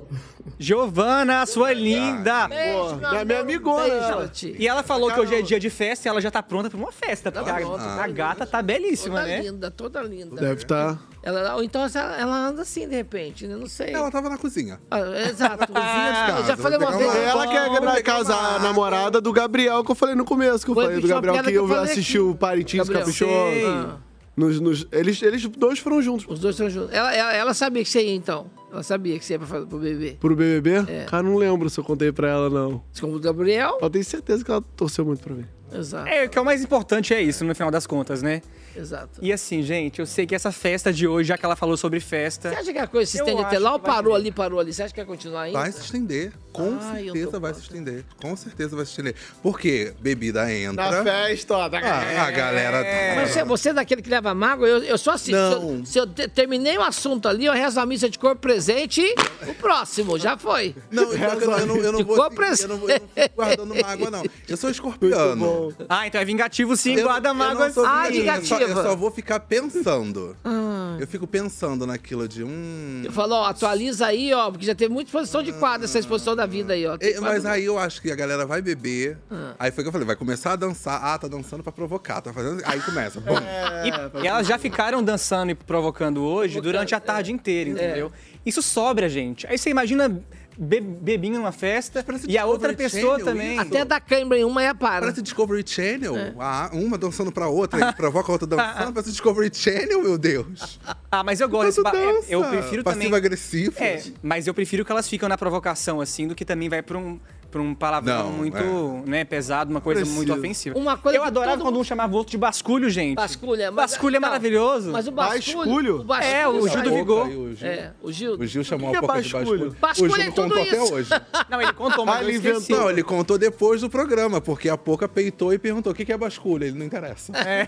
Speaker 5: Giovana, sua linda!
Speaker 15: Beijo, meu amor.
Speaker 6: minha amigona.
Speaker 15: Beijo,
Speaker 5: ela. E ela falou que hoje é dia de festa e ela já tá pronta pra uma festa. porque a,
Speaker 4: pronta.
Speaker 5: a gata tá belíssima,
Speaker 4: Toda
Speaker 5: né?
Speaker 4: linda, toda linda.
Speaker 6: Deve tá.
Speaker 4: Ela, ou então ela, ela anda assim, de repente, né? Não sei. Ah,
Speaker 7: Ela tava na cozinha. Ah,
Speaker 4: exato, cozinha. eu
Speaker 6: Casa,
Speaker 4: Ah, já falei uma
Speaker 6: vou
Speaker 4: vez.
Speaker 6: pegar Ela quer na casa, a namorada do Gabriel, que eu falei no começo, que eu
Speaker 4: Foi,
Speaker 6: falei do
Speaker 4: fiz uma
Speaker 6: Gabriel,
Speaker 4: piada
Speaker 6: que
Speaker 4: que eu
Speaker 6: eu
Speaker 4: falei
Speaker 6: assisti
Speaker 4: aqui.
Speaker 6: o Parintins
Speaker 4: Gabriel, sei.
Speaker 6: Caprichoso.
Speaker 4: Ah.
Speaker 6: Nos, nos- eles, eles dois foram juntos.
Speaker 4: Os dois foram juntos. Ela, ela, ela sabia que você ia, então. Ela sabia que você ia pra, fa- pro bebê.
Speaker 6: Pro BBB?
Speaker 4: É.
Speaker 6: Cara, não lembro se eu contei pra ela, não.
Speaker 4: Como o Gabriel?
Speaker 6: Eu tenho certeza que ela torceu muito pra mim.
Speaker 4: Exato.
Speaker 5: É, o que é o mais importante é isso, no final das contas, né?
Speaker 4: Exato.
Speaker 5: E assim, gente, eu sei que essa festa de hoje, já que ela falou sobre festa.
Speaker 4: Você acha que a coisa se
Speaker 5: Eu
Speaker 4: estende até
Speaker 5: acho
Speaker 4: lá
Speaker 5: que
Speaker 4: ou
Speaker 5: vai
Speaker 4: parou ali, parou ali? Você acha que vai continuar ainda?
Speaker 7: Vai se estender. Com
Speaker 4: É Ai, eu tô
Speaker 7: certeza vai se estender. Com certeza vai se estender. Porque bebida entra.
Speaker 4: Na
Speaker 6: festa, ó.
Speaker 7: Ah, a galera.
Speaker 4: Mas você, você é daquele que leva mágoa? Eu, eu só assisto. Se eu- Se eu, te- terminei o assunto ali, eu rezo a missa de corpo presente e o próximo, já foi.
Speaker 7: Não, eu, eu, não, eu não
Speaker 4: de
Speaker 7: vou.
Speaker 4: corpo
Speaker 7: seguir, Eu
Speaker 4: presente.
Speaker 7: não, vou- eu não fico guardando mágoa, não. Eu sou escorpiano.
Speaker 5: Ah, então é vingativo sim,
Speaker 7: Eu-
Speaker 5: guarda
Speaker 7: eu não
Speaker 5: mágoa
Speaker 7: sou
Speaker 5: Ah,
Speaker 7: vingativa, eu só-
Speaker 5: vingativa.
Speaker 7: Eu só vou ficar pensando.
Speaker 4: Ah.
Speaker 7: Eu fico pensando naquilo de um.
Speaker 4: Ele falou, ó, atualiza aí, ó, porque já teve muita exposição de quadro, essa exposição da vida aí, ó. Tem
Speaker 7: É, Mas
Speaker 4: quadro-
Speaker 7: aí eu acho que a galera vai beber.
Speaker 4: Ah.
Speaker 7: Aí foi o que eu falei, vai começar a dançar. Ah, tá dançando pra provocar, tá fazendo. Aí começa. Bom.
Speaker 5: É. E, e elas já ficaram dançando e provocando hoje durante a tarde inteira, entendeu? Isso sobra, gente. Aí você imagina be bebinho numa festa e a outra
Speaker 7: Discovery
Speaker 5: pessoa
Speaker 7: Channel,
Speaker 5: também.
Speaker 7: isso. Até
Speaker 4: da câimbra em uma é a para.
Speaker 7: Parece Discovery Channel. Ah, uma dançando pra outra, e provoca a outra dançando. Parece Discovery Channel, meu Deus.
Speaker 5: Ah, mas eu gosto desse ba- é, Eu prefiro também.
Speaker 7: Passivo-agressivo.
Speaker 5: É, mas eu prefiro que elas ficam na provocação, assim, do que também vai pra um, pra um palavrão
Speaker 7: Não,
Speaker 5: muito
Speaker 7: é.
Speaker 5: né, pesado, uma coisa
Speaker 7: Preciso.
Speaker 5: muito ofensiva.
Speaker 4: Uma coisa
Speaker 5: eu
Speaker 4: que
Speaker 5: adorava
Speaker 4: todo
Speaker 5: quando um chamava o outro de basculho, gente.
Speaker 4: Basculha, mas-
Speaker 5: Basculho é
Speaker 4: não,
Speaker 5: maravilhoso.
Speaker 4: Mas o basculho. basculho
Speaker 5: é, o Gil
Speaker 4: saiu.
Speaker 5: do Vigor.
Speaker 4: É, o Gil.
Speaker 7: O Gil chamou
Speaker 5: O que
Speaker 7: a
Speaker 5: é
Speaker 7: porca de
Speaker 5: basculho?
Speaker 7: basculho.
Speaker 4: Basculho
Speaker 7: o Gil
Speaker 4: é
Speaker 7: não
Speaker 4: tudo
Speaker 7: contou até
Speaker 4: isso.
Speaker 7: hoje.
Speaker 5: Não, ele contou, mas eu esqueci.
Speaker 7: Não, Ah, ele contou depois do programa, porque a pouca peitou e perguntou o que que é basculho. Ele não interessa.
Speaker 4: É,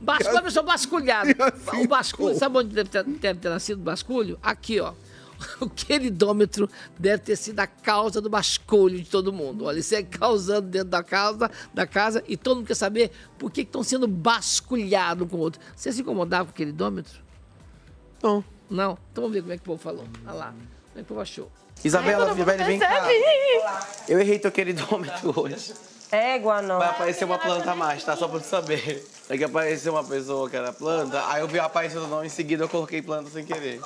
Speaker 4: Basculho, eu sou basculhado. o basculho, sabe onde deve ter, deve ter nascido o basculho? Aqui, ó. O queridômetro deve ter sido a causa do basculho de todo mundo. Olha, isso é causando dentro da casa, da casa e todo mundo quer saber por que que estão sendo basculhados um com o outro. Você se incomodava com o queridômetro?
Speaker 6: Não.
Speaker 4: Não? Então vamos ver como é que o povo falou. Olha lá. Como é que o povo achou? É,
Speaker 20: Isabela, Isabela, vem cá. Eu errei teu queridômetro hoje.
Speaker 2: É igual não.
Speaker 20: Vai aparecer uma planta a mais, tá? Só pra tu saber. É que apareceu uma pessoa que era planta, aí eu vi aparecer o nome em seguida, eu coloquei planta sem querer.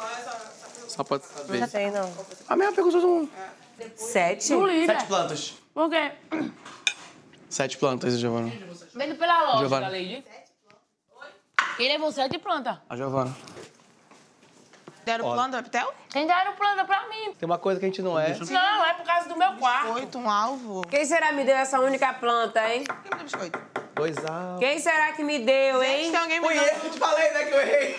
Speaker 20: Só pra tu
Speaker 2: Não
Speaker 20: saber.
Speaker 2: tem, não.
Speaker 12: Ah,
Speaker 20: A mesma pergunta do mundo.
Speaker 2: Sete?
Speaker 14: Não liga.
Speaker 2: Sete
Speaker 20: plantas.
Speaker 14: Por quê?
Speaker 20: Sete plantas, Giovana.
Speaker 14: Vendo pela lógica,
Speaker 20: Giovana.
Speaker 14: Lady. Ele levou sete plantas.
Speaker 20: A Giovana.
Speaker 14: Deram
Speaker 20: Ó. planta
Speaker 14: pro Pitel? Quem deram planta pra mim.
Speaker 20: Tem uma coisa que a gente não é.
Speaker 14: Não, é por causa do meu quarto. Oito, um alvo.
Speaker 2: Quem será me deu essa única planta, hein?
Speaker 20: Pois é.
Speaker 2: Quem será que me deu, hein?
Speaker 14: Gente, tem alguém me
Speaker 2: Fui
Speaker 14: dando-
Speaker 2: eu que te falei, né, que eu errei.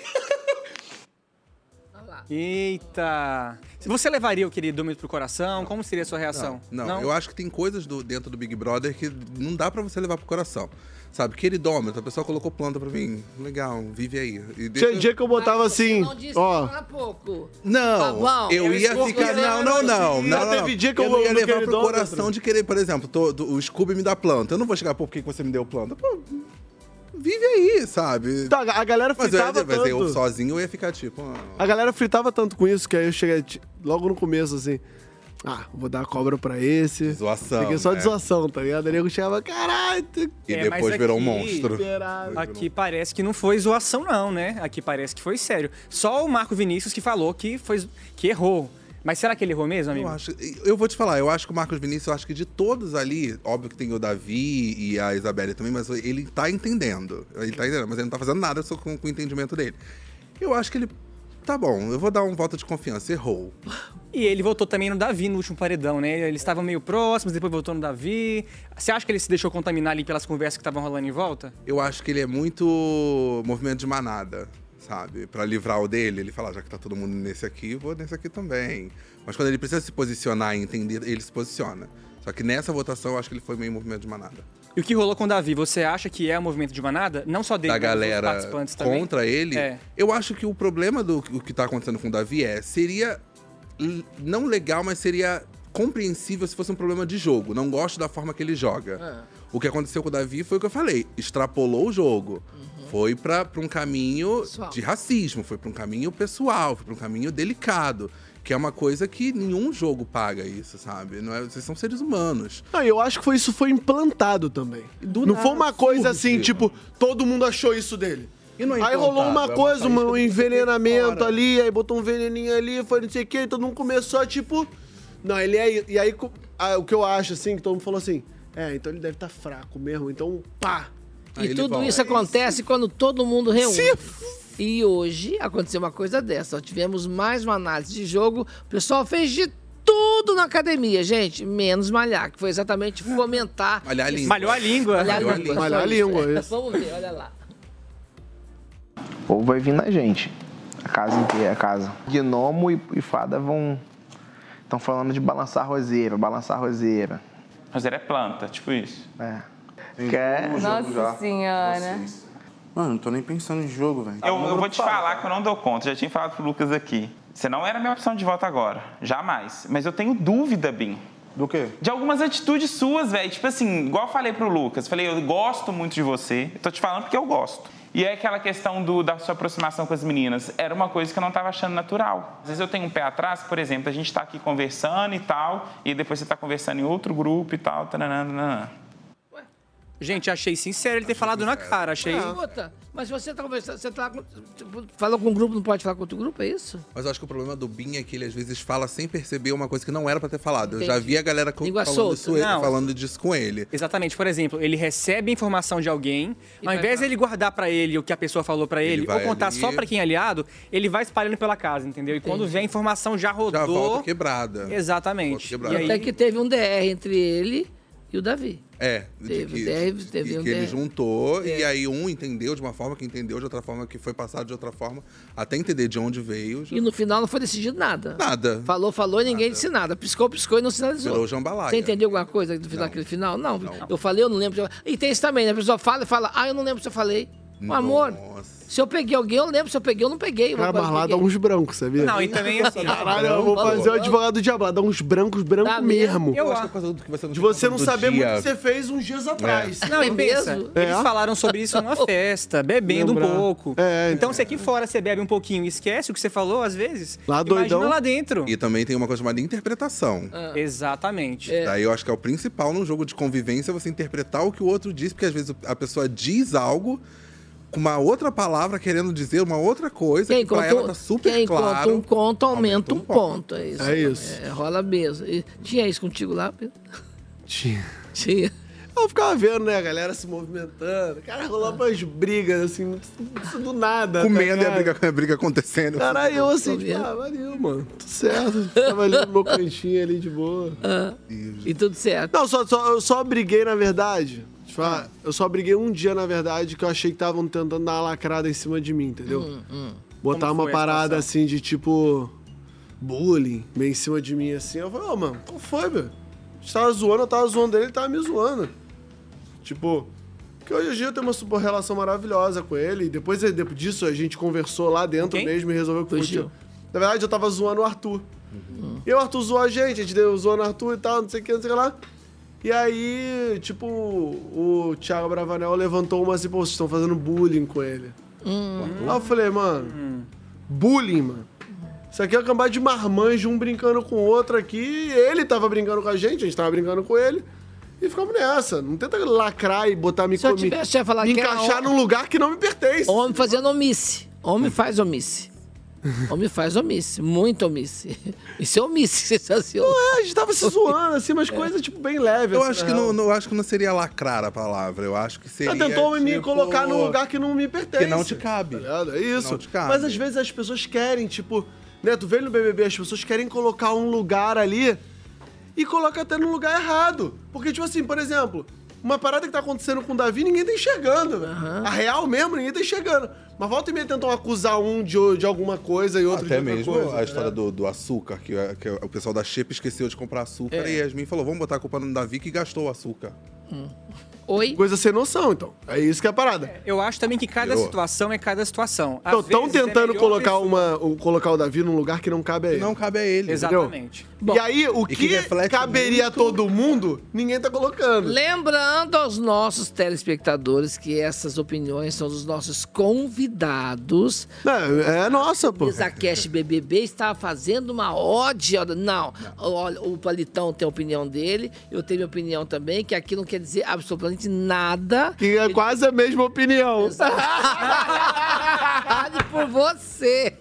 Speaker 5: Eita! Você levaria o querido Domingos pro coração? Como seria a sua reação?
Speaker 7: Não, eu acho que tem coisas do- dentro do Big Brother que não dá pra você levar pro coração. Sabe, queridômetro, a pessoa colocou planta pra mim. Legal, vive aí. E deixa-
Speaker 6: Tinha dia que eu botava assim,
Speaker 4: Não disse
Speaker 6: ó.
Speaker 4: agora há pouco.
Speaker 7: Não,
Speaker 4: Tá bom,
Speaker 7: eu,
Speaker 4: eu
Speaker 7: ia
Speaker 4: escuto
Speaker 7: ficar.
Speaker 4: você,
Speaker 7: Não, não,
Speaker 4: eu não
Speaker 7: não. não,
Speaker 4: sei.
Speaker 7: não.
Speaker 4: Já teve dia que eu
Speaker 7: não ia
Speaker 4: vou no
Speaker 7: levar pro
Speaker 4: queridômetro.
Speaker 7: coração de querer, por exemplo, tô- do- o Scooby me dá planta. Eu não vou chegar, pô, por que que você me deu planta? Pô, vive aí, sabe?
Speaker 6: Tá, a galera
Speaker 5: é,
Speaker 7: mas eu,
Speaker 6: fritava
Speaker 7: mas eu
Speaker 6: tanto.
Speaker 7: sozinho eu ia ficar tipo. ah,
Speaker 6: A galera fritava tanto com isso que aí eu cheguei ti- logo no começo assim. Ah, vou dar cobra pra esse.
Speaker 7: Zoação,
Speaker 6: Fiquei só
Speaker 7: né?
Speaker 6: de zoação, tá ligado? Aí eu chegava, caralho. tu-
Speaker 7: E
Speaker 5: É,
Speaker 7: depois
Speaker 5: mas
Speaker 7: virou um
Speaker 5: aqui-
Speaker 7: monstro. um
Speaker 5: Aqui parece que não foi zoação, não, né? Aqui parece que foi sério. Só o Marco Vinícius que falou que, foi, que errou. Mas será que ele errou mesmo, amigo?
Speaker 7: Eu, acho, eu vou te falar, eu acho que o Marcos Vinícius, eu acho que de todos ali, óbvio que tem o Davi e a Isabelle também, mas ele tá entendendo. Ele tá entendendo, mas ele não tá fazendo nada só com, com o entendimento dele. Eu acho que ele. Tá bom, eu vou dar um voto de confiança. Errou.
Speaker 5: E ele votou também no Davi no último paredão, né? Eles estavam meio próximos, depois votou no Davi. Você acha que ele se deixou contaminar ali pelas conversas que estavam rolando em volta?
Speaker 7: Eu acho que ele é muito movimento de manada, sabe? Pra livrar o dele, ele fala, "Ah, já que tá todo mundo nesse aqui, vou nesse aqui também. Mas quando ele precisa se posicionar e entender, ele se posiciona. Só que nessa votação, eu acho que ele foi meio movimento de manada.
Speaker 5: E o que rolou com o Davi, você acha que é um movimento de manada? Não só dele,
Speaker 7: da
Speaker 5: mas dos outros
Speaker 7: galera
Speaker 5: participantes também.
Speaker 7: contra ele,
Speaker 5: É.
Speaker 7: eu acho que o problema do o que tá acontecendo com o Davi é, seria l- não legal, mas seria compreensível se fosse um problema de jogo. Não gosto da forma que ele joga. O que aconteceu com o Davi foi o que eu falei, extrapolou o jogo. Foi pra pra um caminho
Speaker 16: Pessoal.
Speaker 7: de racismo, foi pra um caminho pessoal, foi pra um caminho delicado, que é uma coisa que nenhum jogo paga isso, sabe? Não é, vocês são seres humanos.
Speaker 6: Não, e eu acho que foi, isso foi implantado também. não
Speaker 7: nada
Speaker 6: foi uma coisa
Speaker 7: surge.
Speaker 6: assim, tipo, todo mundo achou isso dele.
Speaker 7: E não é
Speaker 6: aí rolou
Speaker 7: implantado,
Speaker 6: uma
Speaker 7: é uma
Speaker 6: coisa,
Speaker 7: faísca
Speaker 6: um
Speaker 7: que
Speaker 6: envenenamento ali, aí botou um veneninho ali, foi não sei o que, todo mundo começou a tipo. Não, ele é. E aí co- ah, o que eu acho, assim, que todo mundo falou assim: é, então ele deve estar fraco mesmo, então pá. É
Speaker 4: E tudo isso acontece quando todo mundo reúne. E hoje aconteceu uma coisa dessa. Ó, tivemos mais uma análise de jogo. O pessoal fez de tudo na academia, gente, menos malhar, que foi exatamente fomentar.
Speaker 7: Malhar a
Speaker 4: esse-
Speaker 7: língua. Malhou a língua.
Speaker 4: Malhar
Speaker 7: Malhou
Speaker 4: a
Speaker 7: a
Speaker 4: língua.
Speaker 7: língua. Malhar a
Speaker 4: só um
Speaker 7: língua,
Speaker 4: isso.
Speaker 7: isso.
Speaker 4: Vamos ver, olha lá.
Speaker 16: O povo vai vir na gente. A casa inteira, a casa. Gnomo e, e fada vão. Estão falando de balançar a roseira, balançar a roseira.
Speaker 1: Roseira é planta, tipo isso.
Speaker 16: É. Quer?
Speaker 19: um
Speaker 1: senhora.
Speaker 16: Mano, não tô nem pensando em jogo, velho.
Speaker 1: Eu, eu vou te falar que eu não dou conta, já tinha falado pro Lucas aqui. Você não era minha opção de volta agora, jamais. Mas eu tenho dúvida, Bim. Do quê? De algumas atitudes suas, velho. Tipo assim, igual eu falei pro Lucas, falei, eu gosto muito de você, eu tô te falando porque eu gosto. E é aquela questão do, da sua aproximação com as meninas, era uma coisa que eu não tava achando natural. Às vezes eu tenho um pé atrás, por exemplo, a gente tá aqui conversando e tal, e depois você tá conversando em outro grupo e tal, tananã, tananã.
Speaker 5: Gente, achei sincero ele ter falado na cara, achei...
Speaker 4: Ah, escuta, mas você tá conversando, você tá com- tipo, falou com um grupo, não pode falar com outro grupo, é isso?
Speaker 7: Mas eu acho que o problema do Bin é que ele às vezes fala sem perceber uma coisa que não era pra ter falado. Eu já
Speaker 5: Entendi.
Speaker 7: vi a galera co-
Speaker 5: Língua
Speaker 7: falando,
Speaker 5: solta.
Speaker 7: isso, ele-
Speaker 5: Não.
Speaker 7: falando disso com ele.
Speaker 5: Exatamente, por exemplo, ele recebe a informação de alguém,
Speaker 7: E
Speaker 5: ao
Speaker 7: vai
Speaker 5: invés de ele guardar pra ele o que a pessoa falou pra ele, ou
Speaker 7: vai
Speaker 5: contar
Speaker 7: ali.
Speaker 5: só pra quem é aliado, ele vai espalhando pela casa, entendeu? E quando
Speaker 4: Entendi.
Speaker 5: vem a informação já rodou.
Speaker 7: Já volta quebrada.
Speaker 5: Exatamente.
Speaker 7: Volta quebrada.
Speaker 5: E
Speaker 4: Até
Speaker 5: aí,
Speaker 4: que teve um DR entre ele e o Davi.
Speaker 7: É, de
Speaker 4: Teve,
Speaker 7: que,
Speaker 4: teve,
Speaker 7: que-
Speaker 4: teve um É.
Speaker 7: que ele
Speaker 4: deve.
Speaker 7: juntou e aí um entendeu de uma forma, que entendeu de outra forma, que foi passado de outra forma, até entender de onde veio. já-
Speaker 4: E no final não foi decidido nada.
Speaker 7: Nada.
Speaker 4: Falou, falou e ninguém disse nada. Piscou, piscou e não sinalizou.
Speaker 7: Virou jambalaya.
Speaker 4: Você entendeu alguma coisa do final, daquele final? Não. Eu falei, eu não lembro. E tem isso também, né? A pessoa fala e fala, ah, eu não lembro se eu falei. Meu amor, se eu peguei alguém, eu lembro. Se eu peguei, eu não peguei. Eu
Speaker 6: Cara, mas lá dá uns brancos, sabia?
Speaker 4: Não, e também, assim,
Speaker 6: Caralho, eu vou
Speaker 4: branco,
Speaker 6: fazer o
Speaker 4: branco.
Speaker 6: advogado diabo, lá dá uns brancos, brancos
Speaker 4: Dá mesmo?
Speaker 6: mesmo.
Speaker 5: Eu acho que é por
Speaker 7: causa do que você não
Speaker 6: De você não
Speaker 5: do
Speaker 6: saber muito o
Speaker 5: dia. É.
Speaker 6: que você fez uns dias atrás.
Speaker 5: Não, e pensa, eles
Speaker 6: É?
Speaker 5: falaram sobre isso numa festa, bebendo
Speaker 6: Lembrar. É.
Speaker 5: um pouco. então, se aqui fora você bebe um pouquinho e esquece o que você falou, às vezes,
Speaker 7: Lá doidão.
Speaker 5: imagina lá dentro.
Speaker 7: E também tem uma coisa chamada interpretação.
Speaker 5: Exatamente.
Speaker 7: Daí eu acho que é o principal num jogo de convivência você interpretar o que o outro diz, porque às vezes a pessoa diz algo com uma outra palavra querendo dizer uma outra coisa
Speaker 4: Quem
Speaker 7: que pra
Speaker 4: conta um-
Speaker 7: ela tá super
Speaker 4: quem
Speaker 7: claro.
Speaker 4: conta um conto aumenta, um ponto. É isso.
Speaker 7: É isso.
Speaker 4: É, rola mesmo. E tinha isso contigo lá, Pedro?
Speaker 6: Tinha.
Speaker 4: Tinha.
Speaker 6: Eu ficava vendo, né, a galera se movimentando. Cara, rolava umas brigas, assim, isso do nada.
Speaker 7: Comendo é e a
Speaker 6: tá ligado?
Speaker 7: briga, a briga acontecendo.
Speaker 6: Caralho, eu assim, tipo, ah, valeu, mano. Tudo certo. Tava ali no meu cantinho ali de boa.
Speaker 4: Ah. E tudo certo.
Speaker 6: Não, só, só- eu só briguei, na verdade. Deixa eu falar, eu só briguei um dia, na verdade, que eu achei que estavam tentando dar uma lacrada em cima de mim, entendeu?
Speaker 4: Hum.
Speaker 6: Botar
Speaker 9: Como
Speaker 6: uma
Speaker 9: foi a
Speaker 6: parada assim de tipo. Bullying, meio em cima de mim assim. Eu falei, ô, mano, qual foi, meu? A gente tava zoando, eu tava zoando ele, ele tava me zoando. Tipo, que hoje em dia eu tenho uma super relação maravilhosa com ele. E depois eh, depois disso a gente conversou lá dentro mesmo e resolveu que
Speaker 4: Foi
Speaker 6: podia.
Speaker 4: Gil.
Speaker 6: Na verdade, eu tava zoando o Arthur.
Speaker 9: Uhum.
Speaker 6: E o Arthur zoou a gente, a gente deu zoando o Arthur e tal, não sei o que, não sei o que lá. E aí, tipo, o Thiago Bravanel levantou uma assim, pô, vocês estão fazendo bullying com ele.
Speaker 4: Hum.
Speaker 6: Aí
Speaker 4: Uhum.
Speaker 6: eu falei, mano, bullying, mano. Isso aqui é uma cambada de marmanjo, um brincando com o outro aqui. Ele tava brincando com a gente, a gente tava brincando com ele. E ficamos nessa. Não tenta lacrar e botar me,
Speaker 4: Se eu
Speaker 6: comi-
Speaker 4: tivesse, eu ia falar
Speaker 6: me
Speaker 4: que é era
Speaker 6: encaixar
Speaker 4: hom-
Speaker 6: num lugar que não me pertence.
Speaker 4: Homem fazendo omisse. Homem faz omisse. Homem faz omisse. Muito omisse. Isso é omisse que você está
Speaker 6: Não é, a gente tava se zoando, assim, umas
Speaker 4: é.
Speaker 6: coisas, tipo, bem leve.
Speaker 7: Eu
Speaker 6: assim,
Speaker 7: acho
Speaker 6: na
Speaker 7: que
Speaker 6: real.
Speaker 7: não, não- eu acho que não seria lacrar a palavra. Eu acho que seria.
Speaker 6: Ela tentou me
Speaker 7: tipo,
Speaker 6: colocar num lugar que não me pertence.
Speaker 7: que não te cabe.
Speaker 6: Tá ligado? é isso.
Speaker 7: Não te cabe.
Speaker 6: Mas às vezes as pessoas querem, tipo, né? Tu vê no BBB, as pessoas querem colocar um lugar ali e coloca até no lugar errado. Porque, tipo assim, por exemplo, uma parada que tá acontecendo com o Davi, ninguém tá enxergando. velho. A real mesmo, ninguém tá enxergando. Mas volta e meia tentam acusar um de, de alguma coisa e outro
Speaker 7: Até
Speaker 6: de outra
Speaker 7: mesmo
Speaker 6: coisa. tá
Speaker 7: a história do, do açúcar, que, a- que o pessoal da Chip esqueceu de comprar açúcar
Speaker 6: É.
Speaker 7: e Yasmin falou: vamos botar a culpa no Davi que gastou o açúcar.
Speaker 4: Oi?
Speaker 6: Coisa sem noção, então. É isso que é a parada.
Speaker 5: Eu acho também que cada
Speaker 6: Virou.
Speaker 5: situação é cada situação. Às
Speaker 6: Então, estão
Speaker 5: vezes é
Speaker 6: tentando
Speaker 5: melhor
Speaker 6: colocar,
Speaker 5: pessoa-
Speaker 6: uma, o- colocar o Davi num lugar que não cabe a ele.
Speaker 7: Não cabe a ele.
Speaker 6: entendeu?
Speaker 5: Exatamente.
Speaker 6: e aí, o que, caberia a todo mundo, ninguém tá colocando.
Speaker 4: Lembrando aos nossos telespectadores que essas opiniões são dos nossos convidados.
Speaker 6: É, nossa, pô.
Speaker 4: Cash BBB estava fazendo uma ódio. Não, olha, o Palitão tem a opinião dele, eu tenho minha opinião também, que aqui não quer dizer absolutamente nada.
Speaker 6: Que é quase a mesma opinião.
Speaker 4: Obrigado por você.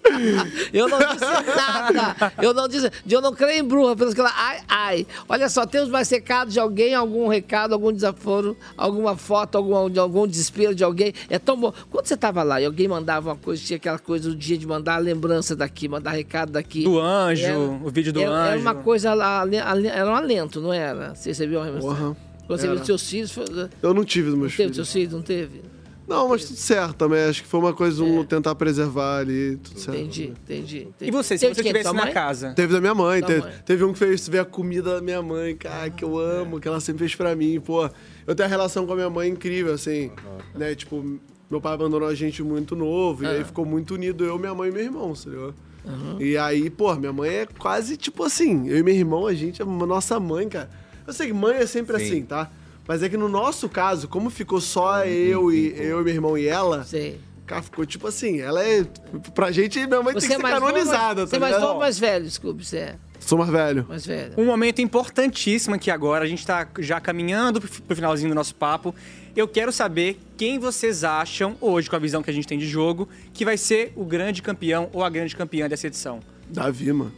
Speaker 4: Eu não disse nada. Eu não disse. Eu não creio em bruxa, pelo que ela. Ai, ai. Olha só, temos mais recados de alguém, algum recado, algum desaforo, alguma foto, algum, de algum desespero de alguém. É tão bom. Quando você tava lá e alguém mandava uma coisa, tinha aquela coisa do dia de mandar a lembrança daqui, mandar recado daqui.
Speaker 5: Do anjo, o vídeo do
Speaker 4: era, Era uma
Speaker 5: anjo.
Speaker 4: coisa lá, ale- ale- era um alento, não era? Você recebeu uma
Speaker 6: Porra.
Speaker 4: Quando você
Speaker 6: Era.
Speaker 4: viu dos seus filhos, foi-
Speaker 6: Eu não tive dos meus
Speaker 4: teve
Speaker 6: filhos.
Speaker 4: dos seus filhos, não teve?
Speaker 6: Não, mas tudo certo também. Acho que foi uma coisa, um tentar preservar ali, tudo certo.
Speaker 4: É. Entendi, entendi. entendi.
Speaker 5: E você, se
Speaker 4: Teve
Speaker 5: você
Speaker 4: quem?
Speaker 5: estivesse
Speaker 4: Sua
Speaker 5: na
Speaker 4: mãe?
Speaker 5: casa?
Speaker 6: Teve da minha mãe,
Speaker 4: Da
Speaker 6: teve,
Speaker 4: mãe. Ah,
Speaker 6: teve um que fez teve a comida da minha mãe, cara, que eu
Speaker 4: é.
Speaker 6: amo, que ela sempre fez pra mim, pô. Eu tenho uma relação com a minha mãe incrível, assim, né? Tipo, meu pai abandonou a gente muito novo,
Speaker 4: Ah.
Speaker 6: e aí ficou muito unido eu, minha mãe e meu irmão, entendeu? E aí, pô, minha mãe é quase tipo assim, eu e meu irmão, a gente é uma- nossa mãe, cara. Eu sei que mãe é sempre
Speaker 9: Sim.
Speaker 6: assim, tá? Mas é que no nosso caso, como ficou
Speaker 7: Uhum,
Speaker 6: só eu e eu e meu irmão e ela, cara, ficou tipo assim, ela é pra gente minha mãe tem que ser
Speaker 4: é mais novo,
Speaker 6: canonizada,
Speaker 4: mas- Você
Speaker 6: tá
Speaker 4: é mais
Speaker 6: ligado?
Speaker 4: novo ou mais velho, Scooby? Você é
Speaker 6: Sou mais velho.
Speaker 4: mais velho.
Speaker 5: Um momento importantíssimo aqui agora. A gente tá já caminhando pro pro finalzinho do nosso papo. Eu quero saber quem vocês acham, hoje, com a visão que a gente tem de jogo, que vai ser o grande campeão ou a grande campeã dessa edição.
Speaker 6: Davi, mano.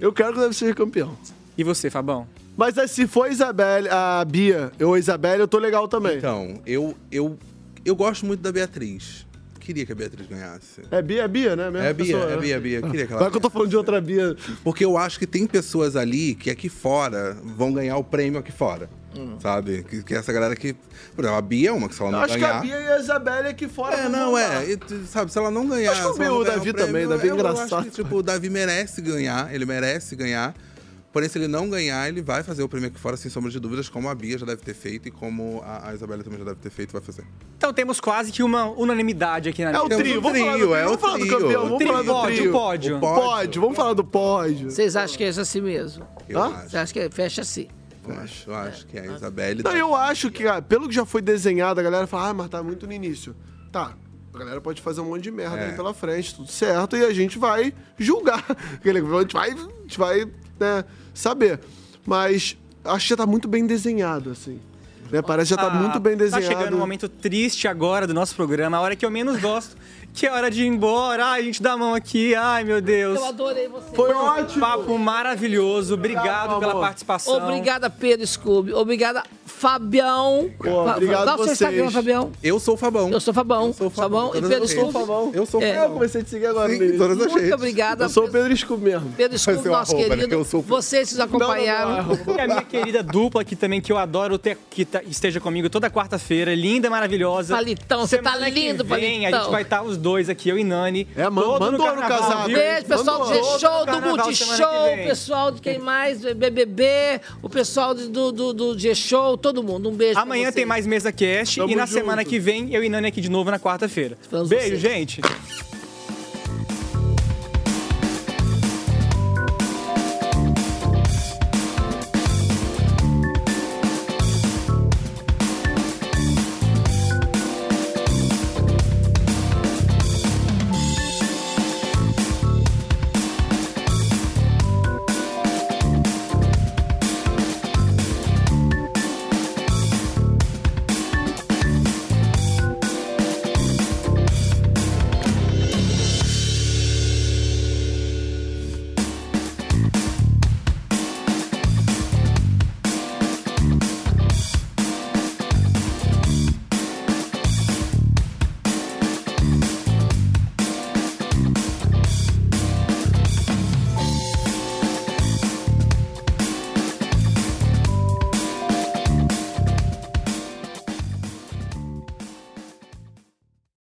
Speaker 6: Eu quero que deve seja campeão.
Speaker 5: E você, Fabão?
Speaker 6: Mas aí, se for a Isabelle, a Bia, eu a Isabelle, eu tô legal também.
Speaker 7: Então, eu, eu, eu gosto muito da Beatriz. Queria que a Beatriz ganhasse.
Speaker 6: É Bia, é Bia, né? A mesma
Speaker 7: É Bia,
Speaker 6: pessoa,
Speaker 7: é
Speaker 6: né?
Speaker 7: Bia, é Bia. Queria que ela
Speaker 6: Agora que eu tô falando de outra Bia.
Speaker 7: Porque eu acho que tem pessoas ali que aqui fora vão ganhar o prêmio aqui fora.
Speaker 6: Hum.
Speaker 7: Sabe? Que, que essa galera que. Por exemplo, a Bia é uma que se ela
Speaker 6: Eu
Speaker 7: não
Speaker 6: acho que a
Speaker 7: ganhar.
Speaker 6: Bia e a Isabelle aqui fora.
Speaker 7: É,
Speaker 6: vão
Speaker 7: não,
Speaker 6: bombar.
Speaker 7: é. E tu- sabe, se ela não ganhar.
Speaker 6: Acho que
Speaker 7: se ela
Speaker 6: o
Speaker 7: não
Speaker 6: meu,
Speaker 7: ganhar
Speaker 6: Davi
Speaker 7: prêmio,
Speaker 6: também, Davi é
Speaker 7: eu
Speaker 6: engraçado.
Speaker 7: Acho que, tipo, o Davi merece ganhar, ele merece ganhar. Porém, se ele não ganhar, ele vai fazer o prêmio aqui fora, sem sombra de dúvidas, como a Bia já deve ter feito e como a, a Isabela também já deve ter feito e vai fazer.
Speaker 5: Então temos quase que uma unanimidade aqui na
Speaker 7: É o
Speaker 5: lista.
Speaker 7: trio, vamos falar do trio,
Speaker 5: é
Speaker 7: vamos
Speaker 5: o
Speaker 7: falar do
Speaker 5: trio.
Speaker 7: campeão,
Speaker 5: O
Speaker 7: vamos
Speaker 5: trio,
Speaker 7: falar do
Speaker 5: pódio,
Speaker 7: trio.
Speaker 5: pódio.
Speaker 7: O pódio. Pódio,
Speaker 6: vamos falar do pódio.
Speaker 4: Vocês acham que é isso assim mesmo?
Speaker 7: Eu
Speaker 4: Hã? Você acha que é? Fecha assim.
Speaker 7: Eu acho, eu acho que é a Isabelle. tá
Speaker 6: Não, eu acho que, cara, pelo que já foi desenhado, a galera fala, ah, mas tá muito no início. Tá, a galera pode fazer um monte de merda
Speaker 7: É.
Speaker 6: aí pela frente, tudo certo, e a gente vai julgar. A gente vai, a gente vai né, saber. Mas acho que já tá muito bem desenhado, assim. Né? Parece que já tá
Speaker 5: Ah,
Speaker 6: muito bem desenhado.
Speaker 5: Tá chegando um momento triste agora do nosso programa, a hora que eu menos gosto, que é a hora de ir embora. Ai, gente dá a mão aqui. Ai, meu Deus.
Speaker 4: Eu adorei você.
Speaker 5: Foi um papo maravilhoso. Obrigado
Speaker 4: Obrigado,
Speaker 5: pela
Speaker 4: amor.
Speaker 5: participação.
Speaker 4: Obrigada, Pedro Scooby. Obrigada, Fabião. Fa-
Speaker 5: obrigado
Speaker 4: Dá o seu
Speaker 5: vocês.
Speaker 4: Instagram, Fabião.
Speaker 7: Eu sou o Fabão.
Speaker 4: Eu sou o Fabão. Fabão e
Speaker 7: Todas
Speaker 4: Pedro
Speaker 7: as vezes.
Speaker 4: Scooby.
Speaker 7: Eu sou o
Speaker 4: É.
Speaker 7: Fabão.
Speaker 6: comecei a te seguir agora.
Speaker 7: Sim,
Speaker 6: Pedro.
Speaker 7: todas as
Speaker 4: Muito
Speaker 7: redes.
Speaker 4: obrigada.
Speaker 6: Eu sou o Pedro Scooby mesmo.
Speaker 4: Pedro Scooby, nosso
Speaker 6: né,
Speaker 4: querido. Vocês nos acompanharam.
Speaker 5: E a É minha querida dupla aqui também, que eu adoro ter que tá- esteja comigo toda quarta-feira, linda, maravilhosa.
Speaker 4: Palitão, você tá
Speaker 5: Semana que
Speaker 4: lindo,
Speaker 5: vem,
Speaker 4: Palitão.
Speaker 5: A gente vai estar os dois aqui, eu e Nani. É,
Speaker 6: man- mandou no casaco, hein?
Speaker 4: Beijo, pessoal do G-Show, do Multishow, pessoal de quem mais, BBB, o pessoal de- do, do, do G-Show, todo mundo. Um beijo. pra
Speaker 5: Amanhã
Speaker 4: vocês.
Speaker 5: tem mais mesa cast
Speaker 4: Tamo
Speaker 5: e na
Speaker 4: junto.
Speaker 5: semana que vem eu e Nani aqui de novo na quarta-feira. Beijo, gente.